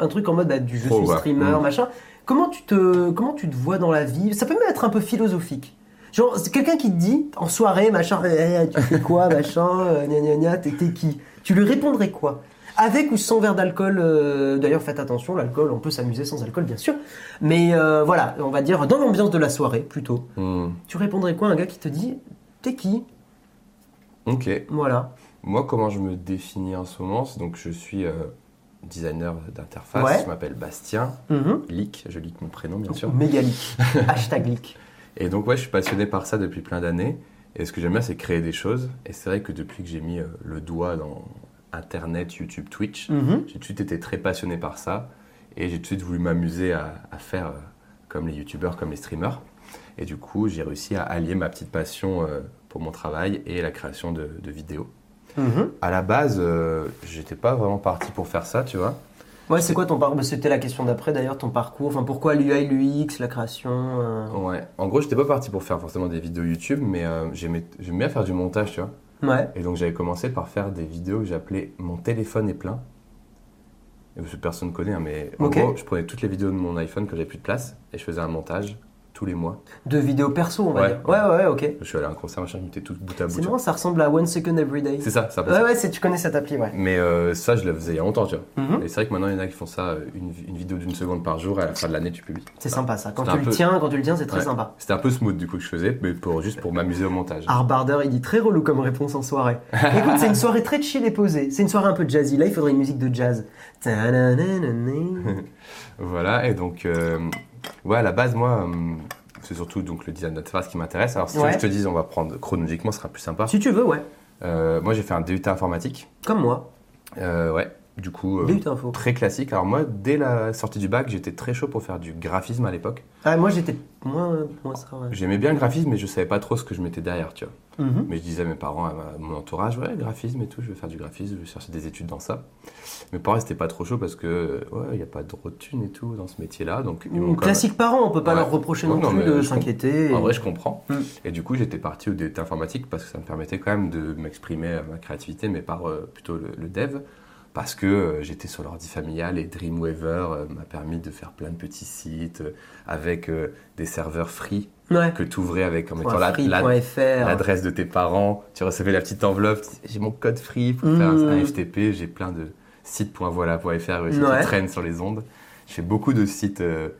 A: un truc en mode bah, du je
B: Oh,
A: suis
B: ouais.
A: streamer,
B: Mhm.
A: machin. Comment tu, te, comment tu te vois dans la vie Ça peut même être un peu philosophique. Genre, c'est quelqu'un qui te dit en soirée, machin, Eh, tu fais quoi, machin, euh, gna gna gna, t'es t'es qui Tu lui répondrais quoi avec ou sans verre d'alcool, euh, d'ailleurs faites attention, l'alcool, on peut s'amuser sans alcool bien sûr, mais euh, voilà, on va dire dans l'ambiance de la soirée plutôt.
B: Hmm,
A: Tu répondrais quoi à un gars qui te dit T'es qui
B: Ok.
A: Voilà.
B: Moi, comment je me définis en ce moment c'est Donc, je suis euh, designer d'interface.
A: Ouais. Oh,
B: Je m'appelle Bastien.
A: Mhm.
B: Leak, je leak mon prénom, bien sûr.
A: Méga leak. Hashtag leak.
B: Et donc, ouais, je suis passionné par ça depuis plein d'années. Et ce que j'aime bien, c'est créer des choses. Et c'est vrai que depuis que j'ai mis euh, le doigt dans Internet, YouTube, Twitch,
A: Mhm.
B: j'ai tout de suite été très passionné par ça. Et j'ai tout de suite voulu m'amuser à, à faire euh, comme les YouTubeurs, comme les streamers. Et du coup, j'ai réussi à allier ma petite passion euh, pour mon travail et la création de, de vidéos.
A: Mhm.
B: À la base, euh, j'étais pas vraiment parti pour faire ça, tu vois.
A: Ouais, c'est quoi ton parcours Bah, C'était la question d'après d'ailleurs, ton parcours. Enfin, pourquoi l'UI, l'UX, la création euh,
B: Ouais. En gros, j'étais pas parti pour faire forcément des vidéos YouTube, mais euh, j'aimais j'aime bien faire du montage, tu vois.
A: Ouais.
B: Et donc j'avais commencé par faire des vidéos que j'appelais Mon téléphone est plein. Et parce que personne ne connaît, hein, mais en
A: Ok.
B: gros, je prenais toutes les vidéos de mon iPhone quand j'avais plus de place et je faisais un montage tous les mois.
A: De vidéos perso, on va
B: Ouais.
A: dire. Ouais, ouais, ouais, ok.
B: Je suis allé à un concert, machin, je mettais tout bout à bout.
A: C'est
B: tu vois.
A: marrant, ça ressemble à One Second Every Day.
B: C'est ça, ça passe.
A: Ouais, ouais, c'est- tu connais cette appli, ouais.
B: Mais euh, ça, je le faisais il y a longtemps, tu vois.
A: Mhm.
B: Et c'est vrai que maintenant, il y en a qui font ça, euh, une, une vidéo d'une seconde par jour, et à la fin de l'année, tu publies.
A: C'est sympa ça. Quand
B: C'est
A: tu
B: un
A: le
B: peu-
A: tiens, quand tu le tiens, c'est très
B: Ouais.
A: sympa.
B: C'était un peu smooth du coup que je faisais, mais pour, juste pour m'amuser au montage.
A: Harbarder, il dit très relou comme réponse en soirée. Écoute, c'est une soirée très chill et posée. C'est une soirée un peu jazzy. Là, il faudrait une musique de jazz. Ta-da-da-da-da.
B: Voilà, et donc, euh, ouais, à la base, moi, euh, c'est surtout donc, le design d'interface qui m'intéresse. Alors, si tu veux
A: Ouais.
B: que je te dis, on va prendre chronologiquement, ce sera plus sympa.
A: si tu veux, ouais.
B: Euh, moi, j'ai fait un DUT informatique.
A: Comme moi.
B: Euh, ouais, du coup, euh,
A: But info.
B: très classique. Alors, moi, dès la sortie du bac, j'étais très chaud pour faire du graphisme à l'époque.
A: Ah, moi j'étais moins, moins ça. ouais.
B: J'aimais bien le graphisme, mais je savais pas trop ce que je mettais derrière, tu vois.
A: Mhm.
B: Mais je disais à mes parents, à ma- mon entourage, ouais, graphisme et tout, je vais faire du graphisme, je vais chercher des études dans ça. Mes parents, c'était pas trop chaud parce que, ouais, il n'y a pas de thune et tout dans ce métier-là. Donc, ils m'ont quand même-
A: Classique parent, on peut pas
B: Ouais.
A: leur reprocher
B: Ouais,
A: non,
B: non,
A: plus
B: mais
A: de
B: je comprends.
A: s'inquiéter.
B: En vrai, je comprends.
A: Mm.
B: Et du coup, j'étais parti au DUT informatique parce que ça me permettait quand même de m'exprimer euh, ma créativité, mais par euh, plutôt le, le dev. Parce que euh, j'étais sur l'ordi familial et Dreamweaver euh, m'a permis de faire plein de petits sites euh, avec euh, des serveurs free
A: Ouais.
B: que tu ouvrais avec en mettant la- la-
A: Free.fr.
B: l'adresse de tes parents. Tu recevais la petite enveloppe. tu disais, J'ai mon code free pour
A: Mm.
B: faire un, un FTP. J'ai plein de sites.voila.fr euh,
A: Ouais.
B: qui traînent sur les ondes. J'ai beaucoup de sites. euh,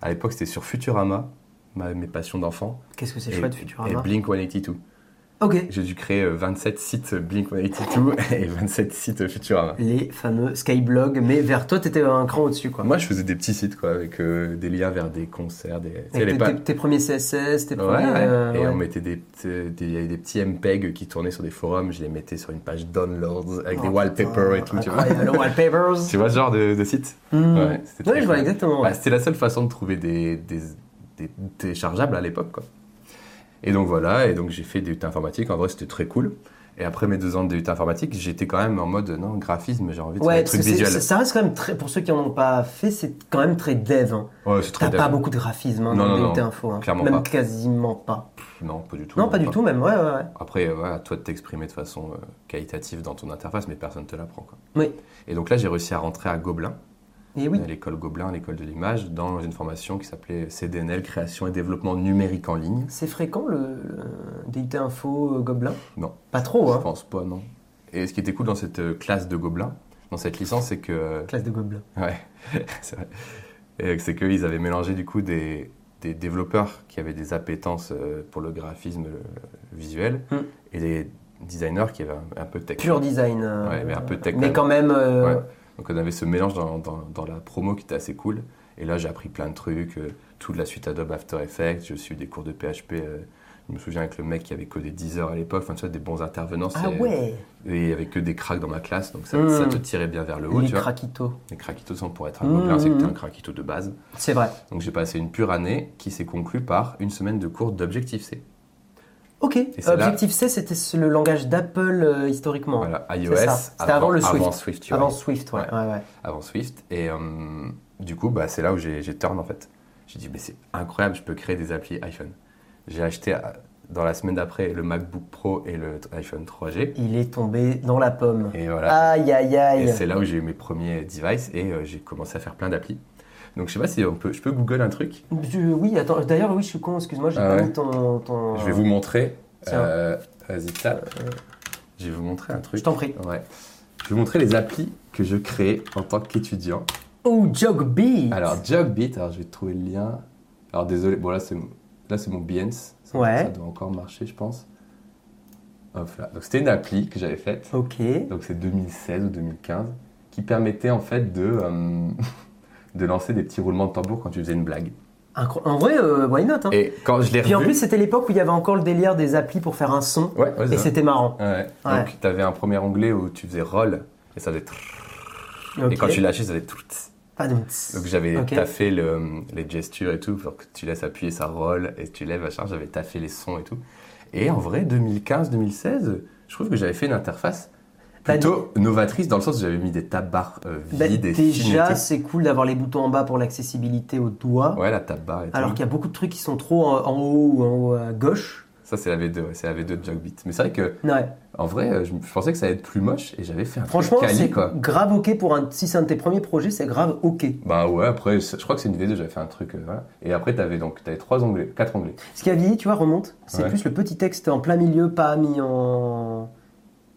B: à l'époque, c'était sur Futurama, ma- mes passions d'enfant.
A: Qu'est-ce que c'est
B: Et-
A: chouette
B: Et
A: Futurama
B: Blink 182.
A: Ok.
B: J'ai dû créer euh, 27 sites Blink-182 et 27 sites euh, Futurama.
A: Les fameux Skyblog, mais vers toi, t'étais un cran au-dessus, quoi.
B: Moi, je faisais des petits sites, quoi, avec euh, des liens vers des concerts, des... tu sais,
A: Avec
B: les
A: tes,
B: pa-
A: tes- tes premiers CSS, tes
B: Ouais,
A: premiers.
B: ouais.
A: euh,
B: et
A: ouais.
B: on mettait des, petits- des, il y avait des petits MPEG qui tournaient sur des forums, je les mettais sur une page downloads avec des
A: Oh,
B: wallpapers et
A: putain,
B: tout, tu vois.
A: incroyable, wallpapers.
B: Tu vois ce genre de, de site
A: Hmm.
B: Ouais, c'était
A: Ouais,
B: très
A: je vois
B: cool.
A: exactement. ouais.
B: Bah, C'était la seule façon de trouver des, des, des téléchargeables à l'époque. quoi. Et donc voilà, et donc j'ai fait des UT informatiques. En vrai, c'était très cool. Et après mes deux ans de UT informatique, j'étais quand même en mode non, graphisme, j'ai envie de
A: Ouais,
B: faire des
A: parce
B: trucs
A: que c'est-
B: visuels.
A: c'est- ça reste quand même très. Pour ceux qui en ont pas fait, c'est quand même très dev. hein.
B: Ouais, c'est
A: T'as
B: très
A: pas
B: dev.
A: beaucoup de graphisme hein, dans
B: Non, non,
A: DLT
B: non.
A: Info. hein.
B: Clairement
A: même
B: pas.
A: quasiment pas.
B: Non, pas du tout.
A: non, pas du tout, même. Ouais, ouais, ouais.
B: Après, euh, voilà, toi de t'exprimer de façon euh, qualitative dans ton interface, mais personne ne te l'apprend. quoi.
A: Oui.
B: Et donc là, j'ai réussi à rentrer à Gobelin,
A: Et oui.
B: à l'école Gobelin, à l'école de l'image, dans une formation qui s'appelait CDNL, création et développement numérique en ligne.
A: C'est fréquent le, le DLT Info euh, Gobelin
B: Non.
A: Pas trop,
B: Je
A: hein.
B: pense pas, non. Et ce qui était cool dans cette euh, classe de gobelins, dans cette licence, c'est que.
A: Classe de Gobelin.
B: Ouais, c'est vrai. Euh, C'est qu'ils avaient mélangé du coup des, des développeurs qui avaient des appétences euh, pour le graphisme euh, visuel
A: Mm.
B: et des designers qui avaient un, un peu de tech.
A: Pur design. euh,
B: Ouais, mais un peu tech,
A: Mais
B: quand
A: quand même. euh,
B: Ouais. Donc on avait ce mélange dans, dans- dans la promo qui était assez cool. Et là, j'ai appris plein de trucs, euh, toute la suite Adobe After Effects, je suis des cours de PHP. euh, je me souviens avec le mec qui avait codé 10 heures à l'époque, enfin, tu vois, des bons intervenants.
A: Ah
B: c'est-
A: ouais
B: Et il n'y avait que des cracks dans ma classe, donc ça,
A: Mm.
B: ça te tirait bien vers le haut.
A: Les
B: tu vois.
A: craquitos.
B: Les craquitos, sans pour être un
A: Mm,
B: gobelin, c'est que
A: mm,
B: t'es un
A: mm.
B: craquito de base.
A: C'est vrai.
B: Donc j'ai passé une pure année qui s'est conclue par une semaine de cours d'objectif C.
A: Ok.
B: c'est là-
A: Objectif C, c'était ce- le langage d'Apple euh, historiquement.
B: Voilà, iOS,
A: C'est ça. C'était avant le Swift.
B: Avant Swift, tu vois.
A: Avant Swift, ouais.
B: Ouais.
A: ouais, ouais.
B: avant Swift. Et euh, du coup, bah, c'est là où j'ai j'ai turn en fait. J'ai dit, mais c'est incroyable, je peux créer des applis iPhone. J'ai acheté euh, dans la semaine d'après le MacBook Pro et le iPhone 3G.
A: Il est tombé dans la pomme.
B: Et voilà.
A: Aïe, aïe,
B: Et
A: aïe.
B: c'est là où j'ai eu mes premiers devices et euh, j'ai commencé à faire plein d'applis. Donc je sais pas si on peut, je peux Google un truc.
A: Je- oui, attends. D'ailleurs, oui, je suis con. Excuse-moi, j'ai
B: Ah
A: pas
B: ouais.
A: mis ton, ton-
B: Je vais vous montrer.
A: Oh. Tiens.
B: euh, Vas-y, tape. Je vais vous montrer un truc.
A: Je t'en prie.
B: Ouais. Je vais vous montrer les applis que je crée en tant qu'étudiant.
A: Oh, Jogbeat.
B: Alors, Jogbeat, alors je vais trouver le lien. Alors, désolé, bon, là, c'est là, c'est mon Behance. Ça,
A: Ouais.
B: ça doit encore marcher, je pense. Hop là. Donc, c'était une appli que j'avais faite.
A: Ok.
B: Donc, c'est 2016 ou 2015 qui permettait en fait de, euh, de lancer des petits roulements de tambour quand tu faisais une blague.
A: Incro- En vrai, euh, why not hein.
B: Et quand je l'ai
A: Puis en
B: revu.
A: plus, c'était l'époque où il y avait encore le délire des applis pour faire un son.
B: Ouais, ouais, c'est
A: Et
B: vrai.
A: c'était marrant.
B: Ouais.
A: Ouais.
B: Donc, tu avais un premier onglet où tu faisais roll et ça faisait. trrr. Et
A: Ok.
B: quand tu lâchais, ça faisait. trrr.
A: Pas de-
B: Donc, j'avais
A: Ok.
B: taffé le- les gestures et tout pour que tu laisses appuyer, ça roll et tu lèves, machin. J'avais taffé les sons et tout. Et en vrai, 2015-2016, je trouve que j'avais fait une interface
A: Bah,
B: plutôt novatrice dans le sens où j'avais mis des tables barres euh,
A: Bah,
B: vides et fines et
A: déjà,
B: tout.
A: c'est cool d'avoir les boutons en bas pour l'accessibilité au doigt.
B: Ouais, la table barre et tout.
A: Alors qu'il y a beaucoup de trucs qui sont trop en, en haut ou en haut à gauche.
B: Ça, c'est la V2, ouais, c'est la V2 de Jogbeat. Mais c'est vrai que,
A: Ouais.
B: en vrai, euh, je, je pensais que ça allait être plus moche et j'avais fait un
A: Franchement,
B: truc
A: c'est
B: quali, quoi.
A: grave ok pour un. Si c'est un de tes premiers projets, c'est grave ok.
B: Bah ouais, après, c'est- je crois que c'est une idée, j'avais fait un truc, euh, voilà. Et après, t'avais donc, t'avais trois onglets, quatre onglets.
A: Ce qui a vieilli, tu vois, remonte. C'est
B: Ouais.
A: plus le petit texte en plein milieu, pas mis en.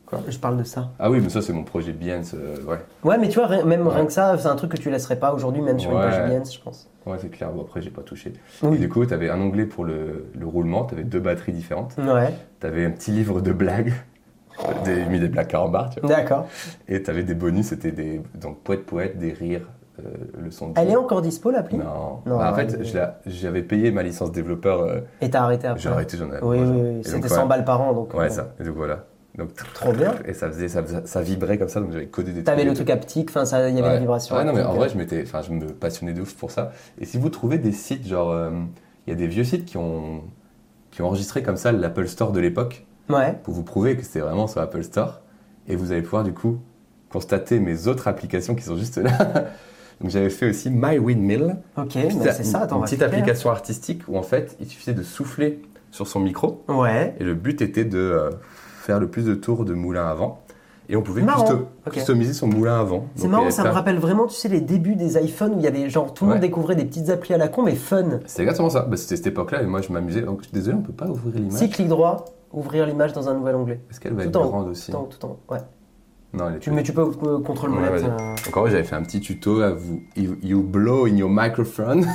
B: Quoi
A: Je parle de ça.
B: Ah oui, mais ça, c'est mon projet Behance, euh, ouais.
A: Ouais, mais tu vois, rien- même
B: Ouais.
A: rien que ça, c'est un truc que tu laisserais pas aujourd'hui, même sur une
B: Ouais.
A: page Behance, je pense.
B: Ouais, c'est clair, bon, après, j'ai pas touché.
A: Oui.
B: Et du coup, t'avais un onglet pour le, le roulement, t'avais deux batteries différentes,
A: Ouais,
B: t'avais un petit livre de blagues, des, mis des placards en barre, tu vois.
A: d'accord.
B: Et t'avais des bonus, c'était des, donc, poète-poète, des rires, euh, le son de...
A: Elle est encore dispo, l'appli
B: Non.
A: Non,
B: Bah, en
A: elle
B: fait,
A: est-
B: je la- j'avais payé ma licence développeur, euh,
A: Et t'as arrêté après
B: j'ai arrêté, j'en avais
A: Oui,
B: pas,
A: oui,
B: genre.
A: oui.
B: Et donc,
A: C'était
B: voilà.
A: 100 balles par an, donc.
B: Ouais,
A: bon.
B: ça. Et donc, voilà. Donc,
A: Trop bien.
B: Et ça faisait, ça faisait- ça vibrait comme ça, donc j'avais codé des
A: T'avais
B: trucs
A: le
B: et tout.
A: truc haptique, enfin, ça- il y avait la
B: Ouais.
A: vibration. euh.
B: Ouais, non, mais en
A: haptique.
B: vrai, je, m'étais- enfin, je me passionnais de ouf pour ça. Et si vous trouvez des sites, genre, euh, il y a des vieux sites qui ont, qui ont enregistré comme ça l'Apple Store de l'époque
A: Ouais.
B: pour vous prouver que c'était vraiment sur l'Apple Store. Et vous allez pouvoir, du coup, constater mes autres applications qui sont juste là. Donc, j'avais fait aussi My Windmill,
A: Ok,
B: une
A: Eh, mais
B: petite-
A: c'est ça, attends. on
B: une
A: va cliquer,
B: petite
A: là.
B: application artistique où, en fait, il suffisait de souffler sur son micro.
A: Ouais.
B: Et le but était de euh, faire le plus de tours de moulin à vent. Et on pouvait
A: Marrant.
B: custo-
A: Ok.
B: customiser son moulin à vent.
A: C'est
B: Donc, il y
A: marrant,
B: avait
A: ça me
B: plein-
A: rappelle vraiment, tu sais, les débuts des iPhones où il y avait genre tout le monde
B: Ouais.
A: découvrait des petites applis à la con, mais fun.
B: C'est exactement ça. Bah, c'était cette époque-là et moi je m'amusais. Donc je suis désolé, on peut pas ouvrir l'image.
A: Si, clic droit, ouvrir l'image dans un nouvel onglet.
B: Est-ce qu'elle va
A: Tout
B: être
A: en haut,
B: grande aussi
A: Tout en haut, tout en haut, ouais.
B: Non, elle est
A: Tu,
B: toute-
A: mais tu peux euh, contrôle
B: Ouais,
A: molette.
B: vas-y. Donc en vrai, j'avais fait un petit tuto à vous. You you blow in your microphone.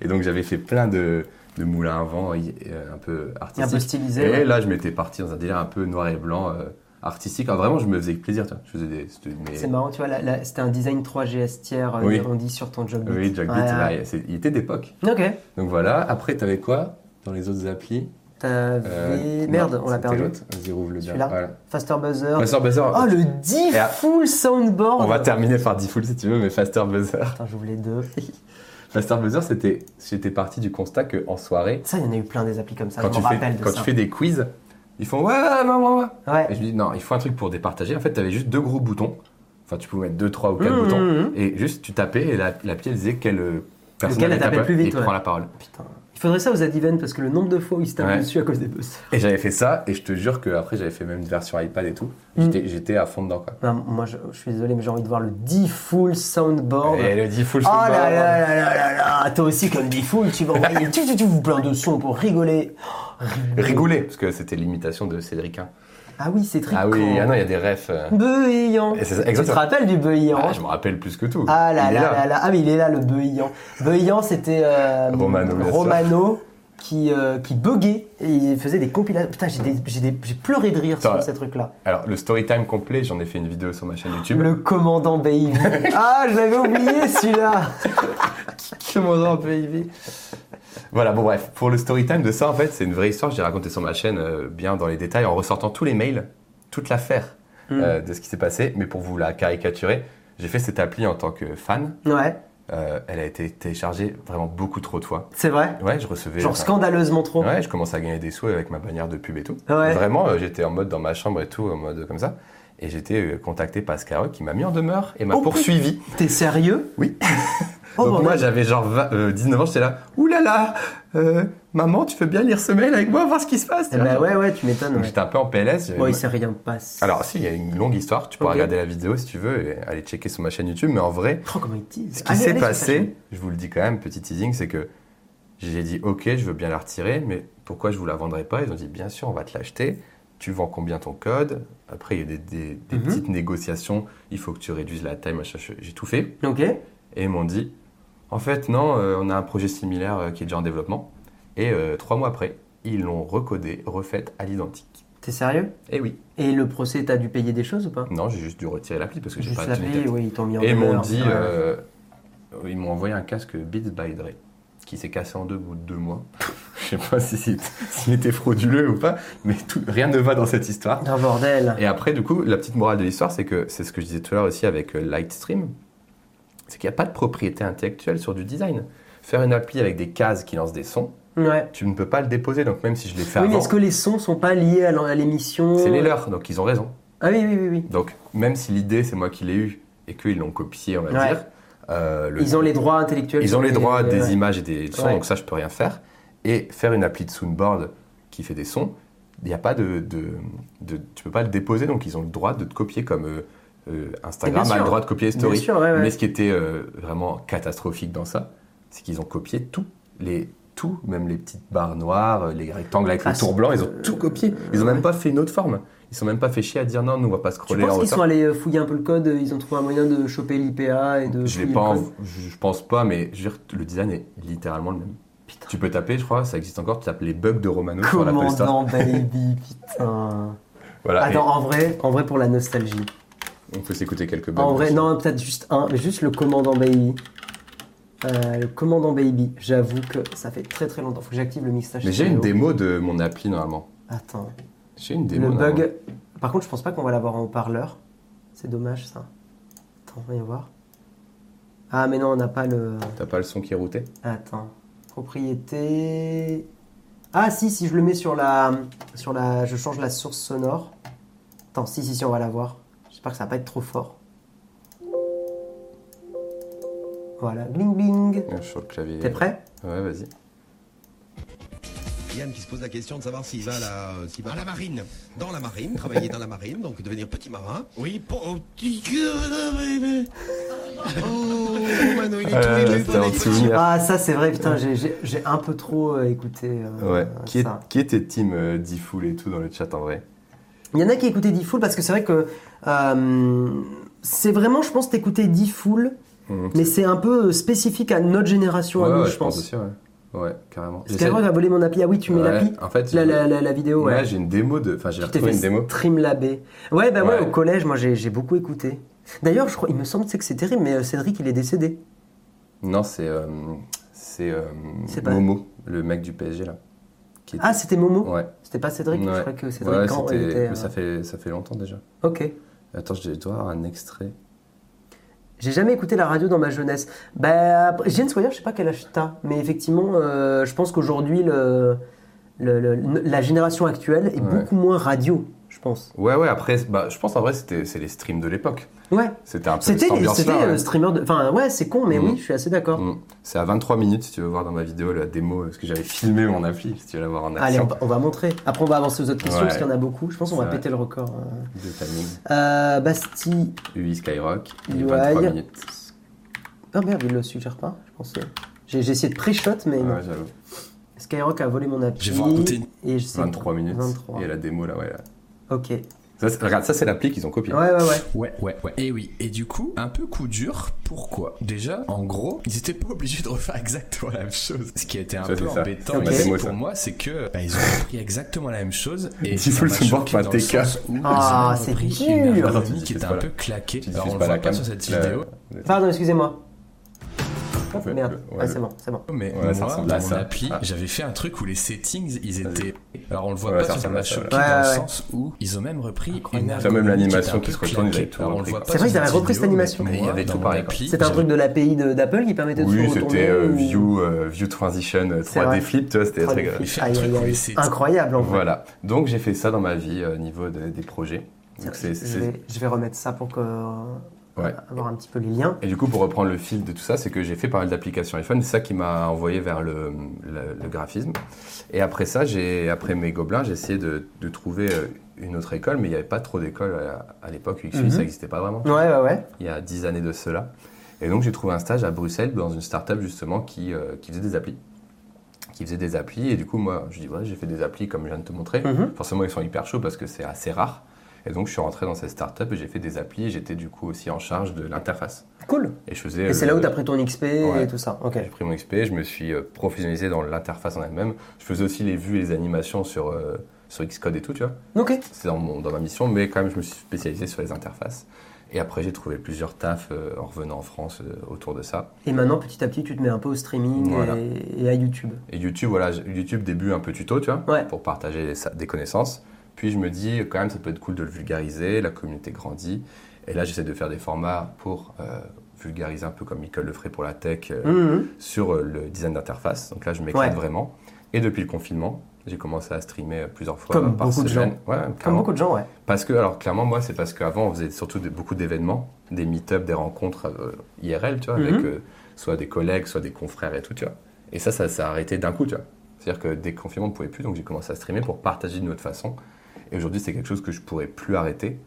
B: et donc j'avais fait plein de de moulin à vent y- euh, un peu
A: un peu
B: artistique.
A: stylisé.
B: et
A: ouais.
B: là, je m'étais parti dans un délire un peu noir et blanc, euh, artistique. Alors, vraiment, je me faisais plaisir. tu vois. Je faisais des, c'était mes-
A: C'est marrant, tu vois, là, là, c'était un design 3GS tiers, euh,
B: Oui.
A: arrondi sur ton job.
B: Oui, Jack Beat, là, c'est- il était d'époque.
A: Ok.
B: Donc voilà. Après, t'avais quoi dans les autres applis
A: T'avais.
B: Euh,
A: Merde,
B: non,
A: on l'a
B: c'était
A: perdu.
B: l'autre. Vas-y, rouvre le
A: Celui-là.
B: dernier. Voilà.
A: Faster Buzzer.
B: Faster Buzzer.
A: Oh, le
B: Et à-
A: D-Full Soundboard
B: On va terminer par Diffoul si tu veux, mais Faster Buzzer.
A: Putain, j'ouvre les deux.
B: Faster Buzzer, c'était, j'étais parti du constat que en soirée,
A: Ça, il y en a eu plein des applis comme ça,
B: quand,
A: je
B: tu
A: me
B: fais,
A: rappelle de
B: quand
A: ça.
B: tu fais des quiz, ils font ouais, ouais, ouais, ouais, ouais.
A: Ouais.
B: Et je me dis non, il faut un truc pour départager. En fait, t'avais juste deux gros boutons. Enfin, tu pouvais mettre deux, trois ou quatre
A: Mmh,
B: boutons.
A: mmh, mmh.
B: Et juste, tu tapais et la, la pièce disait quelle euh, personne
A: Lequel a
B: avait
A: tapé
B: tapé
A: le plus
B: et
A: vite, ouais.
B: prend la parole.
A: Putain. Il faudrait ça aux Adivens parce que le nombre de fois où ils se tapent
B: Ouais.
A: dessus à cause des buzzers.
B: Et j'avais fait ça, et je te jure qu'après, j'avais fait même une version iPad et tout.
A: Mmh.
B: J'étais, j'étais à fond dedans, quoi.
A: Non, moi, je, je suis désolé, mais j'ai envie de voir le D-Full Soundboard.
B: Et le Diffoul
A: Oh là là là là là là Toi aussi, comme D-Full, tu vas envoyer tu, tu, tu, plein de sons pour rigoler. Oh, rigoler.
B: Rigoler, parce que c'était l'imitation de Cédric. Hein.
A: Ah oui, c'est très
B: Ah
A: con.
B: oui, ah non, il y a des refs. euh.
A: Beuillant.
B: Et c'est ça,
A: Tu te
B: exactement.
A: rappelles du beuillant
B: Ah, je me rappelle plus que tout.
A: Ah là
B: Il est
A: là là là, ah mais il est là le beuillant. Beuillant c'était euh,
B: Romano, bien sûr.
A: Romano qui, euh, qui buguait et il faisait des compilations. Putain, j'ai des- j'ai des- j'ai pleuré de rire
B: Putain.
A: sur ces trucs-là.
B: Alors, le story time complet, j'en ai fait une vidéo sur ma chaîne YouTube.
A: Le commandant Baby. ah, je l'avais oublié celui-là.
B: Commandant Baby. Voilà, bon, bref. Pour le story time de ça, en fait, c'est une vraie histoire. J'ai raconté sur ma chaîne euh, bien dans les détails en ressortant tous les mails, toute l'affaire
A: Hmm.
B: euh, de ce qui s'est passé. Mais pour vous la caricaturer, j'ai fait cette appli en tant que fan.
A: Ouais,
B: Euh, elle a été téléchargée vraiment beaucoup trop de fois.
A: c'est vrai.
B: Ouais, je recevais.
A: Genre
B: enfin,
A: scandaleusement trop.
B: Ouais, je commençais à gagner des sous avec ma bannière de pub et tout.
A: Ouais.
B: Vraiment, euh, j'étais en mode dans ma chambre et tout, en mode comme ça. Et j'étais euh, contacté par Skyrock qui m'a mis en demeure et m'a
A: Oh,
B: poursuivi.
A: T'es sérieux
B: Oui.
A: Oh,
B: Donc
A: bordel.
B: moi, j'avais genre 20, euh, 19 ans, j'étais là. Ouh là là euh, Maman, tu veux bien lire ce mail avec moi, voir ce qui se passe
A: Eh ben ouais, ouais, tu m'étonnes.
B: Donc
A: Ouais.
B: j'étais un peu en PLS. j'avais-
A: Bon, il s'est rien passé.
B: Alors si, il y a une longue histoire. Tu pourras
A: Ok.
B: regarder la vidéo si tu veux et aller checker sur ma chaîne YouTube. Mais en vrai,
A: Oh, comment il tease.
B: ce qui
A: Allez,
B: s'est
A: allez, sur ta
B: passé, je vous le dis quand même, petit teasing, c'est que j'ai dit ok, je veux bien la retirer, mais pourquoi je vous la vendrai pas Ils ont dit bien sûr, on va te l'acheter. Tu vends combien ton code Après, il y a des, des- des
A: Mhm.
B: petites négociations. Il faut que tu réduises la taille, machin. je- J'ai tout fait.
A: chaîne. Ok.
B: Et ils m'ont dit en fait, non, euh, on a un projet similaire euh, qui est déjà en développement. Et euh, trois mois après, ils l'ont recodé, refaite à l'identique.
A: T'es sérieux
B: Et oui.
A: Et le procès, t'as dû payer des choses ou pas
B: Non, j'ai juste dû retirer l'appli parce que j'ai
A: Juste
B: pas
A: la
B: tenu
A: payer,
B: tête.
A: oui, ils t'ont mis en
B: Et ils m'ont
A: demeure.
B: dit,
A: Ouais.
B: euh, ils m'ont envoyé un casque Beats by Dre qui s'est cassé en deux au bout de deux mois. Je sais pas si c'est- s'il était frauduleux ou pas, mais tout- rien ne va dans cette histoire.
A: Un bordel.
B: Et après, du coup, la petite morale de l'histoire, c'est que c'est ce que je disais tout à l'heure aussi avec euh, Lightstream, c'est qu'il n'y a pas de propriété intellectuelle sur du design. Faire une appli avec des cases qui lancent des sons,
A: Ouais.
B: tu ne peux pas le déposer. Donc même si je l'ai fait
A: Oui, mais
B: avant,
A: est-ce que les sons sont pas liés à l'en- à l'émission
B: c'est les leurs, donc ils ont raison.
A: Ah oui, oui, oui. oui.
B: Donc même si l'idée c'est moi qui l'ai eue et qu'ils l'ont copiée, on va
A: Ouais.
B: dire, euh, le-
A: Ils ont les droits intellectuels.
B: Ils ont les droits des
A: ouais.
B: images et des sons,
A: Ouais.
B: donc ça, je peux rien faire. Et faire une appli de soundboard qui fait des sons, il n'y a pas de, de, de- Tu peux pas le déposer, donc ils ont le droit de te copier comme euh, euh,
A: Et
B: Instagram
A: bien
B: a le
A: sûr.
B: droit de copier les
A: Bien
B: stories.
A: sûr, ouais, ouais.
B: Mais ce qui était euh, vraiment catastrophique dans ça, c'est qu'ils ont copié tout. Les, tout, même les petites barres noires, euh, les rectangles avec
A: Ah,
B: le tour blanc, ils ont
A: euh,
B: tout copié. Ils ont même pas fait une autre forme. Ils sont même pas fait chier à dire non, nous on va pas
A: Tu
B: scroller en
A: penses qu'ils
B: hauteur.
A: sont allés euh, fouiller un peu le code euh, Ils ont trouvé un moyen de choper l'IPA et de.
B: Je l'ai
A: fouiller
B: pas,
A: le
B: en-
A: code
B: je je pense pas, mais je veux dire, le design est littéralement le même.
A: Putain.
B: Tu peux taper, je crois, ça existe encore, tu tapes les bugs de Romano sur hein. l'Apple Store.
A: Commandant Baby, putain.
B: Voilà,
A: Attends, en vrai, en vrai pour la nostalgie.
B: et on peut s'écouter quelques bugs.
A: En vrai,
B: Bah, aussi.
A: non, peut-être juste un, mais juste le commandant Baby. Euh, le commandant Baby, j'avoue que ça fait très très longtemps. Faut que j'active le mixage.
B: Mais j'ai une
A: stéréo.
B: démo de mon appli normalement.
A: Attends.
B: J'ai une démo.
A: Le
B: normalement.
A: bug. Par contre, je pense pas qu'on va l'avoir en haut-parleur. C'est dommage ça. Attends, voyons voir. Ah, mais non, on n'a pas le.
B: T'as pas le son qui est routé
A: Attends. Propriété. Ah, si, si je le mets sur la. Sur la... Je change la source sonore. Attends, si, si, si, on va l'avoir. J'espère que ça va pas être trop fort. Voilà, bling bling.
B: Euh, Sur le clavier.
A: T'es prêt
B: Ouais, vas-y.
C: Yann qui se pose la question de savoir s'il va à la, euh, s'il va à la marine. Dans la marine, travailler dans la marine, donc devenir petit marin. Oui, petit Oh, Mano, il est
B: Ah,
C: tous les deux
B: c'était
C: dans
B: un
C: les petits
B: souvenir.
A: Ah, ça, c'est vrai, putain, j'ai- j'ai j'ai un peu trop euh, écouté. euh,
B: Ouais. Qui, est-
A: ça.
B: qui était team euh, Diffoul et tout dans le chat en vrai
A: Il y en a qui écoutaient Diffoul parce que c'est vrai que euh, c'est vraiment, je pense, t'écoutais Diffoul,
B: Mhm.
A: mais c'est un peu euh, spécifique à notre génération, à
B: Ouais,
A: nous,
B: ouais,
A: je pense.
B: aussi, ouais. Ouais, carrément.
A: Skyrock a volé mon appli. Ah oui, tu mets
B: Ouais,
A: l'appli
B: en fait,
A: la,
B: je-
A: la, la, la vidéo,
B: Ouais,
A: ouais.
B: j'ai une démo de. Enfin, j'ai
A: Tu t'es
B: retrouvé
A: fait
B: une démo.
A: Streamlabé. Ouais, bah ouais,
B: Ouais.
A: au collège, moi j'ai j'ai beaucoup écouté. D'ailleurs, je crois, il me semble tu sais, que c'est terrible, mais euh, Cédric, il est décédé.
B: Non, c'est. euh, c'est. euh,
A: C'est pas-
B: Momo, le mec du PSG, là. Qui est-
A: Ah, c'était Momo
B: Ouais.
A: C'était pas Cédric Je
B: Ouais.
A: crois que Cédric
B: Ouais,
A: Caen
B: c'était-
A: était.
B: mais ça
A: euh,
B: fait, ça fait longtemps déjà.
A: Ok.
B: Attends, je dois avoir un extrait.
A: J'ai jamais écouté la radio dans ma jeunesse. Bah, après, Jane Sawyer, je sais pas quel âge t'as, mais effectivement, euh, je pense qu'aujourd'hui, le, le- le- la génération actuelle est
B: Ouais.
A: beaucoup moins radio, je pense.
B: Ouais, ouais, après, bah, je pense en vrai, c'était c'est les streams de l'époque.
A: Ouais.
B: C'était un peu
A: C'était
B: cette
A: les-
B: ambiance-là,
A: c'était
B: ouais.
A: euh, streamer de. Enfin, ouais, c'est con, mais
B: Mm.
A: oui, je suis assez d'accord.
B: Mm. C'est à 23 minutes, si tu veux voir dans ma vidéo la démo, euh, ce que j'avais filmé mon appli, si tu veux la voir en
A: Allez,
B: action.
A: on va, on va montrer. Après, on va avancer aux autres questions
B: Ouais.
A: parce qu'il y en a beaucoup. Je pense qu'on va
B: C'est
A: péter le record. hein.
B: De timing.
A: Euh, Bastille.
B: UI Skyrock, il est
A: UI.
B: 23 minutes.
A: Ah merde, il le suggère pas, je pensais. J'ai j'ai essayé de pré-shot, mais non.
B: Ouais, j'avoue.
A: Skyrock a volé mon appli.
C: Je vais vous raconter une-
A: Et je sais-
B: 23 minutes.
A: 23.
B: Et la démo, là, ouais. là.
A: Ok. Ouais,
B: Ça, c'est- regarde, ça, c'est l'appli qu'ils ont copié.
A: ouais, ouais.
D: Ouais, ouais, ouais. Et oui. Et du coup, un peu coup dur. Pourquoi Déjà, en gros, ils étaient pas obligés de refaire exactement la même chose. Ce qui a été un
B: Ça,
D: peu
B: c'est ça.
D: embêtant
A: C'est
D: ici
A: ma
B: démo,
D: pour
B: ça.
D: moi, c'est que bah, ils ont repris exactement la même chose. Et
B: Dis-vous
D: ça
B: le
D: m'a
B: support
D: choqué
B: par
D: dans le
B: TK.
D: sens où ils
A: Ah,
D: ont
A: c'est
D: repris
A: dur.
D: une
B: Attends,
D: harmonie
B: tu
D: qui
B: diffuses
D: était
B: pas
D: un
B: la-
D: peu claquée.
B: Tu
D: Alors, on
B: diffuses
D: le
B: pas
D: voit
B: la
D: pas
B: cam.
D: sur cette
B: la-
D: vidéo.
A: Pardon, excusez-moi.
B: Ouais, ouais,
A: Merde.
B: euh, ouais,
A: Ah, c'est bon, c'est bon.
D: Mais
B: Ouais, ça
D: moi,
B: ressemble à
D: dans mon
B: ça.
D: appli,
B: Ah.
D: j'avais fait un truc où les settings, ils étaient. Alors on le voit
B: Ouais, ça
D: pas, ça
B: ressemble
D: m'a
B: à ça,
D: choqué
A: ouais.
D: dans
A: Ouais,
D: le sens où ils ont même repris une
B: Ça, même
D: ergonomie
B: l'animation
D: était
B: qui
D: un
B: se
D: peu
B: retourne, ils avaient
D: claquée.
B: tout
D: Alors, on le
B: repris.
D: voit pas
A: C'est vrai
D: sur
A: qu'ils avaient
D: cette
A: repris cette
D: vidéo,
A: animation.
D: mais
B: Mais il y
D: moi,
B: avait
D: dans
B: tout
D: mon
B: pareil.
D: appli,
A: C'est un
D: j'avais-
A: truc de l'API de- d'Apple qui permettait de
B: Oui,
A: se retourner
B: c'était euh,
A: ou-
B: view, euh, view Transition euh,
A: C'est
B: 3D
A: vrai.
B: Flip, tu vois, c'était très
A: Aïe,
D: Il fait un
A: aïe,
D: truc où
A: aïe.
D: il s'est-
A: Incroyable en fait.
B: Voilà. Donc j'ai fait ça dans ma vie euh, au niveau de- des projets. Donc, c'est-
A: je,
B: c'est-
A: vais, je vais remettre ça pour que, euh,
B: Ouais.
A: avoir un petit peu les liens.
B: Et du coup, pour reprendre le fil de tout ça, c'est que j'ai fait pas mal d'applications iPhone. C'est ça qui m'a envoyé vers le, le- le graphisme. Et après ça, j'ai après mes gobelins, j'ai essayé de, de trouver euh, une autre école, mais il n'y avait pas trop d'écoles à, à l'époque. UX,
A: Mhm.
B: ça n'existait pas vraiment.
A: Ouais, ouais, ouais.
B: il y a 10 années de cela. Et donc j'ai trouvé un stage à Bruxelles dans une start-up justement qui, euh, qui faisait des applis. Qui faisait des applis. Et du coup, moi, je dis, ouais, j'ai fait des applis comme je viens de te montrer.
A: Mhm.
B: Forcément, ils sont hyper chauds parce que c'est assez rare. Et donc je suis rentré dans cette start-up et j'ai fait des applis et j'étais du coup aussi en charge de l'interface.
A: Cool.
B: Et je faisais.
A: Et
B: le-
A: c'est là où t'as pris ton XP et
B: Ouais.
A: tout ça. Ok.
B: J'ai pris mon XP, je me suis euh, professionnalisé dans l'interface en elle-même. Je faisais aussi les vues et les animations sur, euh, sur Xcode et tout, tu vois
A: Ok.
B: c'est dans, mon- dans ma mission, mais quand même, je me suis spécialisé sur les interfaces. Et après, j'ai trouvé plusieurs tafs euh, en revenant en France euh, autour de ça.
A: Et maintenant, petit à petit, tu te mets un peu au streaming
B: Voilà.
A: et, et à YouTube.
B: Et YouTube, voilà, j'ai- YouTube début un peu tuto, tu vois,
A: Ouais.
B: pour partager les- ça- des connaissances. Puis je me dis, quand même, ça peut être cool de le vulgariser, la communauté grandit. Et là, j'essaie de faire des formats pour euh, vulgariser un peu comme Nicole le ferait pour la tech euh,
A: Mhm.
B: sur euh, le design d'interface. Donc là, je m'éclate
A: Ouais.
B: vraiment. Et depuis le confinement, j'ai commencé à streamer euh, plusieurs fois
A: Comme
B: par
A: beaucoup de
B: semaine. Ouais,
A: Comme
B: clairement.
A: beaucoup de gens, ouais.
B: Parce que, alors clairement, moi, c'est parce qu'avant, on faisait surtout de- beaucoup d'événements, des meet-up, des rencontres euh, IRL, tu vois, avec
A: Mhm.
B: euh, soit des collègues, soit des confrères et tout, tu vois. Et ça, ça s'est arrêté d'un coup, tu vois. C'est-à-dire que dès le confinement, on ne pouvait plus, donc j'ai commencé à streamer pour partager d'une autre façon. Et aujourd'hui, c'est quelque chose que je ne pourrais plus arrêter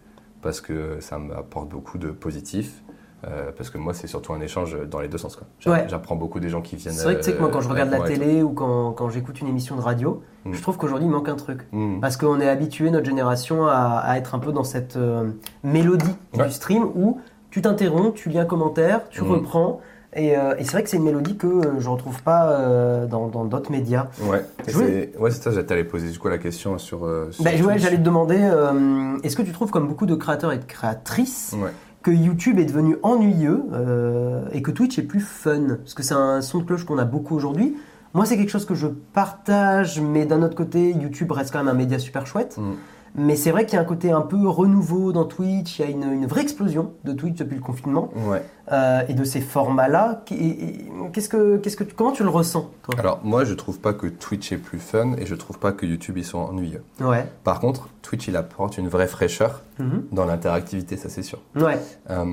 B: parce que ça m'apporte beaucoup de positif. euh, parce que moi, c'est surtout un échange dans les deux sens. quoi. J'a-
A: Ouais.
B: J'apprends beaucoup des gens qui viennent.
A: C'est vrai que tu sais que moi, quand je
B: euh,
A: regarde la
B: avec moi et
A: télé ou quand, quand j'écoute une émission de radio,
B: Mm.
A: je trouve qu'aujourd'hui, il manque un truc.
B: tout. Mhm.
A: Parce qu'on est habitué, notre génération, à, à être un peu dans cette euh, mélodie
B: Ouais.
A: du stream où tu t'interromps, tu lis un commentaire, tu
B: Mhm.
A: reprends. Et, euh, et c'est vrai que c'est une mélodie que euh, je retrouve pas euh, dans dans d'autres médias.
B: Ouais, Et
A: Je voulais-
B: c'est ouais, c'est ça, j'allais poser du coup la question sur. euh, sur
A: Bah, ouais,
B: Twitch.
A: j'allais te demander, euh, est-ce que tu trouves, comme beaucoup de créateurs et de créatrices,
B: Ouais.
A: que YouTube est devenu ennuyeux euh, et que Twitch est plus fun Parce que c'est un son de cloche qu'on a beaucoup aujourd'hui. Moi, c'est quelque chose que je partage, mais d'un autre côté, YouTube reste quand même un média super chouette.
B: Mm.
A: Mais c'est vrai qu'il y a un côté un peu renouveau dans Twitch. Il y a une, une vraie explosion de Twitch depuis le confinement
B: Ouais.
A: euh, et de ces formats-là. Qui- et- et- Qu'est-ce que, qu'est-ce que, tu- comment tu le ressens, toi
B: Alors moi je trouve pas que Twitch est plus fun et je trouve pas que YouTube ils sont ennuyeux.
A: Ouais.
B: Par contre, Twitch il apporte une vraie fraîcheur
A: Mhm.
B: dans l'interactivité, ça c'est sûr.
A: Ouais.
B: Euh,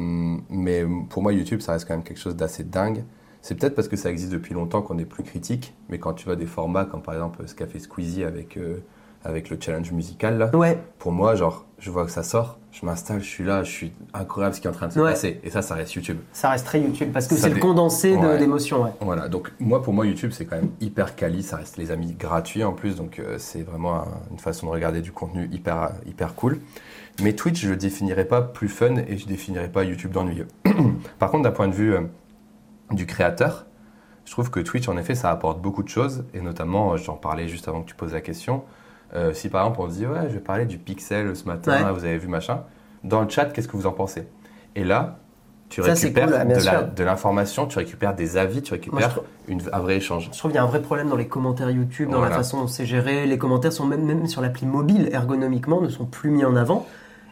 B: mais pour moi YouTube ça reste quand même quelque chose d'assez dingue. C'est peut-être parce que ça existe depuis longtemps qu'on est plus critique, mais quand tu vois des formats comme par exemple euh, ce qu'a fait Squeezie avec, euh, avec le challenge musical là,
A: Ouais.
B: pour moi genre je vois que ça sort, je m'installe, je suis là, je suis incroyable ce qui est en train de se
A: Ouais.
B: passer et ça ça reste YouTube.
A: Ça reste très YouTube parce que
B: Ça
A: c'est le
B: dé-
A: condensé de-
B: Ouais.
A: d'émotions. ouais.
B: Voilà, donc moi pour moi YouTube c'est quand même hyper quali, ça reste les amis gratuits en plus, donc euh, c'est vraiment un- une façon de regarder du contenu hyper, hyper cool. Mais Twitch je le définirais pas plus fun et je définirais pas YouTube d'ennuyeux. Par contre d'un point de vue euh, du créateur, Je trouve que Twitch, en effet, ça apporte beaucoup de choses, et notamment, euh, j'en parlais juste avant que tu poses la question. euh, si par exemple on dit ouais, je vais parler du pixel ce matin,
A: Ouais.
B: vous avez vu machin, dans le chat, qu'est-ce que vous en pensez Et là, tu
A: Ça, c'est
B: récupères
A: cool, bien
B: de la-
A: sûr.
B: de l'information, tu récupères des avis, tu
A: Moi, je
B: récupères
A: trouve-
B: une, un vrai échange.
A: Je trouve qu'il y a un vrai problème dans les commentaires YouTube, dans la
B: Voilà.
A: façon dont c'est géré. Les commentaires sont même, même sur l'appli mobile, ergonomiquement, ne sont plus mis en avant.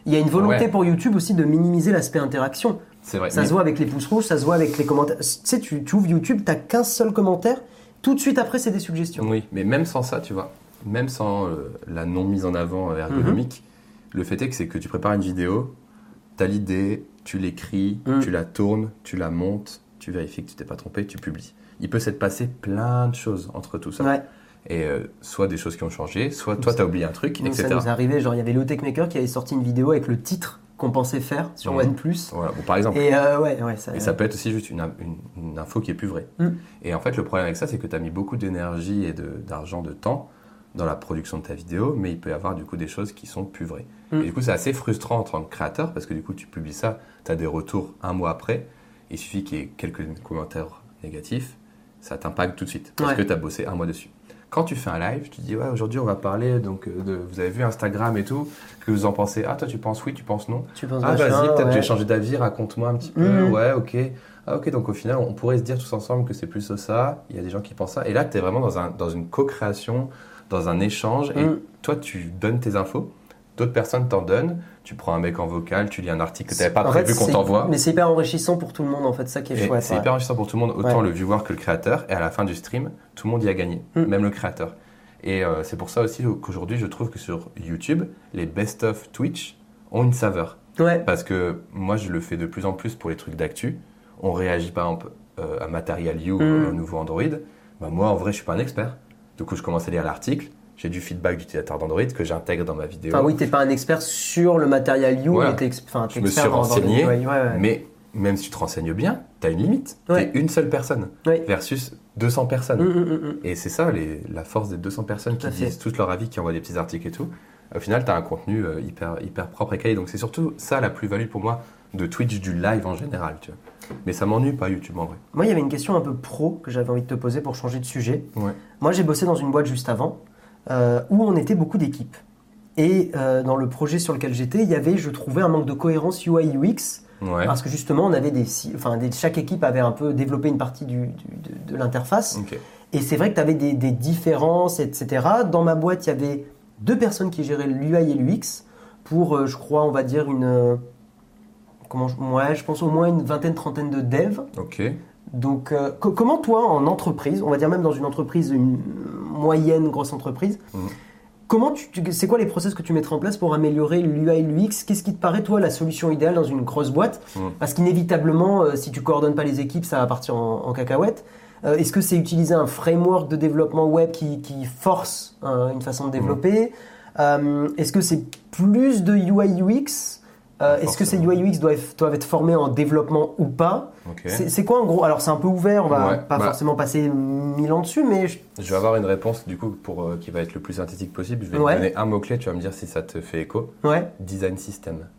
A: Il y a une volonté
B: Ouais.
A: pour YouTube aussi de minimiser l'aspect interaction.
B: C'est vrai.
A: Ça
B: Mais-
A: se voit avec les pouces rouges, ça se voit avec les commentaires. Tu sais, tu, tu ouvres YouTube, t'as qu'un seul commentaire. Tout de suite après, c'est des suggestions.
B: Oui, mais même sans ça, tu vois, même sans euh, la non mise en avant euh, ergonomique,
A: Mhm.
B: le fait est que c'est que tu prépares une vidéo, tu as l'idée, tu l'écris,
A: Mhm.
B: tu la tournes, tu la montes, tu vérifies que tu t'es pas trompé, tu publies. Il peut s'être passé plein de choses entre tout ça.
A: Ouais.
B: Et euh, soit des choses qui ont changé, soit toi,
A: ça-
B: tu as oublié un truc,
A: Donc
B: etc.
A: ça nous est arrivé, genre il y avait le Techmaker qui avait sorti une vidéo avec le titre qu'on pensait faire sur
B: Mhm.
A: OnePlus.
B: Voilà, bon, par exemple.
A: Et euh, ouais, ouais, ça.
B: Ah Et ça peut être aussi juste une, une- une info qui est plus vraie.
A: Mm.
B: Et en fait, le problème avec ça, c'est que tu as mis beaucoup d'énergie et de- d'argent, de, temps dans la production de ta vidéo, mais il peut y avoir du coup des choses qui sont plus vraies.
A: Mm.
B: Et du coup, c'est assez frustrant en tant que créateur parce que du coup, tu publies ça, tu as des retours un mois après, il suffit qu'il y ait quelques commentaires négatifs, ça t'impacte tout de suite parce
A: Ouais.
B: que tu as bossé un mois dessus. Quand tu fais un live, tu dis ouais aujourd'hui on va parler donc euh, de vous avez vu Instagram et tout, Qu'est-ce que vous en pensez Ah toi tu penses oui, tu penses non
A: Tu penses
B: ah,
A: machin,
B: vas-y, peut-être
A: ouais.
B: j'ai changé d'avis, raconte-moi un petit peu.
A: Mhm.
B: Ouais, ok. Ah, ok, donc au final, on pourrait se dire tous ensemble que c'est plus ça, il y a des gens qui pensent ça. Et là, tu es vraiment dans, un, dans une co-création, dans un échange. Et
A: Mhm.
B: toi, tu donnes tes infos, d'autres personnes t'en donnent. Tu prends un mec en vocal, tu lis un article que tu n'avais pas
A: En fait,
B: prévu qu'on
A: c'est-
B: t'envoie.
A: Mais c'est hyper enrichissant pour tout le monde en fait, ça qui est
B: Et
A: chouette.
B: C'est
A: ouais.
B: hyper enrichissant pour tout le monde, autant
A: Ouais.
B: le viewer que le créateur. Et à la fin du stream, tout le monde y a gagné,
A: Mm.
B: même le créateur. Et euh, c'est pour ça aussi qu'aujourd'hui, je trouve que sur YouTube, les best-of Twitch ont une saveur.
A: Ouais.
B: Parce que moi, je le fais de plus en plus pour les trucs d'actu. On réagit par exemple euh, à Material You,
A: Mm.
B: euh, au nouveau Android. Bah, moi, en vrai, je suis pas un expert. Du coup, je commence à lire l'article. J'ai du feedback d'utilisateurs d'Android que j'intègre dans ma vidéo.
A: Enfin Ah oui, t'es pas un expert sur le matériel You,
B: Voilà.
A: mais t'es ex- enfin, t'es
B: Je me
A: expert
B: suis
A: dans- dans
B: renseigné,
A: les- ouais, ouais, ouais.
B: Mais même si tu te renseignes bien, tu as une limite.
A: Ouais.
B: T'es une seule personne
A: Ouais.
B: versus 200 personnes.
A: Hum, hum, hum, hum.
B: Et c'est ça les- la force des 200 personnes
A: Tout
B: qui
A: à fait.
B: disent tous leur avis, qui envoient des petits articles et tout. Au final, tu as un contenu euh, hyper, hyper propre et quali. Donc c'est surtout ça la plus-value pour moi de Twitch, du live en général. Tu vois. Mais ça m'ennuie pas YouTube en vrai.
A: Moi, il y avait une question un peu pro que j'avais envie de te poser pour changer de sujet.
B: Ouais.
A: Moi, j'ai bossé dans une boîte juste avant euh, où on était beaucoup d'équipes. Et euh, dans le projet sur lequel j'étais, il y avait, je trouvais, un manque de cohérence UI UX
B: Ouais.
A: parce que justement, on avait des, si- enfin, des- chaque équipe avait un peu développé une partie du- du- de, de l'interface.
B: Ok.
A: Et c'est vrai que tu avais des, des différences, etc. Dans ma boîte, il y avait deux personnes qui géraient l'UI et l'UX pour, euh, je crois, on va dire une, euh, comment, je- ouais, je pense au moins une vingtaine, trentaine de devs.
B: Ok.
A: Donc, euh, co- comment toi, en entreprise, on va dire même dans une entreprise, une moyenne grosse entreprise,
B: Mhm.
A: comment tu, tu- c'est quoi les process que tu mettrais en place pour améliorer l'UI, l'UX Qu'est-ce qui te paraît, toi, la solution idéale dans une grosse boîte
B: Mhm.
A: Parce qu'inévitablement, euh, si tu coordonnes pas les équipes, ça va partir en, en cacahuète. Euh, Est-ce que c'est utiliser un framework de développement web qui, qui force euh, une façon de développer Euh, Est-ce que c'est plus de UI, UX Euh, Est-ce que ces
B: Forcément.
A: UI, UX doivent, doivent être formés en développement ou pas
B: Ok.
A: c'est c'est quoi en gros Alors c'est un peu ouvert, on va
B: Ouais,
A: pas
B: bah-
A: forcément passer mille ans dessus, mais je-
B: Je vais avoir une réponse du coup pour, euh, qui va être le plus synthétique possible. Je vais
A: Ouais.
B: te donner un mot-clé, tu vas me dire si ça te fait écho.
A: ouais.
B: Design
A: Et
B: system.
A: bien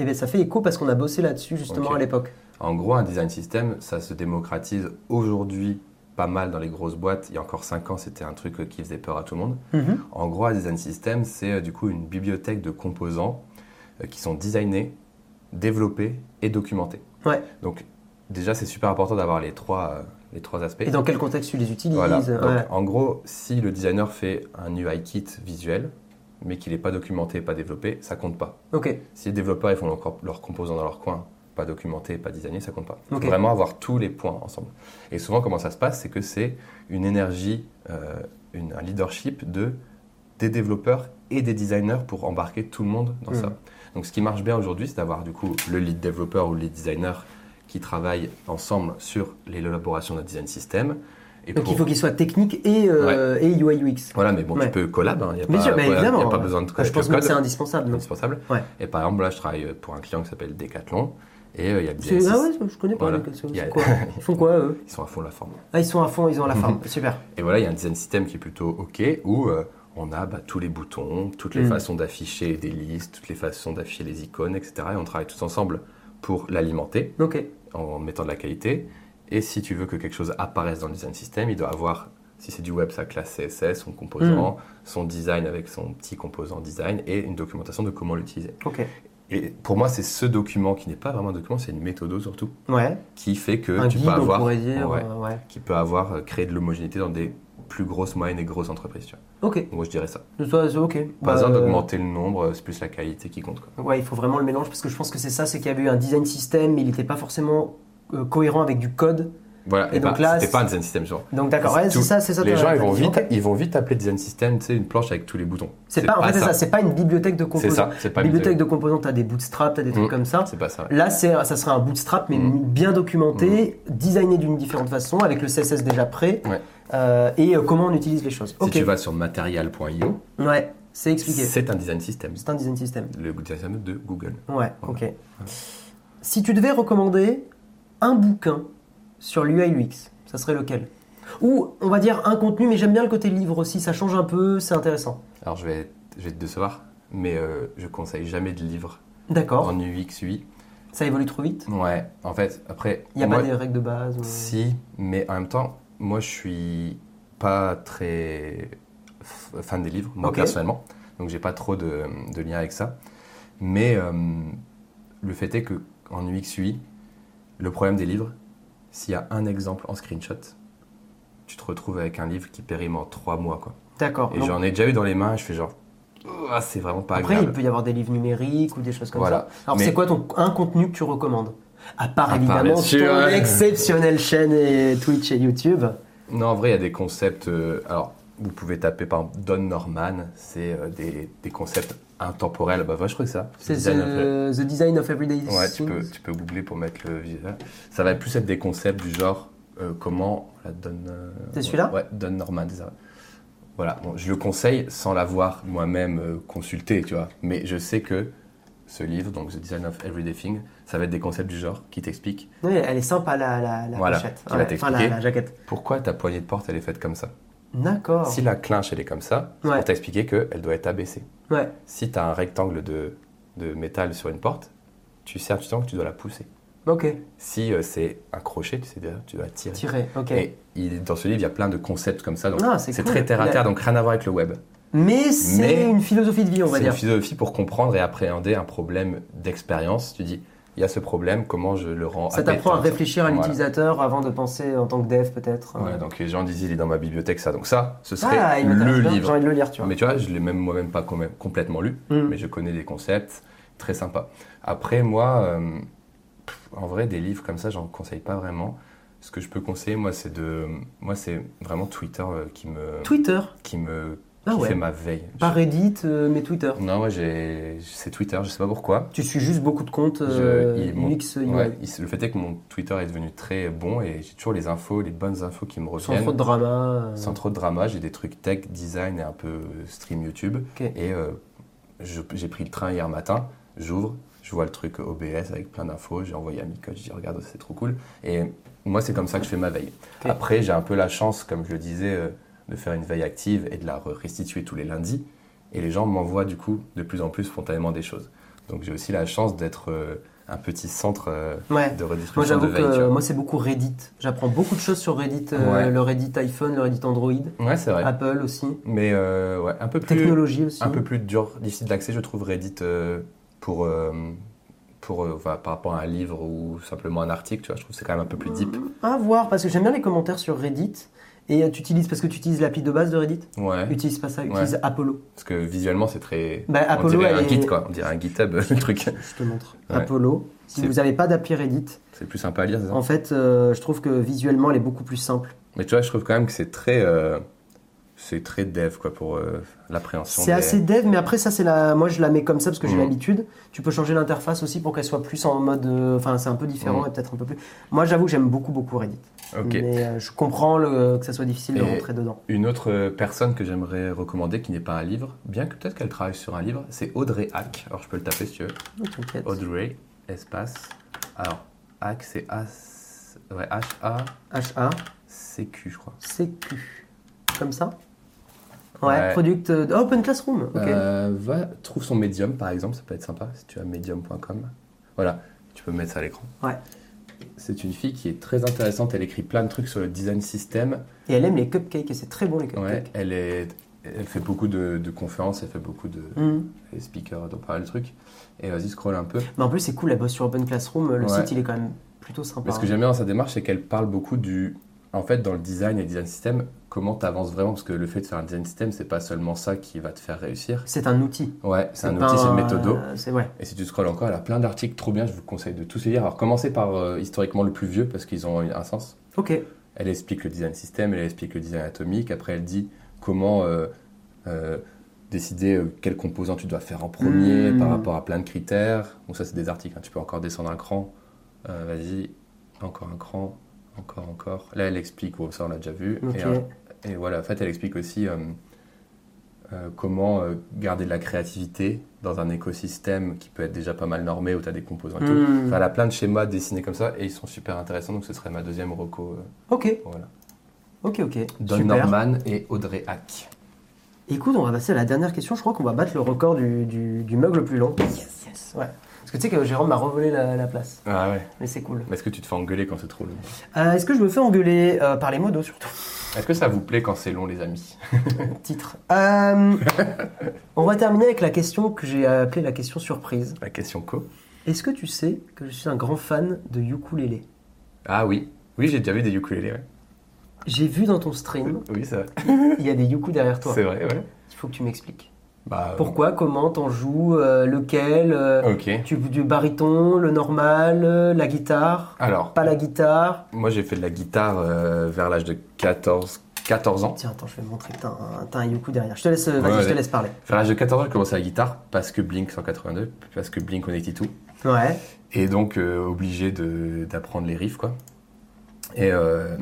A: Eh ben, ça fait écho parce qu'on a bossé là-dessus justement
B: Ok.
A: à l'époque.
B: En gros, un design system, ça se démocratise aujourd'hui pas mal dans les grosses boîtes. Il y a encore 5 ans, c'était un truc euh, qui faisait peur à tout le monde.
A: Mhm.
B: En gros, un design system, c'est euh, du coup une bibliothèque de composants euh, qui sont designés, développés et documentés.
A: Ouais.
B: Donc déjà, c'est super important d'avoir les trois, euh, les trois aspects.
A: Et dans quel contexte tu les utilises
B: Voilà. Donc,
A: ouais.
B: En gros, si le designer fait un UI kit visuel, mais qu'il n'est pas documenté, pas développé, ça compte pas.
A: Ok.
B: Si les développeurs ils font leur, corp- leurs composants dans leur coin, pas documenté, pas designé, ça compte pas. Il faut
A: Ok.
B: vraiment avoir tous les points ensemble. Et souvent, comment ça se passe, c'est que c'est une énergie, euh, une- un leadership de des développeurs et des designers pour embarquer tout le monde dans
A: Mhm.
B: ça. Donc, ce qui marche bien aujourd'hui, c'est d'avoir du coup le lead développeur ou le lead designer qui travaillent ensemble sur l'élaboration d'un design system. Et
A: Donc
B: pour-
A: il faut qu'il soit technique et, euh, et UI UX.
B: Voilà, mais bon,
A: Ouais.
B: tu peux collab, il n'y a,
A: Bien
B: pas-
A: sûr, bah,
B: voilà,
A: évidemment,
B: y a pas
A: ouais.
B: besoin de
A: Enfin, je
B: connaître
A: pense
B: le
A: même que
B: code
A: c'est indispensable. non
B: indispensable.
A: Ouais.
B: Et par exemple, là, je travaille pour un client qui s'appelle Decathlon. Et euh, il y a le
A: C'est-
B: DSS.
A: Ah ouais, je connais pas.
B: Voilà.
A: les- c'est-
B: Il y a-
A: c'est quoi ils font quoi eux
B: Ils sont à fond la forme.
A: Ah ils sont à fond, ils ont la forme. Super.
B: Et voilà, il y a un design system qui est plutôt OK, où euh, on a bah, tous les boutons, toutes les
A: Mm.
B: façons d'afficher des listes, toutes les façons d'afficher les icônes, etc. Et on travaille tous ensemble pour l'alimenter
A: Ok.
B: en mettant de la qualité. Et si tu veux que quelque chose apparaisse dans le design system, il doit avoir, si c'est du web, sa classe CSS, son
A: Hmm.
B: composant, son design avec son petit composant design et une documentation de comment l'utiliser.
A: Ok.
B: Et pour moi, c'est ce document qui n'est pas vraiment un document, c'est une méthode surtout,
A: Ouais.
B: qui fait que
A: un
B: tu
A: guide,
B: peux avoir,
A: on pourrait dire.
B: Ouais.
A: euh, ouais.
B: qui peut avoir euh, créé de l'homogénéité dans des plus grosses, moyennes et grosses entreprises. Tu vois.
A: Ok.
B: Donc, Moi, je dirais ça.
A: De toi, c'est ok.
B: Pas
A: Bah,
B: besoin
A: euh,
B: d'augmenter le nombre, euh, c'est plus la qualité qui compte. quoi.
A: Ouais, il faut vraiment le mélange parce que je pense que c'est ça, c'est qu'il y avait eu un design system, mais il n'était pas forcément euh, cohérent avec du code.
B: Voilà.
A: Et
B: Et,
A: donc
B: bah,
A: là,
B: c'était pas
A: c'est-
B: un design system, genre.
A: Donc d'accord, ouais,
B: Tout-
A: c'est ça, c'est ça.
B: Les
A: t'as-
B: gens,
A: t'as
B: ils vont,
A: dit,
B: vite,
A: ok.
B: ils vont vite appeler design system, tu sais, une planche avec tous les boutons.
A: C'est pas, en fait, c'est ça, c'est pas une bibliothèque de
B: C'est
A: composants.
B: ça, c'est pas une
A: bibliothèque de composants, t'as des bootstraps, t'as des trucs
B: Mm.
A: comme ça.
B: C'est pas ça. ouais.
A: Là, c'est, ça serait un bootstrap, mais
B: Mm.
A: bien documenté, designé d'une différente façon, avec le CSS déjà prêt,
B: Ouais.
A: euh, et euh, comment on utilise les choses.
B: Si
A: ok,
B: tu vas sur material.io,
A: ouais, c'est expliqué. C'est...
B: c'est un design system.
A: un design system.
B: Le design system de Google.
A: Ouais, ok. Si tu devais recommander un bouquin sur l'UI UX, ça serait lequel Ou on va dire un contenu, mais j'aime bien le côté livre aussi, ça change un peu, c'est intéressant.
B: Alors, je vais, je vais te décevoir, mais euh, je conseille jamais de livre
A: D'accord,
B: en UX UI.
A: ça évolue trop vite.
B: Ouais, en fait, après.
A: Il n'y a
B: moi-
A: pas des règles de base. ou-
B: Si, mais en même temps, moi je suis pas très f- fan des livres, moi
A: Ok.
B: personnellement, donc j'ai pas trop de, de lien avec ça. Mais euh, le fait est que en UXUI, le problème des livres, s'il y a un exemple en screenshot, tu te retrouves avec un livre qui périme en trois mois. Quoi.
A: D'accord.
B: Et
A: donc-
B: j'en ai déjà eu dans les mains, je fais genre, Ah, c'est vraiment pas
A: Après, il
B: agréable.
A: peut y avoir des livres numériques ou des choses comme
B: Voilà.
A: ça. Alors,
B: Mais-
A: c'est quoi ton, un contenu que tu recommandes À part
B: À part,
A: évidemment
B: bien sûr,
A: ton
B: ouais.
A: exceptionnelle chaîne et Twitch et YouTube.
B: Non, en vrai, il y a des concepts. euh, alors, vous pouvez taper par exemple Don Norman, c'est euh, des, des concepts intemporels. Bah, moi, je crois que ça.
A: C'est
B: design of-
A: the, The Design of Everyday Things.
B: Ouais, tu peux, tu peux googler pour mettre le visuel. Ça va plus être des concepts du genre euh, comment la Don. euh,
A: C'est celui-là
B: Ouais, Don Norman, c'est ça. Voilà, bon, je le conseille sans l'avoir moi-même euh, consulté, tu vois. Mais je sais que ce livre, donc The Design of Everyday Thing, ça va être des concepts du genre qui t'expliquent
A: Ouais, elle est sympa la, la, la
B: Voilà,
A: pochette.
B: qui va
A: enfin, la,
B: t'expliquer.
A: la jaquette.
B: pourquoi ta poignée de porte elle est faite comme ça.
A: D'accord.
B: Si la clinche elle est comme ça, c'est
A: Ouais.
B: pour t'expliquer qu'elle doit être abaissée.
A: Ouais.
B: Si tu as un rectangle de, de métal sur une porte, tu sais tu sens que tu dois la pousser.
A: Ok.
B: Si euh, c'est un crochet, tu sais déjà, tu dois tirer.
A: Tiré. Ok.
B: Et il- dans ce livre, il y a plein de concepts comme ça. donc
A: Ah, c'est
B: C'est
A: cool.
B: très terre à
A: Ouais.
B: terre, donc rien à voir avec le web.
A: Mais c'est
B: Mais-
A: une philosophie de vie, on va
B: C'est une
A: dire.
B: philosophie pour comprendre et appréhender un problème d'expérience. Tu dis, il y a ce problème, comment je le rends
A: Ça t'apprend à
B: appétant,
A: réfléchir à
B: Voilà.
A: l'utilisateur avant de penser en tant que dev, peut-être.
B: Voilà, donc les gens disent, il est dans ma bibliothèque, ça. Donc ça, ce serait
A: ah, il m'intéresse
B: le
A: bien,
B: livre.
A: J'ai envie de le lire, tu vois.
B: Mais tu vois, je l'ai même moi-même pas com- complètement lu,
A: Mm.
B: mais je connais des concepts très sympas. Après, moi, euh, pff, en vrai, des livres comme ça, j'en conseille pas vraiment. Ce que je peux conseiller, moi, c'est de, moi, c'est vraiment Twitter euh, qui me,
A: Twitter.
B: qui me,
A: Ah
B: qui
A: ouais.
B: fait ma veille.
A: Pas
B: Je-
A: Reddit, euh, mais Twitter.
B: Non, moi, j'ai, c'est Twitter. Je sais pas pourquoi.
A: Tu suis juste beaucoup de comptes euh,
B: Je- il- mon-
A: UX, UI.
B: Ouais, il- le fait est que mon Twitter est devenu très bon et j'ai toujours les infos, les bonnes infos qui me
A: Sans
B: reviennent.
A: trop de drama. euh,
B: sans trop de drama, j'ai des trucs tech, design et un peu euh, stream YouTube.
A: Ok.
B: Et euh, je- j'ai pris le train hier matin, j'ouvre, je vois le truc OBS avec plein d'infos, j'ai envoyé à Mika, je dis regarde, c'est trop cool. Et moi, c'est comme ça que je fais ma veille.
A: Ok.
B: Après, j'ai un peu la chance, comme je le disais, euh, de faire une veille active et de la re- restituer tous les lundis. Et les gens m'envoient du coup de plus en plus spontanément des choses. Donc j'ai aussi la chance d'être euh, un petit centre euh,
A: Ouais.
B: de
A: Moi,
B: redistribution
A: j'avoue
B: de
A: que
B: veille. tu vois.
A: moi, c'est beaucoup Reddit. J'apprends beaucoup de choses sur Reddit. euh,
B: Ouais.
A: Le Reddit iPhone, le Reddit Android,
B: Ouais, c'est vrai.
A: Apple aussi.
B: Mais euh, ouais, un peu plus.
A: Ah. Technologie aussi.
B: un peu plus dur, difficile d'accès, je trouve Reddit euh, pour, euh, pour euh, enfin, par rapport à un livre ou simplement un article, tu vois, je trouve que c'est quand même un peu plus deep.
A: À voir, parce que j'aime bien les commentaires sur Reddit. Et euh, tu utilises, parce que tu utilises l'appli de base de Reddit
B: Ouais,
A: Utilise pas ça, utilise Apollo.
B: parce que visuellement c'est très.
A: Bah,
B: on
A: Apollo,
B: dirait un
A: elle est-
B: Git quoi, on dirait un GitHub le truc.
A: Je te montre.
B: Ouais.
A: Apollo. Si
B: C'est-
A: vous n'avez pas d'appli Reddit,
B: C'est plus sympa à lire, c'est ça.
A: en fait, euh, je trouve que visuellement, elle est beaucoup plus simple.
B: Mais tu vois, je trouve quand même que c'est très. euh, c'est très dev quoi pour euh, l'appréhension.
A: C'est
B: des-
A: assez dev, mais après ça c'est la, moi je la mets comme ça parce que j'ai
B: Mhm.
A: l'habitude. Tu peux changer l'interface aussi pour qu'elle soit plus en mode, euh, enfin c'est un peu différent
B: Mhm.
A: et peut-être un peu plus. Moi j'avoue que j'aime beaucoup beaucoup Reddit,
B: Ok.
A: mais euh, je comprends le- que ça soit difficile de
B: Et-
A: rentrer dedans.
B: Une autre euh, personne que j'aimerais recommander qui n'est pas un livre, bien que peut-être qu'elle travaille sur un livre, c'est Audrey Hack. Alors je peux le taper si tu veux.
A: Oh, t'inquiète.
B: Audrey, espace. Alors, Hack, c'est A. Ouais, H-A-C-Q,
A: H A
B: je crois.
A: C Q, comme ça. Ouais.
B: Ouais.
A: Product euh, Open Classroom. Ok.
B: Euh, va, trouve son médium, par exemple, ça peut être sympa si tu as medium.com. Voilà, tu peux mettre ça à l'écran.
A: Ouais.
B: C'est une fille qui est très intéressante. Elle écrit plein de trucs sur le design system.
A: Et elle aime les cupcakes et c'est très bon les
B: Ouais,
A: cupcakes.
B: elle, est, elle fait beaucoup de, de conférences, elle fait beaucoup de
A: Mhm.
B: elle est speaker dans pas mal de trucs. Et vas-y, scroll un peu.
A: Mais en plus, c'est cool, la bosse sur Open Classroom, le
B: Ouais.
A: site il est quand même plutôt sympa. hein.
B: Mais ce que j'aime bien dans sa démarche, c'est qu'elle parle beaucoup du. En fait, dans le design et le design system, comment tu avances vraiment Parce que le fait de faire un design system, c'est pas seulement ça qui va te faire réussir.
A: C'est un outil.
B: Ouais, c'est un
A: pas
B: outil, c'est une méthodo.
A: euh, C'est ouais.
B: Et si tu scrolles encore, elle a plein d'articles trop bien, je vous conseille de tous les lire. Alors commencez par euh, historiquement le plus vieux parce qu'ils ont un sens.
A: Ok.
B: Elle explique le design système, elle explique le design atomique, après elle dit comment euh, euh, décider euh, quel composant tu dois faire en premier
A: Mm.
B: par rapport à plein de critères. Bon ça c'est des articles, hein. tu peux encore descendre un cran. Euh, Vas-y, encore un cran, encore, encore. Là elle explique, oh, ça on l'a déjà vu.
A: Ok.
B: Et, un- et voilà, en fait elle explique aussi euh, euh, comment euh, garder de la créativité dans un écosystème qui peut être déjà pas mal normé où tu as des composants et tout.
A: Mm.
B: Enfin, elle a plein de schémas dessinés comme ça et ils sont super intéressants donc ce serait ma deuxième reco. euh,
A: Ok,
B: voilà.
A: ok, ok.
B: Don
A: Super.
B: Norman et Audrey Hack.
A: Écoute, on va passer à la dernière question. Je crois qu'on va battre le record du, du, du mug le plus long. Yes, yes. Ouais. Parce que tu sais que Jérôme m'a revolé la, la place.
B: Ah ouais.
A: Mais c'est cool.
B: Mais est-ce que tu te fais engueuler quand c'est trop long
A: Euh, Est-ce que je me fais engueuler euh, par les modos surtout
B: Est-ce que ça vous plaît quand c'est long, les amis
A: Titre. Euh, on va terminer avec la question que j'ai appelée la question surprise.
B: La Bah, question co.
A: Est-ce que tu sais que je suis un grand fan de ukulélé
B: Ah oui. Oui, j'ai déjà vu des ukulélés, ouais.
A: J'ai vu dans ton stream,
B: Oui, c'est vrai.
A: il y a des yukus derrière toi.
B: C'est vrai, ouais.
A: Il faut que tu m'expliques.
B: Bah, euh,
A: Pourquoi, comment, t'en joues, euh, lequel euh,
B: Ok.
A: Tu du baryton, le normal, euh, la guitare,
B: Alors,
A: pas la guitare.
B: moi j'ai fait de la guitare euh, vers l'âge de 14, 14 ans.
A: Tiens, attends, je vais montrer que t'as un, t'as un yuku derrière. Je te laisse, euh, vas-y,
B: Ouais,
A: je te
B: ouais.
A: laisse parler.
B: Vers l'âge de 14 ans, j'ai commencé la guitare parce que Blink 182, parce que Blink Connected tout.
A: Ouais.
B: Et donc, euh, obligé de- d'apprendre les riffs, quoi. Et euh,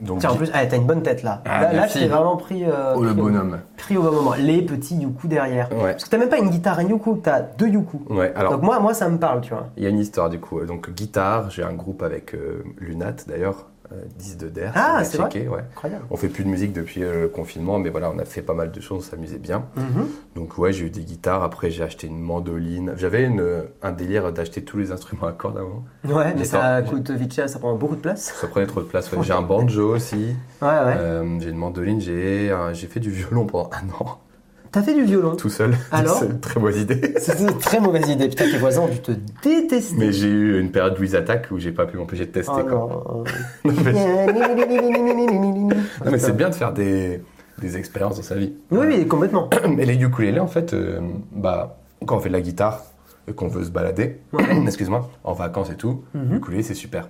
B: donc.
A: Tiens, en plus, ah, t'as une bonne tête là.
B: Ah,
A: là, là,
B: merci.
A: je t'ai vraiment pris, euh,
B: Oh le
A: pris au-
B: bonhomme.
A: pris au bon moment. Les petits yuku derrière.
B: Ouais.
A: Parce que t'as même pas une guitare, un yuku, t'as deux yuku.
B: Ouais, alors.
A: Donc moi, moi, ça me parle, tu vois.
B: Il y a une histoire du coup. Donc guitare, j'ai un groupe avec euh, Lunat d'ailleurs, euh, 10 de Der.
A: Ah,
B: allez
A: c'est vrai
B: checker, ouais.
A: Incroyable.
B: On fait plus de musique depuis euh, le confinement, mais voilà, on a fait pas mal de choses, on s'amusait bien.
A: Mhm.
B: Donc ouais, j'ai eu des guitares. Après, j'ai acheté une mandoline. J'avais une- euh, un délire d'acheter tous les instruments à cordes avant.
A: Ouais, mais
B: Mais
A: ça
B: ça-
A: coûte vite cher, ça prend beaucoup de place.
B: Ça prenait trop de place. ouais. J'ai un banjo aussi.
A: Ouais, ouais.
B: Euh, j'ai une mandoline. J'ai un- j'ai fait du violon pendant un an
A: T'as fait du violon.
B: tout seul.
A: Alors
B: C'est une très bonne idée.
A: C'était une très mauvaise idée. Putain, tes voisins ont dû te détester.
B: Mais j'ai eu une période Louise Attaque où j'ai pas pu m'empêcher de tester.
A: Oh
B: quoi.
A: non.
B: Non, mais- Non,
A: Non,
B: mais c'est bien de faire des, des expériences dans sa vie.
A: Oui, oui, complètement.
B: Et les ukulélés, en fait, euh, bah, quand on fait de la guitare et qu'on veut se balader, excuse-moi, en vacances et tout,
A: Mhm.
B: ukulélé, c'est super.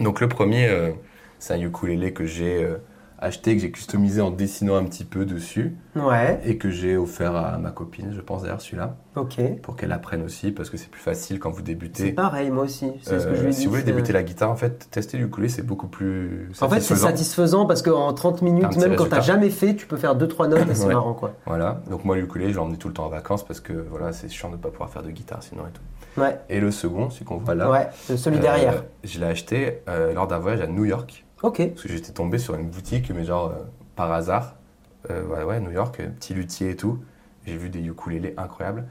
B: Donc le premier, euh, c'est un ukulélé que j'ai euh, acheté, que j'ai customisé en dessinant un petit peu dessus
A: Ouais,
B: et que j'ai offert à ma copine, je pense d'ailleurs celui-là,
A: ok.
B: pour qu'elle apprenne aussi, parce que c'est plus facile quand vous
A: C'est
B: débutez.
A: pareil, moi aussi. C'est ce que
B: Euh,
A: je lui ai
B: si
A: dit,
B: vous voulez
A: c'est-
B: débuter la guitare, en fait, tester l'ukulélé, c'est beaucoup plus
A: En fait, c'est
B: satisfaisant.
A: satisfaisant parce qu'en 30 minutes,
B: Un petit
A: même quand t'as
B: résultat.
A: jamais fait, tu peux faire 2-3 notes et c'est
B: Ouais.
A: marrant, quoi.
B: Voilà, donc moi le ukulélé, je l'emmenais tout le temps en vacances parce que voilà, c'est chiant de ne pas pouvoir faire de guitare sinon et tout.
A: Ouais,
B: Et le second, celui qu'on voit là,
A: ouais, c'est celui
B: euh,
A: derrière.
B: je l'ai acheté euh, lors d'un voyage à New York
A: Ok.
B: parce que j'étais tombé sur une boutique, mais genre euh, par hasard, euh, ouais, ouais, New York, euh, petit luthier et tout. J'ai vu des ukulélés incroyables.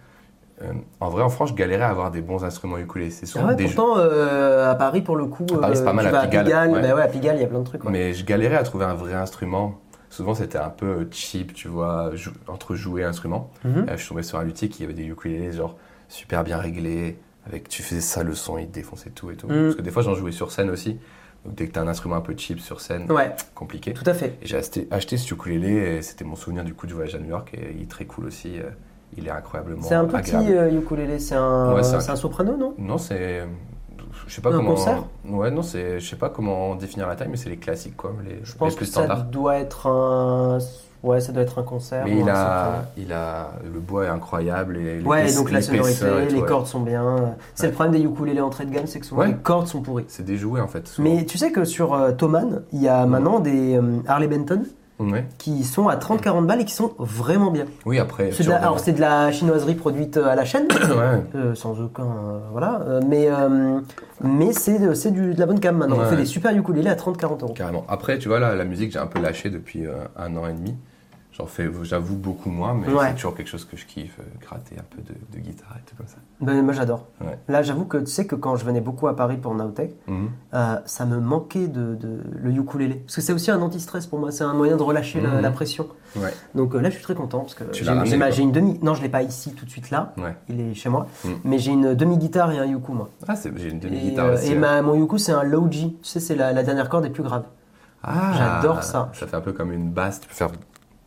B: Euh, en vrai, en France, je galérais à avoir des bons instruments ukulélés. C'est
A: Ah
B: souvent
A: ouais,
B: des jeux-
A: pourtant, euh, à Paris, pour le coup,
B: Paris, c'est pas
A: tu
B: mal, à
A: vas
B: Pigalle, ouais.
A: bah ouais, à Pigalle, il y a plein de trucs, quoi.
B: Mais je galérais à trouver un vrai instrument. Souvent, c'était un peu euh, cheap, tu vois, jou- entre jouer et instrument.
A: Mhm.
B: Euh, je suis tombé sur un luthier qui avait des ukulélés genre super bien réglés, avec tu faisais ça le son, il te défonçait tout et tout.
A: Mm.
B: Parce que des fois j'en jouais sur scène aussi. Donc dès que t'as un instrument un peu cheap sur scène,
A: Ouais,
B: compliqué.
A: tout à fait.
B: Et j'ai acheté, acheté ce ukulélé et c'était mon souvenir du coup du voyage à New York et il est très cool aussi. euh, Il est incroyablement
A: C'est un petit
B: agréable.
A: euh, ukulélé, c'est un,
B: Ouais, c'est un-
A: c'est un soprano, non
B: Non, c'est je sais pas
A: Un
B: comment.
A: concert
B: ouais, non, c'est je sais pas comment définir la taille, mais c'est les classiques quoi, les,
A: Je pense
B: les
A: que
B: plus
A: ça
B: standards.
A: doit être un. Ouais, ça doit être un concert.
B: Mais
A: ou
B: il
A: un
B: a,
A: soprano.
B: il a, le bois est incroyable et
A: hein, Ouais,
B: l'épaisse-
A: donc la
B: l'épaisseur et
A: sonorité,
B: tout,
A: les
B: ouais.
A: cordes sont bien. C'est le problème des ukulélés entrée de gamme, c'est que souvent
B: Ouais.
A: les cordes sont pourries.
B: C'est des jouets en fait. souvent. Mm.
A: Mais tu sais que sur euh, Thomann, il y a maintenant des euh, Harley Benton
B: Ouais.
A: qui sont à 30-40 balles et qui sont vraiment bien.
B: Oui, après.
A: C'est de
B: sur
A: la-
B: des-
A: alors c'est de la chinoiserie produite euh, à la chaîne,
B: Ouais.
A: euh, sans aucun euh, voilà. euh, mais euh, mais c'est c'est du de la bonne gamme maintenant. On
B: Ouais.
A: fait des super ukulélés à 30-40 euros.
B: Carrément. Après, tu vois, là, la musique, j'ai un peu lâché depuis euh, un an et demi. J'en fais, j'avoue, beaucoup moins, mais
A: Ouais.
B: c'est toujours quelque chose que je kiffe, euh, gratter un peu de, de guitare et tout comme ça.
A: Ben, moi j'adore.
B: Ouais.
A: Là j'avoue que tu sais que quand je venais beaucoup à Paris pour Naotech,
B: Mhm.
A: euh, ça me manquait de, de- le ukulélé. Parce que c'est aussi un anti-stress pour moi, c'est un moyen de relâcher la,
B: Mhm.
A: la pression.
B: Ouais.
A: Donc euh, là je suis très content parce que
B: Tu
A: j'ai
B: l'as ramené,
A: j'ai ma-
B: quoi.
A: j'ai une demi... Non je l'ai pas ici tout de suite là,
B: Ouais.
A: il est chez moi,
B: Mhm.
A: mais j'ai une demi-guitare et un yuku moi.
B: Ah, c'est- j'ai une
A: Et,
B: demi-guitare
A: euh,
B: aussi.
A: et
B: ouais.
A: ma- mon yuku c'est un low G, tu sais c'est la, la dernière corde des plus graves.
B: Ah,
A: j'adore ça.
B: Ça fait un peu comme une basse, tu peux faire.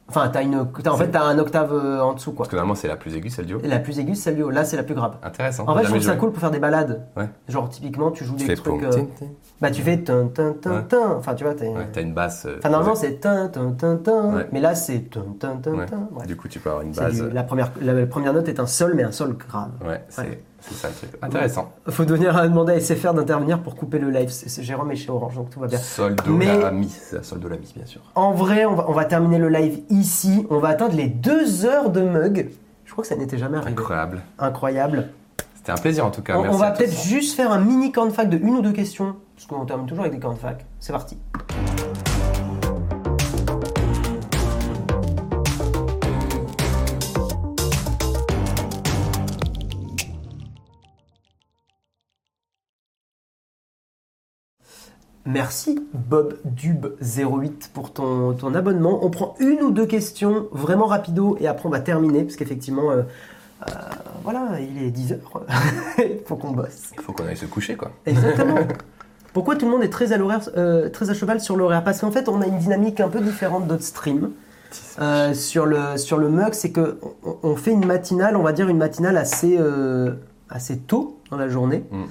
B: Parce
A: Enfin t'as une... t'as- en fait t'as un octave euh, en dessous quoi.
B: que normalement, c'est la plus aiguë, celle du haut.
A: Et la plus aiguë c'est celle du haut, là c'est la plus grave.
B: Intéressant.
A: En fait, je
B: Jamais
A: trouve ça
B: joué.
A: cool pour faire des balades.
B: Ouais.
A: Genre, typiquement, tu joues
B: Tu
A: des
B: fais
A: trucs.
B: poum,
A: euh,
B: tin, tin.
A: Bah, tu fais tin, tin, tin,
B: Ouais.
A: tin. Enfin, tu vois, t'es.
B: Ouais, t'as une basse. euh,
A: Enfin, normalement, c'est tin, tin, tin, tin.
B: Ouais.
A: Mais là, c'est tin, tin, tin,
B: Ouais.
A: tin. Bref.
B: Du coup, tu peux avoir une
A: C'est
B: base.
A: du- la, première, la première note est un sol, mais un sol grave.
B: Ouais, c'est
A: Ouais.
B: c'est ça le truc. Intéressant.
A: Faut donner à demander à SFR d'intervenir pour couper le live. C'est- c'est- Jérôme est chez Orange, donc tout va bien.
B: Sol, do,
A: Mais-
B: la, mi. C'est la sol, do, la, mi, bien sûr.
A: En vrai, on va, on va terminer le live ici. On va atteindre les deux heures de mug. Je crois que ça n'était jamais arrivé.
B: Incroyable.
A: Incroyable.
B: C'était un plaisir en tout cas.
A: on,
B: Merci
A: on va
B: à tous.
A: peut-être juste faire un mini cornfac de une ou deux questions, parce qu'on termine toujours avec des cornfacs. C'est parti. Merci Bob Dub 08 pour ton, ton abonnement. On prend une ou deux questions vraiment rapido et après on va terminer parce qu'effectivement, euh, euh, voilà, il est 10 heures. Il faut qu'on bosse.
B: Il faut qu'on aille se coucher quoi.
A: Exactement. Pourquoi tout le monde est très à, l'horaire, euh, très à cheval sur l'horaire Parce qu'en fait, on a une dynamique un peu différente d'autres streams. Euh, sur le sur le mug, c'est que on, on fait une matinale, on va dire une matinale assez euh, assez tôt dans la journée,
B: Mm.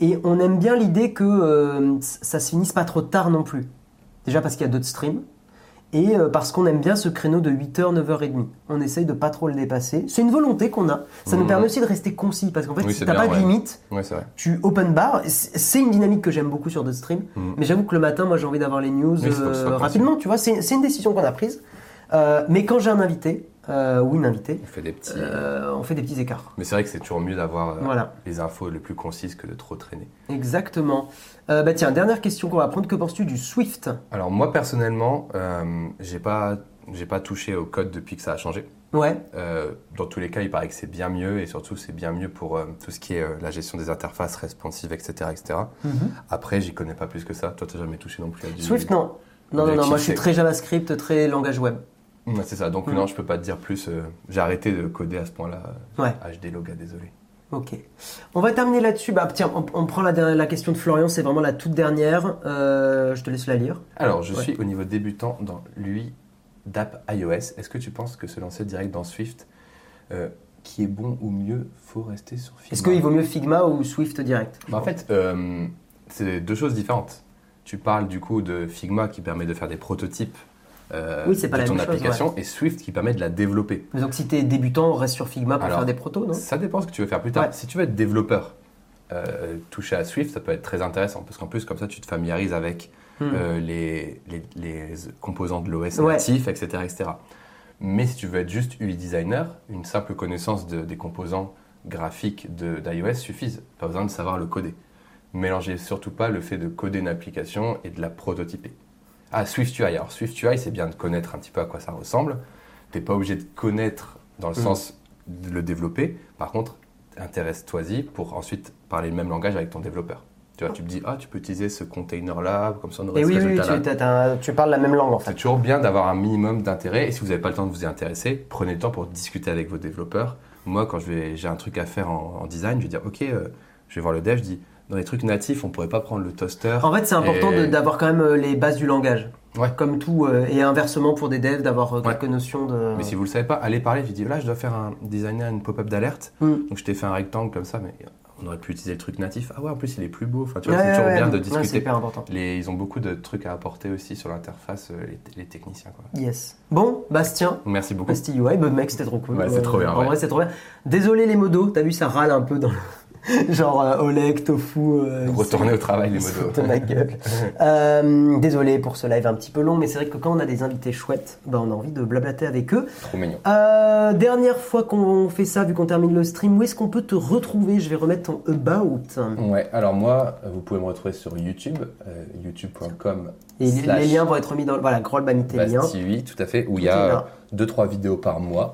A: et on aime bien l'idée que euh, ça se finisse pas trop tard non plus. Déjà parce qu'il y a d'autres streams. Et euh, parce qu'on aime bien ce créneau de 8h, 9h30. On essaye de pas trop le dépasser. C'est une volonté qu'on a. Ça nous
B: Mm.
A: permet aussi de rester concis. Parce qu'en fait,
B: Oui,
A: si
B: c'est
A: t'as
B: bien,
A: pas de
B: ouais.
A: limite,
B: Ouais, c'est vrai.
A: tu open bar, c'est c'est une dynamique que j'aime beaucoup sur d'autres streams,
B: Mm.
A: mais j'avoue que le matin, moi j'ai envie d'avoir les news
B: Oui, c'est pour ça
A: euh,
B: qu'on
A: rapidement, tu vois, c'est c'est une décision qu'on a prise. Euh, mais quand j'ai un invité, euh, ou une invitée,
B: On fait des petits.
A: euh, on fait des petits écarts.
B: Mais c'est vrai que c'est toujours mieux d'avoir euh,
A: Voilà,
B: les infos le plus concises que de trop traîner.
A: exactement. Euh, bah tiens, dernière question qu'on va prendre, que penses-tu du Swift
B: Alors moi personnellement, euh, j'ai pas, j'ai pas touché au code depuis que ça a changé.
A: Ouais,
B: Euh, dans tous les cas, il paraît que c'est bien mieux et surtout c'est bien mieux pour euh, tout ce qui est euh, la gestion des interfaces responsives, etc., etc. Après, j'y connais pas plus que ça. Toi, t'as jamais touché non plus à du
A: Swift non. Non, non,
B: Objective
A: non, moi je suis
B: C.
A: très JavaScript, très langage web.
B: Ouais, c'est ça. Donc
A: Mhm.
B: non, je peux pas te dire plus. euh, j'ai arrêté de coder à ce point-là. euh,
A: Ouais.
B: HD Loga, désolé.
A: Ok. On va terminer là-dessus. Bah tiens, on, on prend la, dernière- la question de Florian, c'est vraiment la toute dernière. Euh, je te laisse la lire.
B: Alors, je
A: Ouais.
B: suis au niveau débutant dans l'UI d'app iOS. Est-ce que tu penses que se lancer direct dans Swift, euh, qui est bon ou mieux, faut rester sur Figma
A: Est-ce qu'il vaut mieux Figma ou Swift direct
B: Bah, En fait, euh, c'est deux choses différentes. Tu parles du coup de Figma qui permet de faire des prototypes euh,
A: Oui, c'est pas
B: de
A: la
B: ton
A: même chose,
B: application et Swift qui permet de la développer.
A: Mais donc si t'es débutant, reste sur Figma pour
B: Alors,
A: faire des protos, non
B: Ça dépend ce que tu veux faire plus tard.
A: Ouais.
B: Si tu veux être développeur, euh, toucher à Swift, ça peut être très intéressant parce qu'en plus, comme ça, tu te familiarises avec
A: Hmm.
B: euh, les, les, les composants de l'OS
A: Ouais.
B: natif, etc., etc. Mais si tu veux être juste UI designer, une simple connaissance de- des composants graphiques de- d'iOS suffisent. Pas besoin de savoir le coder. Mélangez surtout pas le fait de coder une application et de la prototyper. Ah, SwiftUI. Alors, SwiftUI, c'est bien de connaître un petit peu à quoi ça ressemble. T'es pas obligé de connaître dans le
A: Mhm.
B: sens de le développer. Par contre, intéresse-toi-y pour ensuite parler le même langage avec ton développeur. Tu vois, tu me dis, ah, tu peux utiliser ce container-là, comme ça on aurait
A: Et
B: ce
A: Eh oui, oui, oui,
B: résultat-là.
A: tu, t'as- t'as- tu parles la même langue en
B: C'est
A: fait.
B: toujours bien d'avoir un minimum d'intérêt. Et si vous n'avez pas le temps de vous y intéresser, prenez le temps pour discuter avec vos développeurs. Moi, quand je vais- j'ai un truc à faire en, en design, je vais dire Ok, euh, je vais voir le dev. Je dis Dans les trucs natifs, on pourrait pas prendre le toaster.
A: En fait, c'est important
B: Et-
A: de- d'avoir quand même euh, les bases du langage.
B: Ouais.
A: Comme tout, euh, et inversement pour des devs, d'avoir euh, quelques notions de.
B: Mais si vous le savez pas, allez parler. Je dis Là, je dois faire un designer une pop-up d'alerte.
A: Hmm.
B: Donc, je t'ai fait un rectangle comme ça, mais on aurait pu utiliser le truc natif. Ah ouais, en plus, il est plus beau. Enfin, tu
A: Ouais,
B: vois, c'est
A: ouais,
B: toujours
A: ouais.
B: bien de
A: Ouais, c'est
B: discuter.
A: hyper important.
B: Les- ils ont beaucoup de trucs à apporter aussi sur l'interface, euh, les, les techniciens. quoi.
A: Yes. Bon, Bastien.
B: Merci beaucoup.
A: Bastille, ouais, bah, mec, c'était trop cool.
B: Ouais, c'est trop bien,
A: En
B: ouais.
A: vrai, c'est trop bien. Désolé les modos, t'as vu, ça râle un peu dans le. Genre euh, Oleg, Tofu. euh,
B: Retourner au travail, les
A: ils se
B: modos.
A: foutent de ma gueule. Euh, désolé pour ce live un petit peu long, mais c'est vrai que quand on a des invités chouettes, ben, on a envie de blablater avec eux.
B: Trop mignon.
A: Euh, dernière fois qu'on fait ça, vu qu'on termine le stream, où est-ce qu'on peut te retrouver Je vais remettre ton about.
B: Ouais, alors moi, vous pouvez me retrouver sur YouTube, euh, youtube.com.
A: Et les-
B: slash
A: les liens vont être mis dans. Voilà, Groll Banité les liens.
B: Basti, oui, tout à fait, où il y
A: Tout est
B: a
A: là.
B: 2-3 vidéos par mois.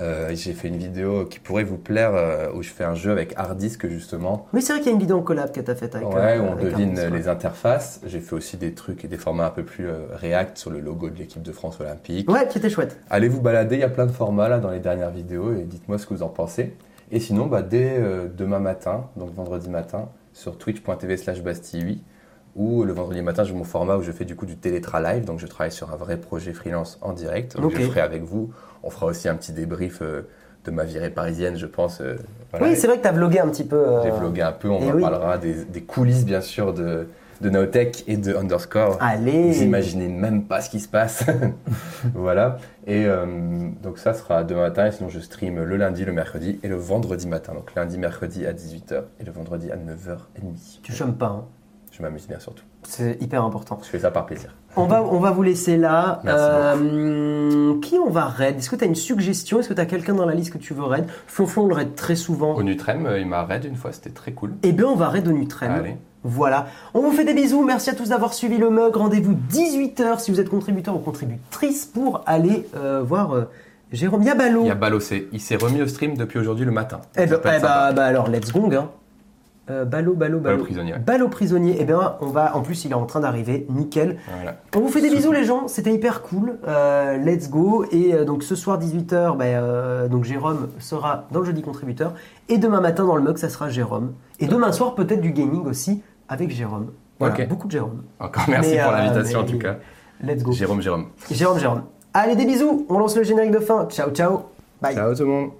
B: Euh, J'ai fait une vidéo qui pourrait vous plaire, euh, où je fais un jeu avec Hard Disk, justement,
A: Mais c'est vrai qu'il y a une vidéo en collab que t'as faite avec.
B: Ouais,
A: euh,
B: où on
A: avec
B: devine
A: Arnaud,
B: les interfaces. J'ai fait aussi des trucs et des formats un peu plus euh, React sur le logo de l'équipe de France Olympique.
A: quoi. Ouais, qui était chouette.
B: Allez vous balader, il y a plein de formats là dans les dernières vidéos et dites-moi ce que vous en pensez. Et sinon, bah, dès euh, demain matin, donc vendredi matin, sur twitch.tv slash bastille ou le vendredi matin, j'ai mon format où je fais du coup du télétra live, donc je travaille sur un vrai projet freelance en direct. Donc,
A: Ok.
B: Je le ferai avec vous. On fera aussi un petit débrief euh, de ma virée parisienne, je pense. euh, voilà.
A: Oui, c'est vrai que t'as vlogué un petit peu. euh,
B: J'ai vlogué un peu, on
A: eh
B: en
A: oui.
B: parlera des, des coulisses bien sûr de, de Naotech et de Underscore.
A: Allez.
B: Vous imaginez même pas ce qui se passe. voilà. Et euh, donc ça sera demain matin. Et sinon, je stream le lundi, le mercredi et le vendredi matin. Donc lundi, mercredi à 18h et le vendredi à 9h30.
A: Tu chômes pas, hein.
B: Je m'amuse bien surtout.
A: c'est hyper important.
B: Je fais ça par plaisir.
A: On va, on va vous laisser là.
B: Merci
A: Euh, qui on va raid Est-ce que t'as une suggestion Est-ce que t'as quelqu'un dans la liste que tu veux raid Flonflon, on le raid très souvent.
B: Au Nutrem, euh, il m'a raid une fois, c'était très cool.
A: Eh bien, on va raid au Nutrem.
B: Allez.
A: Voilà. On vous fait des bisous. Merci à tous d'avoir suivi le mug. Rendez-vous 18h si vous êtes contributeur ou contributrice pour aller euh, voir euh, Jérôme Yabalo.
B: Il y a Balossé. Il s'est remis au stream depuis aujourd'hui le matin.
A: Eh ben,
B: Ça peut être
A: eh ben,
B: sympa.
A: bah alors, let's gong. Hein. Euh, ballot, ballot, ballot.
B: prisonnier, ouais.
A: Ballot prisonnier. Eh bien, on va. En plus, il est en train d'arriver. Nickel.
B: Voilà.
A: On vous fait des bisous, les gens. C'était hyper cool. Euh, let's go. Et euh, donc, ce soir, 18h, bah, euh, donc Jérôme sera dans le jeudi contributeur. Et demain matin, dans le mug, ça sera Jérôme. Et demain soir, peut-être du gaming aussi avec Jérôme. Voilà,
B: Ok.
A: beaucoup de Jérôme.
B: Encore merci
A: Mais,
B: pour
A: euh,
B: l'invitation
A: mais-
B: en tout cas.
A: Let's go.
B: Jérôme, Jérôme.
A: Jérôme, Jérôme. Allez, des bisous. On lance le générique de fin. Ciao, ciao. Bye.
B: Ciao tout le monde.